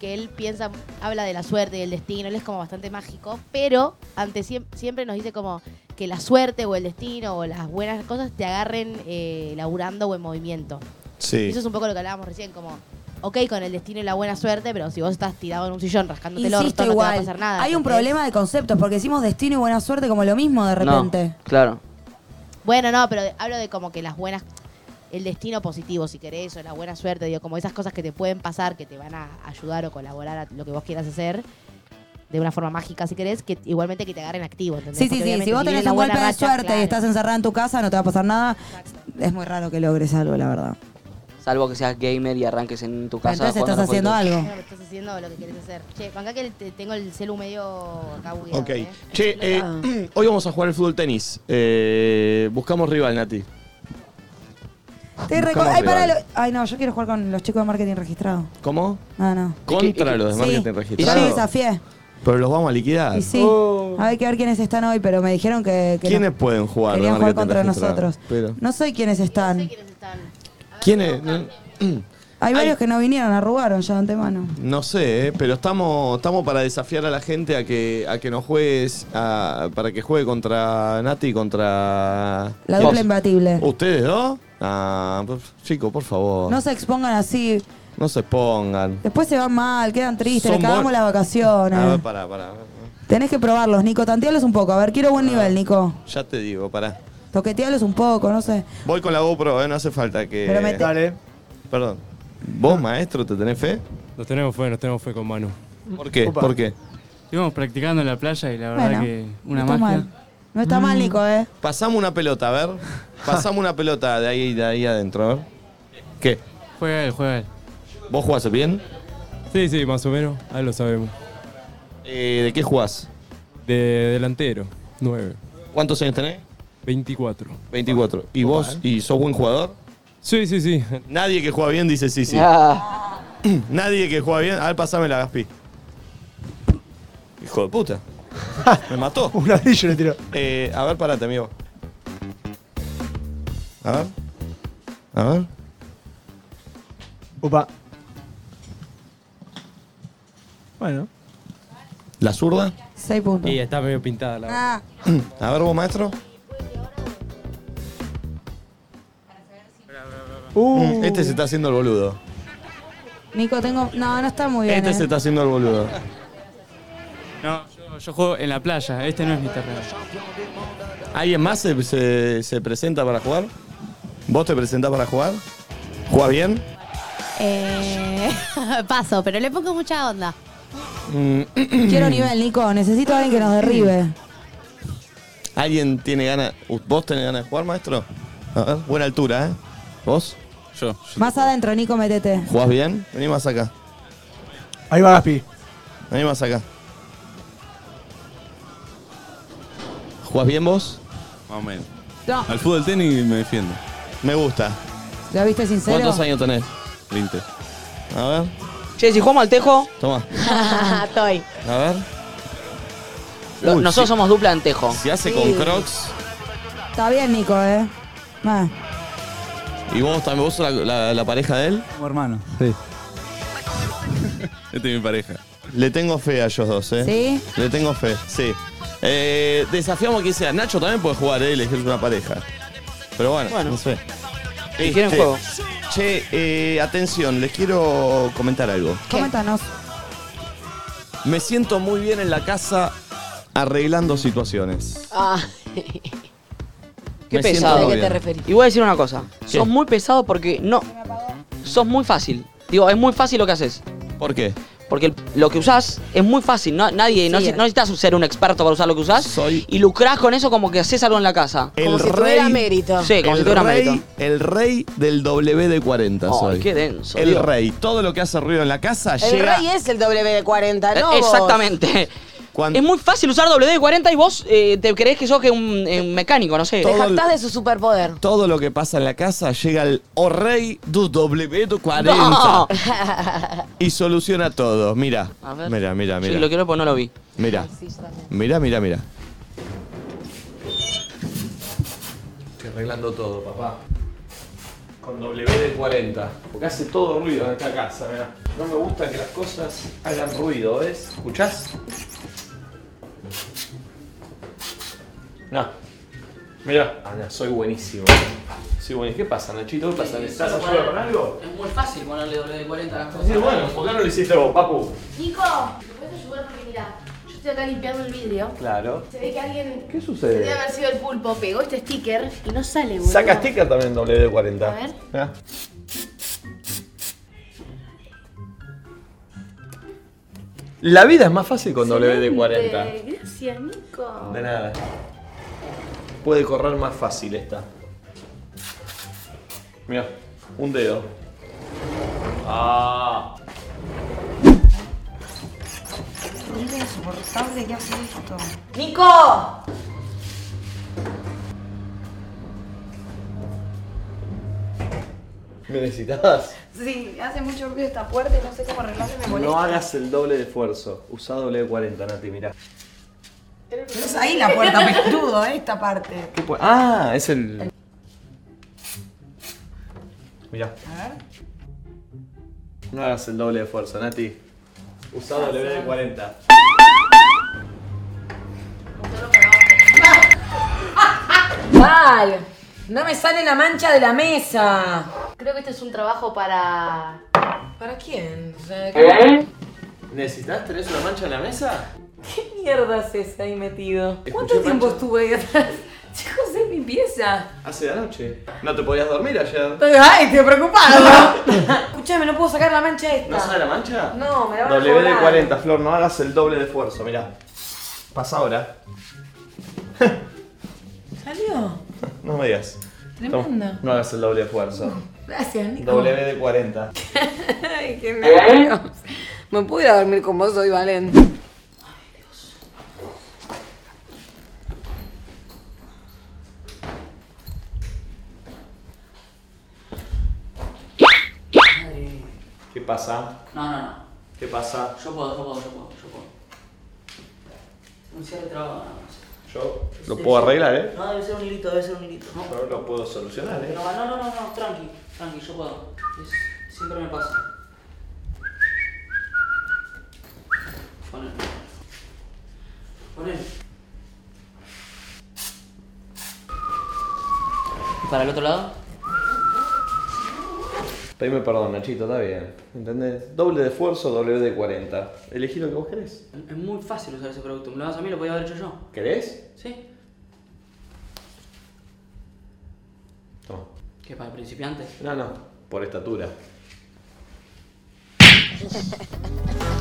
Speaker 4: que él piensa, habla de la suerte, del destino, él es como bastante mágico, pero ante siem- siempre nos dice como que la suerte o el destino o las buenas cosas te agarren eh, laburando o en movimiento.
Speaker 1: Sí.
Speaker 4: Eso es un poco lo que hablábamos recién, como, ok, con el destino y la buena suerte, pero si vos estás tirado en un sillón rascándote el orto,
Speaker 6: Insisto
Speaker 4: no te va a
Speaker 6: igual,
Speaker 4: pasar nada.
Speaker 6: hay un
Speaker 4: ¿entendés?
Speaker 6: problema de conceptos, porque decimos destino y buena suerte como lo mismo de repente.
Speaker 5: No, claro.
Speaker 4: Bueno, no, pero de- hablo de como que las buenas, el destino positivo, si querés, o la buena suerte, digo, como esas cosas que te pueden pasar, que te van a ayudar o colaborar a lo que vos quieras hacer, de una forma mágica, si querés, que igualmente que te agarren activo, ¿entendés?
Speaker 6: Sí, sí,
Speaker 4: Porque
Speaker 6: sí.
Speaker 4: obviamente
Speaker 6: Si vos
Speaker 4: viene
Speaker 6: tenés
Speaker 4: la
Speaker 6: un
Speaker 4: buena
Speaker 6: golpe de
Speaker 4: racha,
Speaker 6: suerte
Speaker 4: claro.
Speaker 6: y estás encerrada en tu casa, no te va a pasar nada. Es muy raro que logres algo, la verdad.
Speaker 5: Salvo que seas gamer y arranques en tu casa.
Speaker 6: Entonces
Speaker 5: jugando
Speaker 6: estás
Speaker 5: a los
Speaker 6: haciendo
Speaker 5: juegos.
Speaker 6: algo.
Speaker 4: Claro, estás haciendo lo que querés hacer. Che, acá que te- tengo el celu medio acá bugueado,
Speaker 1: ok.
Speaker 4: ¿eh?
Speaker 1: Che, eh,
Speaker 6: Ah.
Speaker 1: hoy vamos a jugar el fútbol tenis. Eh, buscamos rival, Nati.
Speaker 6: Te reco-
Speaker 1: Buscamos
Speaker 6: Ay, pará,
Speaker 1: rival.
Speaker 6: lo- Ay, no, yo quiero jugar con los chicos de marketing registrado.
Speaker 1: ¿Cómo?
Speaker 6: Ah, no.
Speaker 1: Contra los de marketing
Speaker 6: Yo los
Speaker 1: registrados.
Speaker 6: desafié.
Speaker 1: Pero los vamos a liquidar.
Speaker 6: Y sí.
Speaker 4: Oh.
Speaker 6: A ver, que ver quiénes están hoy, pero me dijeron que. que
Speaker 1: ¿Quiénes
Speaker 6: no.
Speaker 1: pueden jugar? de
Speaker 6: Querían jugar
Speaker 1: marketing
Speaker 6: contra
Speaker 1: registrado?
Speaker 6: nosotros.
Speaker 1: Pero-
Speaker 6: No sé quiénes están.
Speaker 1: ¿Quiénes? No,
Speaker 6: Hay varios que no vinieron, arrugaron ya de antemano.
Speaker 1: no sé, eh, pero estamos, estamos para desafiar a la gente a que, a que nos juegues, a- para que juegue contra Nati y contra...
Speaker 6: La
Speaker 1: ¿Quién?
Speaker 6: dupla imbatible.
Speaker 1: ¿Ustedes dos? Ah, por- chicos, por favor.
Speaker 6: No se expongan así.
Speaker 1: No se pongan.
Speaker 6: Después se van mal, quedan tristes,
Speaker 1: Son Ah,
Speaker 6: les cagamos
Speaker 1: bon-
Speaker 6: las vacaciones.
Speaker 1: A ver, pará, pará.
Speaker 6: Tenés que probarlos, Nico. Tantealos un poco. A ver, quiero
Speaker 1: Ah.
Speaker 6: buen nivel, Nico.
Speaker 1: Ya te digo, pará.
Speaker 6: Toquetealos un poco, no sé.
Speaker 1: Voy con la GoPro, eh, no hace falta que...
Speaker 6: Pero mete-
Speaker 1: Dale. Perdón. ¿Vos, maestro, te tenés fe?
Speaker 13: Nos tenemos fe, nos tenemos fe con Manu.
Speaker 1: ¿Por qué?
Speaker 13: Opa.
Speaker 1: ¿Por qué?
Speaker 13: Estuvimos practicando en la playa y la verdad
Speaker 6: Bueno,
Speaker 13: que una
Speaker 6: no está
Speaker 13: magia. Mm.
Speaker 6: mal. No está mal, Nico, ¿eh?
Speaker 1: Pasamos una pelota, a ver. Pasamos una pelota de ahí, de ahí adentro, a ver. ¿Qué?
Speaker 13: Juega él, juega él.
Speaker 1: ¿Vos jugás bien?
Speaker 13: Sí, sí, más o menos, ahí lo sabemos.
Speaker 1: Eh, ¿De qué jugás?
Speaker 13: De delantero, 9.
Speaker 1: ¿Cuántos años tenés?
Speaker 13: 24.
Speaker 1: 24. ¿Y
Speaker 13: eh.
Speaker 1: vos? ¿Y sos buen jugador?
Speaker 13: Sí, sí, sí.
Speaker 1: Nadie que juega bien dice sí, sí.
Speaker 5: Ah.
Speaker 1: Nadie que juega bien. A ver, pasame la Gaspi. Hijo de puta. Me mató. Un ladrillo le tiró. a ver, parate, amigo. A ver. A ver.
Speaker 18: Opa. Bueno.
Speaker 1: ¿La zurda?
Speaker 6: Seis puntos.
Speaker 13: Y está medio pintada la
Speaker 6: Ah,
Speaker 1: A ver, vos, maestro. Mm, Este se está haciendo el boludo.
Speaker 6: Nico, tengo. No, no está muy bien.
Speaker 1: Este
Speaker 6: ¿eh?
Speaker 1: se está haciendo el boludo.
Speaker 13: No, yo, yo juego en la playa, este no es mi terreno.
Speaker 1: ¿Alguien más se, se- se presenta para jugar? ¿Vos te presentás para jugar? ¿Jugás bien?
Speaker 19: Eh, paso, pero le pongo mucha onda.
Speaker 1: Mm.
Speaker 6: Quiero nivel, Nico. Necesito a alguien que nos derribe.
Speaker 1: ¿Alguien tiene ganas? ¿Vos tenés ganas de jugar, maestro? A ver, buena altura, ¿eh? ¿Vos? Yo.
Speaker 6: Más adentro, Nico, métete.
Speaker 1: ¿Jugás bien? Vení más acá.
Speaker 18: Ahí va Gaspi.
Speaker 1: Vení más acá. ¿Jugás bien vos?
Speaker 7: Más o menos.
Speaker 6: No.
Speaker 7: Al fútbol tenis me defiendo.
Speaker 1: Me gusta.
Speaker 6: ¿La viste sincero?
Speaker 1: ¿Cuántos años tenés?
Speaker 7: 20.
Speaker 1: A ver.
Speaker 5: Che, si jugamos al tejo,
Speaker 13: Toma.
Speaker 20: Estoy.
Speaker 13: A ver.
Speaker 5: lo-
Speaker 13: Uy,
Speaker 5: nosotros
Speaker 13: sí.
Speaker 5: somos dupla en tejo.
Speaker 13: Si hace
Speaker 21: Sí.
Speaker 13: con Crocs
Speaker 21: Está bien, Nico, ¿eh? Ah.
Speaker 13: y vos también, vos sos la, la- la pareja de él.
Speaker 22: Como hermano.
Speaker 13: Sí. Este
Speaker 23: Esta es mi pareja.
Speaker 13: Le tengo fe a ellos dos, ¿eh?
Speaker 23: ¿Sí?
Speaker 13: Le tengo fe, sí. Eh, desafiamos que sea. Nacho también puede jugar, ¿eh? Elegir una pareja. Pero bueno,
Speaker 5: Bueno.
Speaker 13: no sé.
Speaker 5: Si quieren
Speaker 13: Che,
Speaker 5: juego.
Speaker 13: Che, eh, atención, les quiero comentar algo.
Speaker 21: Coméntanos.
Speaker 13: Me siento muy bien en la casa arreglando situaciones.
Speaker 8: Ah,
Speaker 5: Qué
Speaker 13: Me siento
Speaker 5: pesado.
Speaker 13: muy bien.
Speaker 5: Y voy a decir una cosa.
Speaker 13: ¿Qué?
Speaker 5: Sos muy pesado porque no. Sos muy fácil. Digo, es muy fácil lo que haces.
Speaker 13: ¿Por qué?
Speaker 5: Porque el- lo que usás es muy fácil. No, nadie, no,
Speaker 13: Sí,
Speaker 5: si-
Speaker 13: es.
Speaker 5: no necesitas ser un experto para usar lo que usás. Y lucrás con eso como que haces algo en la casa.
Speaker 13: Como El si tuviera rey- mérito.
Speaker 5: Sí, como
Speaker 13: el
Speaker 5: si tuviera
Speaker 13: rey,
Speaker 5: mérito.
Speaker 13: El rey del W de 40
Speaker 5: Ay,
Speaker 13: soy.
Speaker 5: qué denso,
Speaker 13: El
Speaker 5: Dios.
Speaker 13: rey. Todo lo que hace ruido en la casa
Speaker 3: El
Speaker 13: llega.
Speaker 3: rey es el W40, ¿no?
Speaker 5: Eh,
Speaker 3: vos?
Speaker 5: Exactamente.
Speaker 13: Cuando-
Speaker 5: Es muy fácil usar WD-40 y vos eh, te crees que sos que un eh, un mecánico, no sé.
Speaker 13: Te Todo el- jactás
Speaker 5: de su superpoder.
Speaker 13: Todo lo que pasa en la casa llega el o rey del W de 40.
Speaker 5: No.
Speaker 13: Y soluciona todo. Mira.
Speaker 5: A ver.
Speaker 13: Mira, mira,
Speaker 5: Sí,
Speaker 13: mira.
Speaker 5: lo quiero, pero no lo vi.
Speaker 13: Mira. Mira, mira, mira.
Speaker 1: Estoy arreglando todo, papá. Con W de 40. Porque hace todo ruido en esta casa, mirá. No me gusta que las cosas hagan ruido, ¿ves? ¿Escuchás? No. Mirá. Ah, no, soy buenísimo. Soy buenísimo. ¿Qué pasa, Nachito? ¿Qué pasa? ¿Estás ayudando con algo?
Speaker 5: Es muy fácil ponerle WD-40 a las
Speaker 1: Sí, bueno, ¿por qué no lo hiciste vos, papu?
Speaker 4: Nico, ¿me puedes ayudar? Porque mirá, yo estoy acá limpiando el vidrio.
Speaker 1: Claro.
Speaker 4: Se ve que alguien.
Speaker 1: ¿Qué sucede?
Speaker 4: Debe haber sido el pulpo, pegó este sticker y no sale, boludo.
Speaker 1: Saca sticker también W de 40.
Speaker 4: A ver.
Speaker 1: Mirá. La vida es más fácil con W de 40.
Speaker 4: Eh, Gracias, Nico.
Speaker 1: De nada. Puede correr más fácil esta. Mira, un dedo. Ah.
Speaker 6: Es insoportable que hace esto.
Speaker 8: ¡Nico!
Speaker 1: ¿Me necesitabas?
Speaker 6: Sí, hace mucho ruido esta puerta y no sé cómo arreglarla me
Speaker 1: No hagas el doble de esfuerzo. Usa doble de 40, Nati, mirá.
Speaker 6: Es ahí la puerta, peludo, eh, esta parte.
Speaker 1: ¿Qué pu- Ah, es el. Mirá. No hagas el doble de esfuerzo, Nati. Usa doble de 40.
Speaker 8: ¡Val! No me sale la mancha de la mesa.
Speaker 4: Creo que este es un trabajo para.
Speaker 8: ¿Para quién? O sea,
Speaker 1: ¿Eh? ¿Necesitas? ¿Tenés una mancha en la mesa?
Speaker 8: ¿Qué mierda es esa ahí metido?
Speaker 1: ¿Cuánto tiempo
Speaker 8: estuve ahí atrás? Chicos, es mi pieza.
Speaker 1: Hace la noche. No te podías dormir ayer.
Speaker 8: Ay, estoy preocupado. Escúchame, no puedo sacar la mancha esta.
Speaker 1: ¿No sale la mancha?
Speaker 8: No, me la van a
Speaker 1: W de
Speaker 8: cobrar.
Speaker 1: 40, Flor, no hagas el doble de esfuerzo, mirá. Pasa ahora.
Speaker 8: ¿Salió?
Speaker 1: No me digas. Toma.
Speaker 8: Tremendo.
Speaker 1: No hagas el doble de esfuerzo.
Speaker 8: Gracias, Nico.
Speaker 1: W de 40.
Speaker 8: Ay, qué nervios. Me puedo ir a dormir con vos hoy, Valen.
Speaker 1: ¿Qué pasa?
Speaker 5: No, no, no.
Speaker 1: ¿Qué pasa?
Speaker 5: Yo puedo, yo puedo, yo puedo, yo puedo. Un cierre trabado nada más.
Speaker 1: Yo lo puedo arreglar, ¿eh?
Speaker 5: No, debe ser un hilito, debe ser un hilito. No,
Speaker 1: Pero lo puedo solucionar, ¿eh?
Speaker 5: no, no, no, no, tranqui, tranqui, yo puedo. Es- siempre me pasa. Ponen. Ponen. ¿Para el otro lado?
Speaker 1: Pedime perdón, Nachito, está bien. ¿Entendés? Doble de esfuerzo, W de 40. Elegí lo que vos querés.
Speaker 5: Es muy fácil usar ese producto. Me lo das a mí, lo podía haber hecho yo.
Speaker 1: ¿Querés?
Speaker 5: Sí.
Speaker 1: Toma.
Speaker 5: ¿Qué, para principiantes?
Speaker 1: No, no. Por estatura.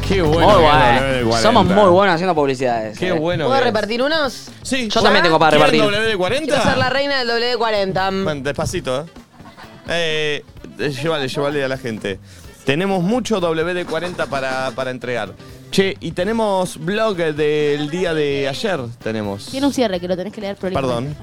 Speaker 13: Qué
Speaker 5: muy
Speaker 13: bueno. que era W de
Speaker 5: bueno. eh.
Speaker 13: 40.
Speaker 5: Somos muy buenos haciendo publicidades.
Speaker 13: Qué
Speaker 5: eh.
Speaker 13: bueno.
Speaker 3: ¿Puedo
Speaker 13: que es.
Speaker 3: repartir unos?
Speaker 13: Sí.
Speaker 5: Yo también tengo para
Speaker 13: ¿Quieren
Speaker 5: repartir.
Speaker 13: W de
Speaker 1: Ah.
Speaker 13: 40?
Speaker 3: Quiero ser la reina del W40.
Speaker 13: Bueno, despacito, ¿eh? Eh, eh, llévale, llévale a la gente. Tenemos mucho WD40 para, para entregar. Che, y tenemos blog del día de ayer. Tenemos.
Speaker 4: Tiene un cierre que lo tenés que leer, pero.
Speaker 13: Perdón.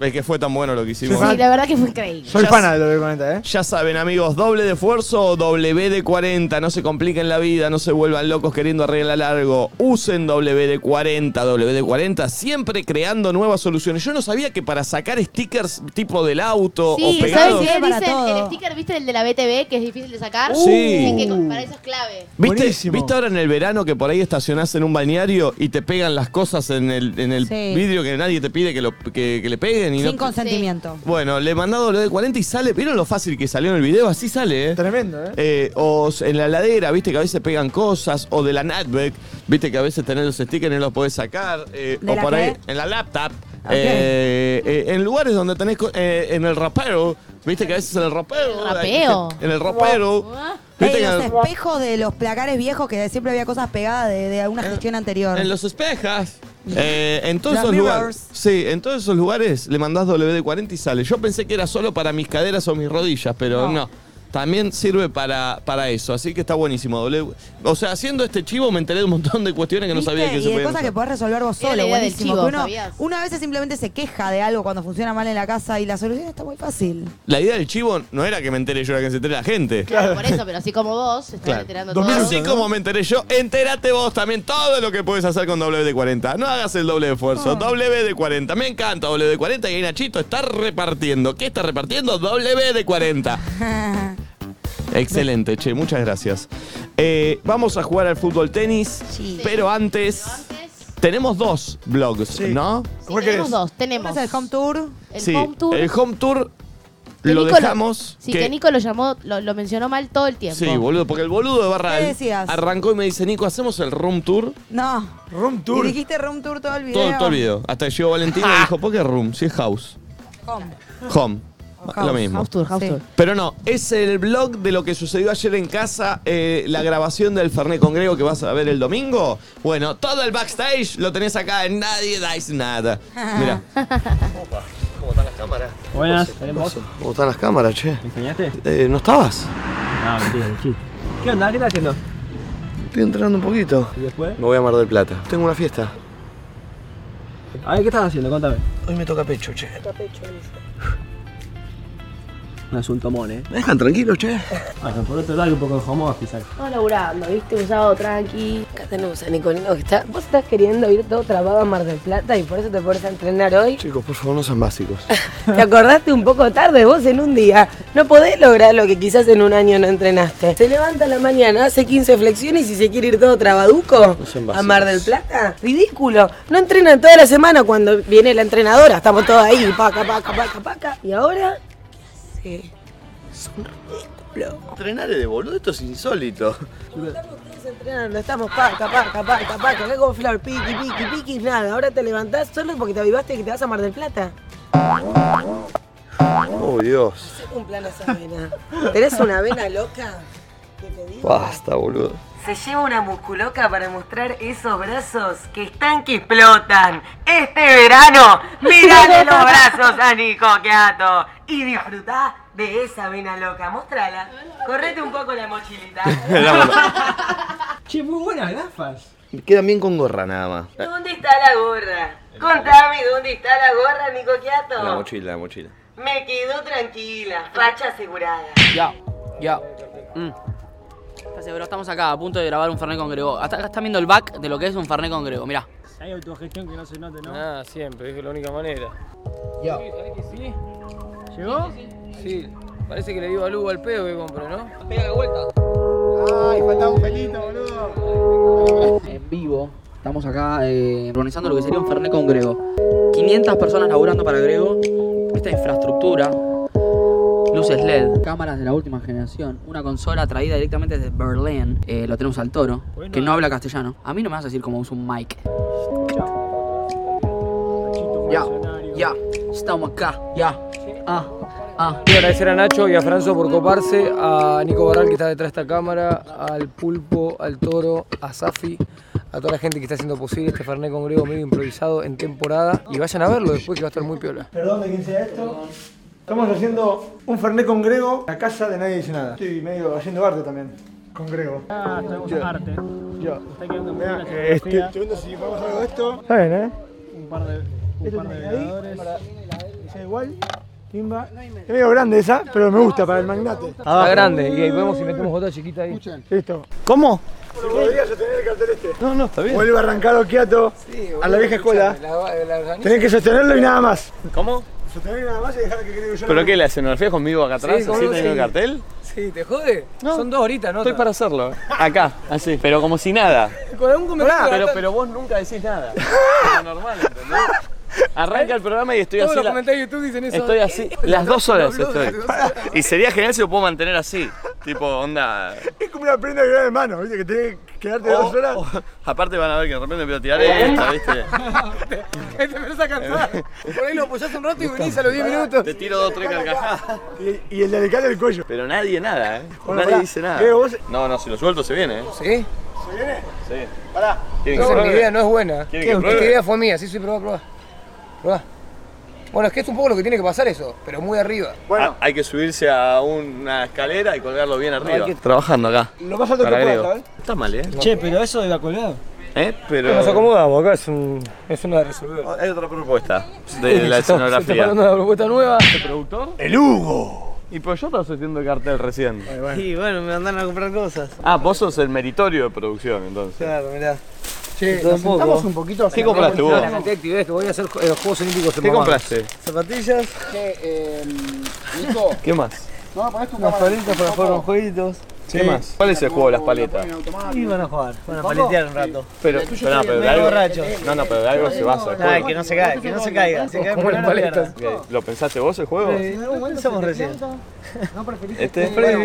Speaker 1: Es que fue tan bueno lo que hicimos.
Speaker 4: Sí, la verdad que fue increíble.
Speaker 1: Soy pana de
Speaker 18: W40, ¿eh?
Speaker 1: Ya saben, amigos, doble de esfuerzo, W de 40. No se compliquen la vida, no se vuelvan locos queriendo arreglar largo. Usen W de 40, W de 40, siempre creando nuevas soluciones. Yo no sabía que para sacar stickers tipo del auto
Speaker 4: Sí,
Speaker 1: o
Speaker 4: ¿sabes
Speaker 1: pegado.
Speaker 4: qué? Dicen el sticker, ¿viste? El de la BTV, que es difícil de sacar.
Speaker 1: Sí.
Speaker 4: Dicen que con- para eso es clave.
Speaker 1: ¿Viste, ¿Viste ahora en el verano que por ahí estacionás en un balneario y te pegan las cosas en el, en el
Speaker 6: Sí.
Speaker 1: vidrio que nadie te pide que, lo, que, que le peguen? Y
Speaker 6: Sin
Speaker 1: no-
Speaker 6: consentimiento.
Speaker 1: Bueno, le mandado lo de 40 y sale. ¿Vieron lo fácil que salió en el video? Así sale, ¿eh?
Speaker 18: Tremendo,
Speaker 1: ¿eh? o s- en la ladera, viste que a veces pegan cosas. O de la netbook, viste que a veces tenés los stickers y no los podés sacar. eh,
Speaker 7: ¿De
Speaker 1: o
Speaker 7: la
Speaker 1: por ahí,
Speaker 7: qué?
Speaker 1: en la laptop.
Speaker 7: Ok.
Speaker 1: eh, eh, en lugares donde tenés. co- eh, en el rapero, viste que a veces en el rapero.
Speaker 6: ¿El rapeo?
Speaker 1: En el rapero. Viste
Speaker 6: Ey,
Speaker 1: que
Speaker 6: los
Speaker 1: en-
Speaker 6: espejos de los placares viejos que siempre había cosas pegadas de, de alguna gestión anterior.
Speaker 1: En los espejas. Eh, en todos
Speaker 6: Los
Speaker 1: esos
Speaker 6: mirrors.
Speaker 1: lugares. Sí, en todos esos lugares le mandás WD-40 y sale. Yo pensé que era solo para mis caderas o mis rodillas, pero no. También sirve para, para eso, así que está buenísimo. W. O sea, haciendo este chivo me enteré de un montón de cuestiones que no sabía que
Speaker 6: y
Speaker 1: se
Speaker 6: de
Speaker 1: podían
Speaker 6: cosas que
Speaker 1: usar.
Speaker 6: podés resolver vos
Speaker 4: Era la idea
Speaker 6: solo,
Speaker 4: del
Speaker 6: buenísimo.
Speaker 4: chivo,
Speaker 6: que uno,
Speaker 4: ¿sabías?
Speaker 6: uno a veces simplemente se queja de algo cuando funciona mal en la casa y la solución está muy fácil.
Speaker 1: La idea del chivo no era que me entere yo, era que se entere la gente.
Speaker 4: Claro, por eso, pero así como vos, se están
Speaker 1: Claro.
Speaker 4: enterando todo.
Speaker 1: Así como me enteré yo, entérate vos también todo lo que puedes hacer con WD-40. No hagas el doble
Speaker 4: Ah.
Speaker 1: esfuerzo. WD-40. Me encanta WD-40 y ahí Nachito está repartiendo. ¿Qué está repartiendo? WD-40. Excelente, che, muchas gracias. Eh, vamos a jugar al fútbol tenis, pero antes tenemos dos blogs, ¿no?
Speaker 4: Sí, tenemos dos, tenemos. el home
Speaker 6: tour?
Speaker 4: El
Speaker 1: Sí,
Speaker 4: home tour.
Speaker 1: el home tour
Speaker 4: que
Speaker 1: lo
Speaker 4: Nico
Speaker 1: dejamos.
Speaker 4: sí, que, Nico lo llamó, lo, lo mencionó mal todo el tiempo.
Speaker 1: Sí, boludo, porque el boludo de
Speaker 6: ¿Qué
Speaker 1: Barral
Speaker 6: decías?
Speaker 1: arrancó y me dice, Nico, ¿hacemos el room tour?
Speaker 6: No.
Speaker 18: Room
Speaker 6: Y dijiste room tour todo el video. Ah.
Speaker 1: Todo, todo el video. Hasta que llegó Valentina y dijo, ¿por qué room? Si es house.
Speaker 6: Home.
Speaker 1: Home.
Speaker 6: House,
Speaker 1: Lo mismo.
Speaker 6: house tour, house Sí. tour.
Speaker 1: Pero no, es el blog de lo que sucedió ayer en casa, eh, la grabación del Fernet Congrego que vas a ver el domingo. Bueno, todo el backstage lo tenés acá en Nadie Dais Nada. Mira.
Speaker 7: ¿Cómo están las cámaras?
Speaker 10: Buenas,
Speaker 7: ¿Qué
Speaker 10: ¿vos?
Speaker 7: pasa? ¿Cómo están las cámaras, che?
Speaker 10: ¿Me enseñaste?
Speaker 7: Eh, ¿No estabas?
Speaker 10: No, mentira, el chiste. ¿Qué onda? ¿Qué estás haciendo?
Speaker 7: Estoy entrenando un poquito.
Speaker 10: ¿Y después?
Speaker 7: Me voy a Mar del Plata. Tengo una fiesta.
Speaker 10: A ver, ¿qué estás haciendo? Contame.
Speaker 7: Hoy me toca pecho, che.
Speaker 10: No es un tomón, ¿eh?
Speaker 7: ¿Me dejan tranquilo, che?
Speaker 10: Bueno, por otro lado, un poco de home office, ¿sabes?
Speaker 8: Estaba laburando, viste, un sábado tranqui. Acá tenemos a Nicolino que está. Vos estás queriendo ir todo trabado a Mar del Plata y por eso te pones a entrenar hoy.
Speaker 7: Chicos, por favor, no sean básicos.
Speaker 8: Te acordaste un poco tarde vos en un día. No podés lograr lo que quizás en un año no entrenaste. Se levanta a la mañana, hace 15 flexiones y se quiere ir todo trabaduco
Speaker 7: sean
Speaker 8: a
Speaker 7: básicos.
Speaker 8: Mar del Plata. Ridículo. No entrenan toda la semana cuando viene la entrenadora. Estamos todos ahí, paca, paca, paca, paca. Y ahora, ¿qué hace? Son ridículos.
Speaker 7: Entrenar de boludo, esto es insólito.
Speaker 8: Se entrenan, no estamos paca, paca, paca, paca. Acá con flor, piqui, piqui, piqui, nada. Ahora te levantás solo porque te avivaste que te vas a Mar del Plata.
Speaker 7: Oh, Dios.
Speaker 8: Un plan a esa vena. ¿Tenés una vena loca?
Speaker 7: Basta, boludo.
Speaker 8: Se lleva una musculoca para mostrar esos brazos que están que explotan. Este verano, mirale los brazos a Nico Queato y disfrutá de esa vena loca. Mostrala. Correte un poco la mochilita.
Speaker 10: Che, muy buenas gafas.
Speaker 7: Me quedan bien con gorra nada más. Eh,
Speaker 8: ¿Dónde está la gorra? Contame dónde está la gorra, Nico
Speaker 7: La
Speaker 8: Queato.
Speaker 7: mochila, la mochila.
Speaker 8: Me quedo tranquila. Facha asegurada.
Speaker 5: Ya, ya. Mm. ¿Estás seguro? Estamos acá a punto de grabar un Fernet con Grego. Hasta acá están viendo el back de lo que es un Fernet con Grego. Mirá.
Speaker 10: Hay autogestión que no se note, ¿no?
Speaker 13: Ah, siempre, es la única manera.
Speaker 10: Ya.
Speaker 13: Sí, ¿sabés que sí?
Speaker 10: ¿Llegó?
Speaker 13: Sí, parece que le dio a Lugo al pedo que compró, ¿no?
Speaker 10: Pega la vuelta.
Speaker 13: Ay, faltaba un pelito, boludo.
Speaker 5: En vivo, estamos acá eh, organizando lo que sería un Fernet con Grego. 500 personas laburando para Grego. Esta infraestructura, luces LED, cámaras de la última generación, una consola traída directamente desde Berlín. Eh, lo tenemos al toro, que no habla castellano. A mí no me vas a decir cómo usa un mic. Ya, ya, estamos acá, ya. Ah, ah.
Speaker 13: Quiero agradecer a Nacho y a Franzo por coparse, a Nico Barral que está detrás de esta cámara, al Pulpo, al Toro, a Safi, a toda la gente que está haciendo posible este Fernet con Grego medio improvisado en temporada. Y vayan a verlo después que va a estar muy piola.
Speaker 18: Perdón de quien sea esto. Estamos haciendo un Fernet con Grego, la casa de nadie dice nada. Estoy medio haciendo arte también, con Grego.
Speaker 10: Ah, tenemos
Speaker 18: Yo.
Speaker 10: arte.
Speaker 18: Yo.
Speaker 10: Está quedando muy
Speaker 18: Mirá,
Speaker 10: bien la
Speaker 18: eh, estoy-
Speaker 10: fotografía.
Speaker 18: estoy viendo si podemos algo de esto. Está bien, ¿eh?
Speaker 10: Un par de, un par de veladores.
Speaker 18: sea igual. Timba. Es medio grande esa, pero Ah, me gusta para el magnate.
Speaker 24: Está Ah, grande, y ahí vemos si metemos otra chiquita ahí.
Speaker 18: Listo. ¿Cómo? Podría sostener el cartel este. No, no, está bien. Vuelve a arrancar Okiato a la vieja escuela. Tenés que sostenerlo y nada más.
Speaker 7: ¿Cómo?
Speaker 18: Sostenerlo y nada más y dejar que creo yo.
Speaker 7: ¿Pero qué? ¿La escenografía conmigo acá atrás?
Speaker 24: Sí,
Speaker 7: ¿Así
Speaker 24: ¿cómo no?
Speaker 7: teniendo el
Speaker 24: Sí.
Speaker 7: cartel?
Speaker 24: Sí, ¿te jode? Son dos horitas, ¿no?
Speaker 7: Estoy para hacerlo. Acá, así. Pero como si nada.
Speaker 24: Con un comentario.
Speaker 7: Pero,
Speaker 24: bastante-
Speaker 7: pero vos nunca decís nada. Lo normal, ¿entendés? Arranca el programa y estoy
Speaker 24: Todos
Speaker 7: así.
Speaker 24: los
Speaker 7: la-
Speaker 24: comentarios de YouTube dicen eso.
Speaker 7: Estoy así. Las dos horas estoy. Y sería genial si lo puedo mantener así. Tipo, onda.
Speaker 18: Es como una prenda de gran hermano, viste, que tenés que quedarte
Speaker 24: Oh.
Speaker 18: dos horas.
Speaker 7: Aparte van a ver que de repente voy a tirar esta, ¿viste?
Speaker 24: Te empezás a cansar. Por ahí lo apoyás un rato y venís a los 10 minutos.
Speaker 7: Te tiro dos, tres carcajadas.
Speaker 18: Y, el de delicado del cuello.
Speaker 7: Pero nadie nada, ¿eh?
Speaker 18: Bueno,
Speaker 7: nadie
Speaker 18: pará.
Speaker 7: dice nada.
Speaker 18: Diego, vos-
Speaker 7: No, no, si lo suelto se viene, ¿eh?
Speaker 24: ¿Sí?
Speaker 18: ¿Se viene?
Speaker 7: Sí.
Speaker 18: Pará.
Speaker 7: ¿Quieren que
Speaker 24: No,
Speaker 7: se
Speaker 24: mi
Speaker 7: pruebe?
Speaker 24: idea no es buena.
Speaker 7: ¿Quieren
Speaker 24: ¿Qué?
Speaker 7: que pruebe?
Speaker 24: Esta idea fue mía, sí, sí, probá, probá. Probá. Bueno, es que es un poco lo que tiene que pasar eso, pero muy arriba.
Speaker 7: Bueno. Hay que subirse a una escalera y colgarlo bien arriba.
Speaker 24: hay que-
Speaker 7: Trabajando acá.
Speaker 24: Lo más alto
Speaker 7: Para
Speaker 24: que puedas,
Speaker 7: Grego.
Speaker 24: ¿sabes?
Speaker 7: Está mal, ¿eh?
Speaker 13: Che, pero eso de la colgada.
Speaker 7: ¿Eh? Pero... Oh,
Speaker 24: Nos acomodamos, acá es, un, es una de resolver.
Speaker 7: Hay otra propuesta de la escenografía.
Speaker 24: hablando de la propuesta nueva.
Speaker 7: ¿El productor? ¡El Hugo! Y pues yo estaba haciendo el cartel recién.
Speaker 13: Y bueno, me mandaron a comprar cosas.
Speaker 7: Ah, vos sos el meritorio de producción, entonces.
Speaker 24: Claro, mirá.
Speaker 13: Che,
Speaker 24: Yo tampoco.
Speaker 13: nos sentamos un poquito a
Speaker 7: ¿Qué compraste vos?
Speaker 24: La cantidad de actividades que este, voy a hacer en los Juegos Olímpicos en
Speaker 7: ¿Qué
Speaker 24: Mamá.
Speaker 7: compraste?
Speaker 13: Zapatillas. Che, eh,
Speaker 24: em,
Speaker 13: Nico,
Speaker 7: ¿Qué más?
Speaker 13: ¿no me pones tu
Speaker 24: Unas
Speaker 13: cámara?
Speaker 24: paletas para jugar unos jueguitos.
Speaker 7: ¿Qué más? ¿Cuál es el juego de las paletas?
Speaker 13: Y van a jugar, van a
Speaker 24: ¿Vos?
Speaker 13: paletear un rato.
Speaker 7: Pero, pero, no, pero de
Speaker 13: medio
Speaker 7: algo,
Speaker 13: borracho.
Speaker 7: no, no, pero de algo se basa el juego.
Speaker 13: Ay, que no se caiga, que no se caiga. Se cae por
Speaker 7: Bueno,
Speaker 13: una
Speaker 7: paletas.
Speaker 13: pierna.
Speaker 7: Ok, ¿Lo pensaste vos el juego?
Speaker 13: Eh, no, bueno, somos recién.
Speaker 7: Este.
Speaker 13: Lo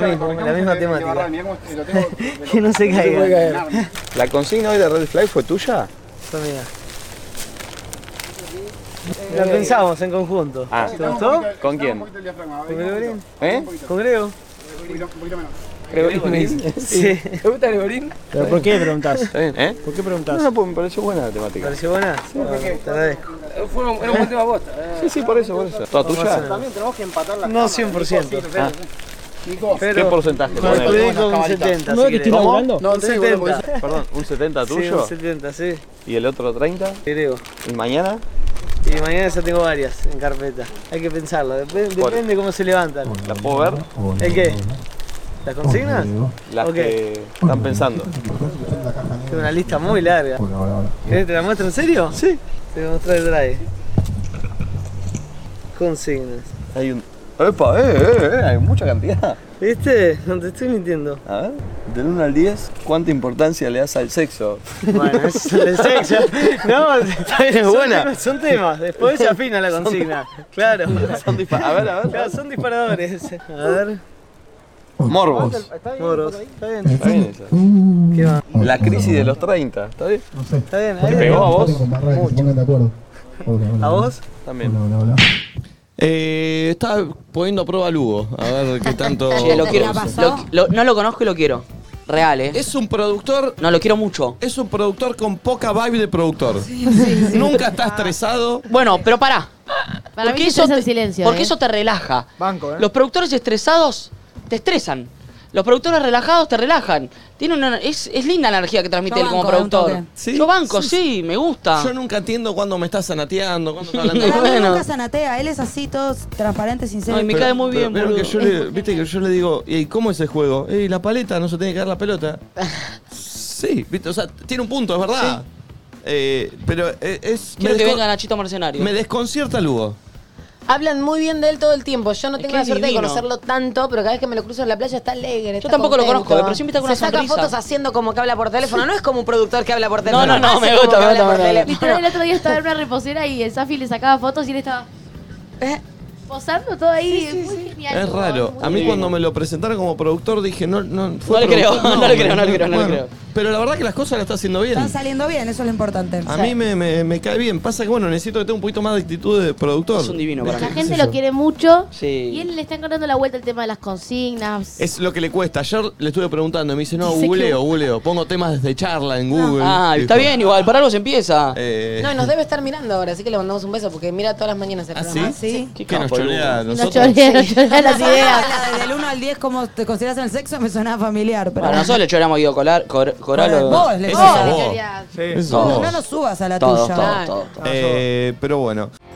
Speaker 13: mismo, la misma temática. Que no se
Speaker 7: puede
Speaker 13: caiga.
Speaker 7: caer. ¿La consigna hoy de Red Flag fue tuya?
Speaker 13: Fue mía. La pensamos en conjunto.
Speaker 7: Eh. Ah,
Speaker 13: ¿Te gustó?
Speaker 7: ¿con quién?
Speaker 13: ¿Con Gregorín?
Speaker 7: ¿Eh?
Speaker 13: ¿Con Grego?
Speaker 7: Gregorín.
Speaker 13: Sí.
Speaker 24: ¿Te gusta Gregorín?
Speaker 13: ¿Pero por qué preguntás?
Speaker 7: ¿Eh?
Speaker 13: ¿Por qué preguntás?
Speaker 7: No, no, pues me pareció buena la
Speaker 13: ¿Te
Speaker 7: temática.
Speaker 13: pareció buena? Bueno, te agradezco.
Speaker 24: Fue un, era un buen tema posta. eh.
Speaker 7: Sí, sí, por eso, por eso. ¿Toda tuya?
Speaker 13: También tenemos que empatar la No 100%.
Speaker 7: Ah, ¿Qué porcentaje?
Speaker 13: No,
Speaker 7: Ponele.
Speaker 13: estoy con un 70.
Speaker 7: ¿No
Speaker 13: si
Speaker 7: es que estoy
Speaker 13: querés.
Speaker 7: laburando?
Speaker 13: No, un 70.
Speaker 7: Perdón, ¿un 70 tuyo?
Speaker 13: Sí, un 70, sí.
Speaker 7: ¿Y el otro 30?
Speaker 13: Creo.
Speaker 7: ¿Y mañana?
Speaker 13: Y mañana ya tengo varias en carpeta. Hay que pensarlo. Depende,
Speaker 7: ¿Cuál?
Speaker 13: depende cómo se levantan.
Speaker 7: ¿La puedo ver?
Speaker 13: ¿El qué? ¿Las consignas?
Speaker 7: Las
Speaker 13: Ok.
Speaker 7: que están pensando.
Speaker 13: Tengo una lista muy larga. ¿Querés que ¿Te la muestro en serio? Sí. Te voy a mostrar el drive. Consignas.
Speaker 7: Hay un... ¡Epa! ¡Eh, eh, eh! Hay mucha cantidad.
Speaker 13: ¿Viste? No te estoy mintiendo.
Speaker 7: A ver, del 1 al 10, ¿cuánta importancia le das al sexo?
Speaker 13: Bueno, es el sexo. No, está bien, es buena. Son, temas, después se afina la consigna. Claro. Son
Speaker 7: a ver, a ver.
Speaker 13: son disparadores. A ver.
Speaker 7: Morbos.
Speaker 13: Moros. Está bien.
Speaker 7: Está bien esa.
Speaker 13: ¿Qué va?
Speaker 7: La crisis de los 30, ¿está bien?
Speaker 13: Está bien.
Speaker 7: ¿Te pegó a vos?
Speaker 13: ¿A vos?
Speaker 7: También.
Speaker 1: Eh, está poniendo a prueba a Lugo, a ver qué tanto.
Speaker 5: Che, lo quiero.
Speaker 1: usa.
Speaker 5: Lo- lo- no lo conozco y lo quiero. Real, ¿eh?
Speaker 1: Es un productor.
Speaker 5: No, lo quiero mucho.
Speaker 1: Es un productor con poca vibe de productor. Nunca está estresado.
Speaker 5: Bueno, pero pará.
Speaker 4: Para mí
Speaker 5: Porque
Speaker 4: eso
Speaker 5: eso,
Speaker 4: es el
Speaker 5: te,
Speaker 4: silencio.
Speaker 5: porque
Speaker 4: ¿eh?
Speaker 5: eso te relaja.
Speaker 13: Banco, ¿eh?
Speaker 5: Los productores estresados te estresan. Los productores relajados te relajan. Tiene una, es, es linda la energía que transmite
Speaker 6: Yo
Speaker 5: él como
Speaker 6: banco, de un
Speaker 5: productor.
Speaker 6: toque.
Speaker 1: Sí,
Speaker 5: Yo banco,
Speaker 1: sí,
Speaker 5: sí, me gusta.
Speaker 1: Yo nunca entiendo cuándo me está sanateando, cuándo está hablando.
Speaker 6: Para mí
Speaker 5: Bueno.
Speaker 6: nunca zanatea, él es así, todo transparente, sincero.
Speaker 5: Ay, me cae muy bien,
Speaker 1: Pero
Speaker 5: boludo.
Speaker 1: que yo le, viste que yo le digo, ¿y cómo es el juego? ¿Y la paleta no se tiene que dar la pelota? Sí, viste, o sea, tiene un punto, es verdad. Eh, pero eh, es.
Speaker 5: Quiero
Speaker 1: me
Speaker 5: que
Speaker 1: descon-
Speaker 5: venga Nachito Mercenario.
Speaker 1: Me desconcierta Lugo.
Speaker 3: Hablan muy bien de él todo el tiempo. Yo no tengo
Speaker 5: que
Speaker 3: la
Speaker 5: es
Speaker 3: suerte
Speaker 5: divino.
Speaker 3: de conocerlo tanto, pero cada vez que me lo cruzo en la playa está alegre. está
Speaker 5: tampoco lo
Speaker 3: contento.
Speaker 5: conozco, eh, pero siempre está con
Speaker 3: Se
Speaker 5: una
Speaker 3: saca
Speaker 5: sonrisa.
Speaker 3: fotos haciendo como que habla por teléfono. No es como un productor que habla por teléfono.
Speaker 5: no, no,
Speaker 3: Hace
Speaker 5: me
Speaker 3: como
Speaker 5: gusta,
Speaker 3: que
Speaker 5: me
Speaker 3: habla
Speaker 5: gusta,
Speaker 3: por
Speaker 5: me gusta.
Speaker 3: teléfono.
Speaker 4: Literal, el otro día estaba en una reposera y el Safi le sacaba fotos y él estaba
Speaker 6: Eh,
Speaker 4: posando todo ahí. muy genial.
Speaker 1: Es raro. A mí cuando me lo presentaron como productor dije, no, no,
Speaker 5: No le creo,
Speaker 1: productor,
Speaker 5: no le creo, no le creo, no le
Speaker 1: bueno.
Speaker 5: creo.
Speaker 1: Pero la verdad que las cosas las está haciendo bien.
Speaker 6: Están saliendo bien, eso es lo importante.
Speaker 1: A mí me, me- me cae bien. Pasa que bueno, necesito que tenga un poquito más de actitud de productor.
Speaker 5: Es un divino para
Speaker 4: La
Speaker 5: mí.
Speaker 4: gente lo quiere mucho
Speaker 5: Sí.
Speaker 4: y él le está encontrando la vuelta al tema de las consignas.
Speaker 1: Es lo que le cuesta. Ayer le estuve preguntando y me dice, no,
Speaker 4: Dice que-
Speaker 1: googleo, googleo. Pongo temas de charla en Google.
Speaker 5: Ah, está
Speaker 1: Dijo,
Speaker 5: bien, igual, para algo se empieza.
Speaker 1: eh,
Speaker 3: No, y nos debe estar mirando ahora, así que le mandamos un beso porque mira todas las mañanas el
Speaker 1: ¿Ah,
Speaker 3: programa.
Speaker 1: sí? ¿Qué que nos
Speaker 7: capo,
Speaker 1: chonea a
Speaker 7: Lugo.
Speaker 4: No
Speaker 1: nosotros?
Speaker 4: choré, no choré las ideas.
Speaker 6: La de- del 1 al 10, como te consideras en el sexo, me sonaba familiar. Pero
Speaker 5: Para nosotros le lloramos a Guido Colar, Cor- Coral o-
Speaker 6: Vos, le
Speaker 1: Eso
Speaker 6: sonaba.
Speaker 1: es vos.
Speaker 4: Teoría.
Speaker 1: Eso es
Speaker 5: Todos.
Speaker 1: vos.
Speaker 6: No nos subas a la
Speaker 5: Todos,
Speaker 6: tuya.
Speaker 5: todos, todos.
Speaker 1: Eh, pero bueno.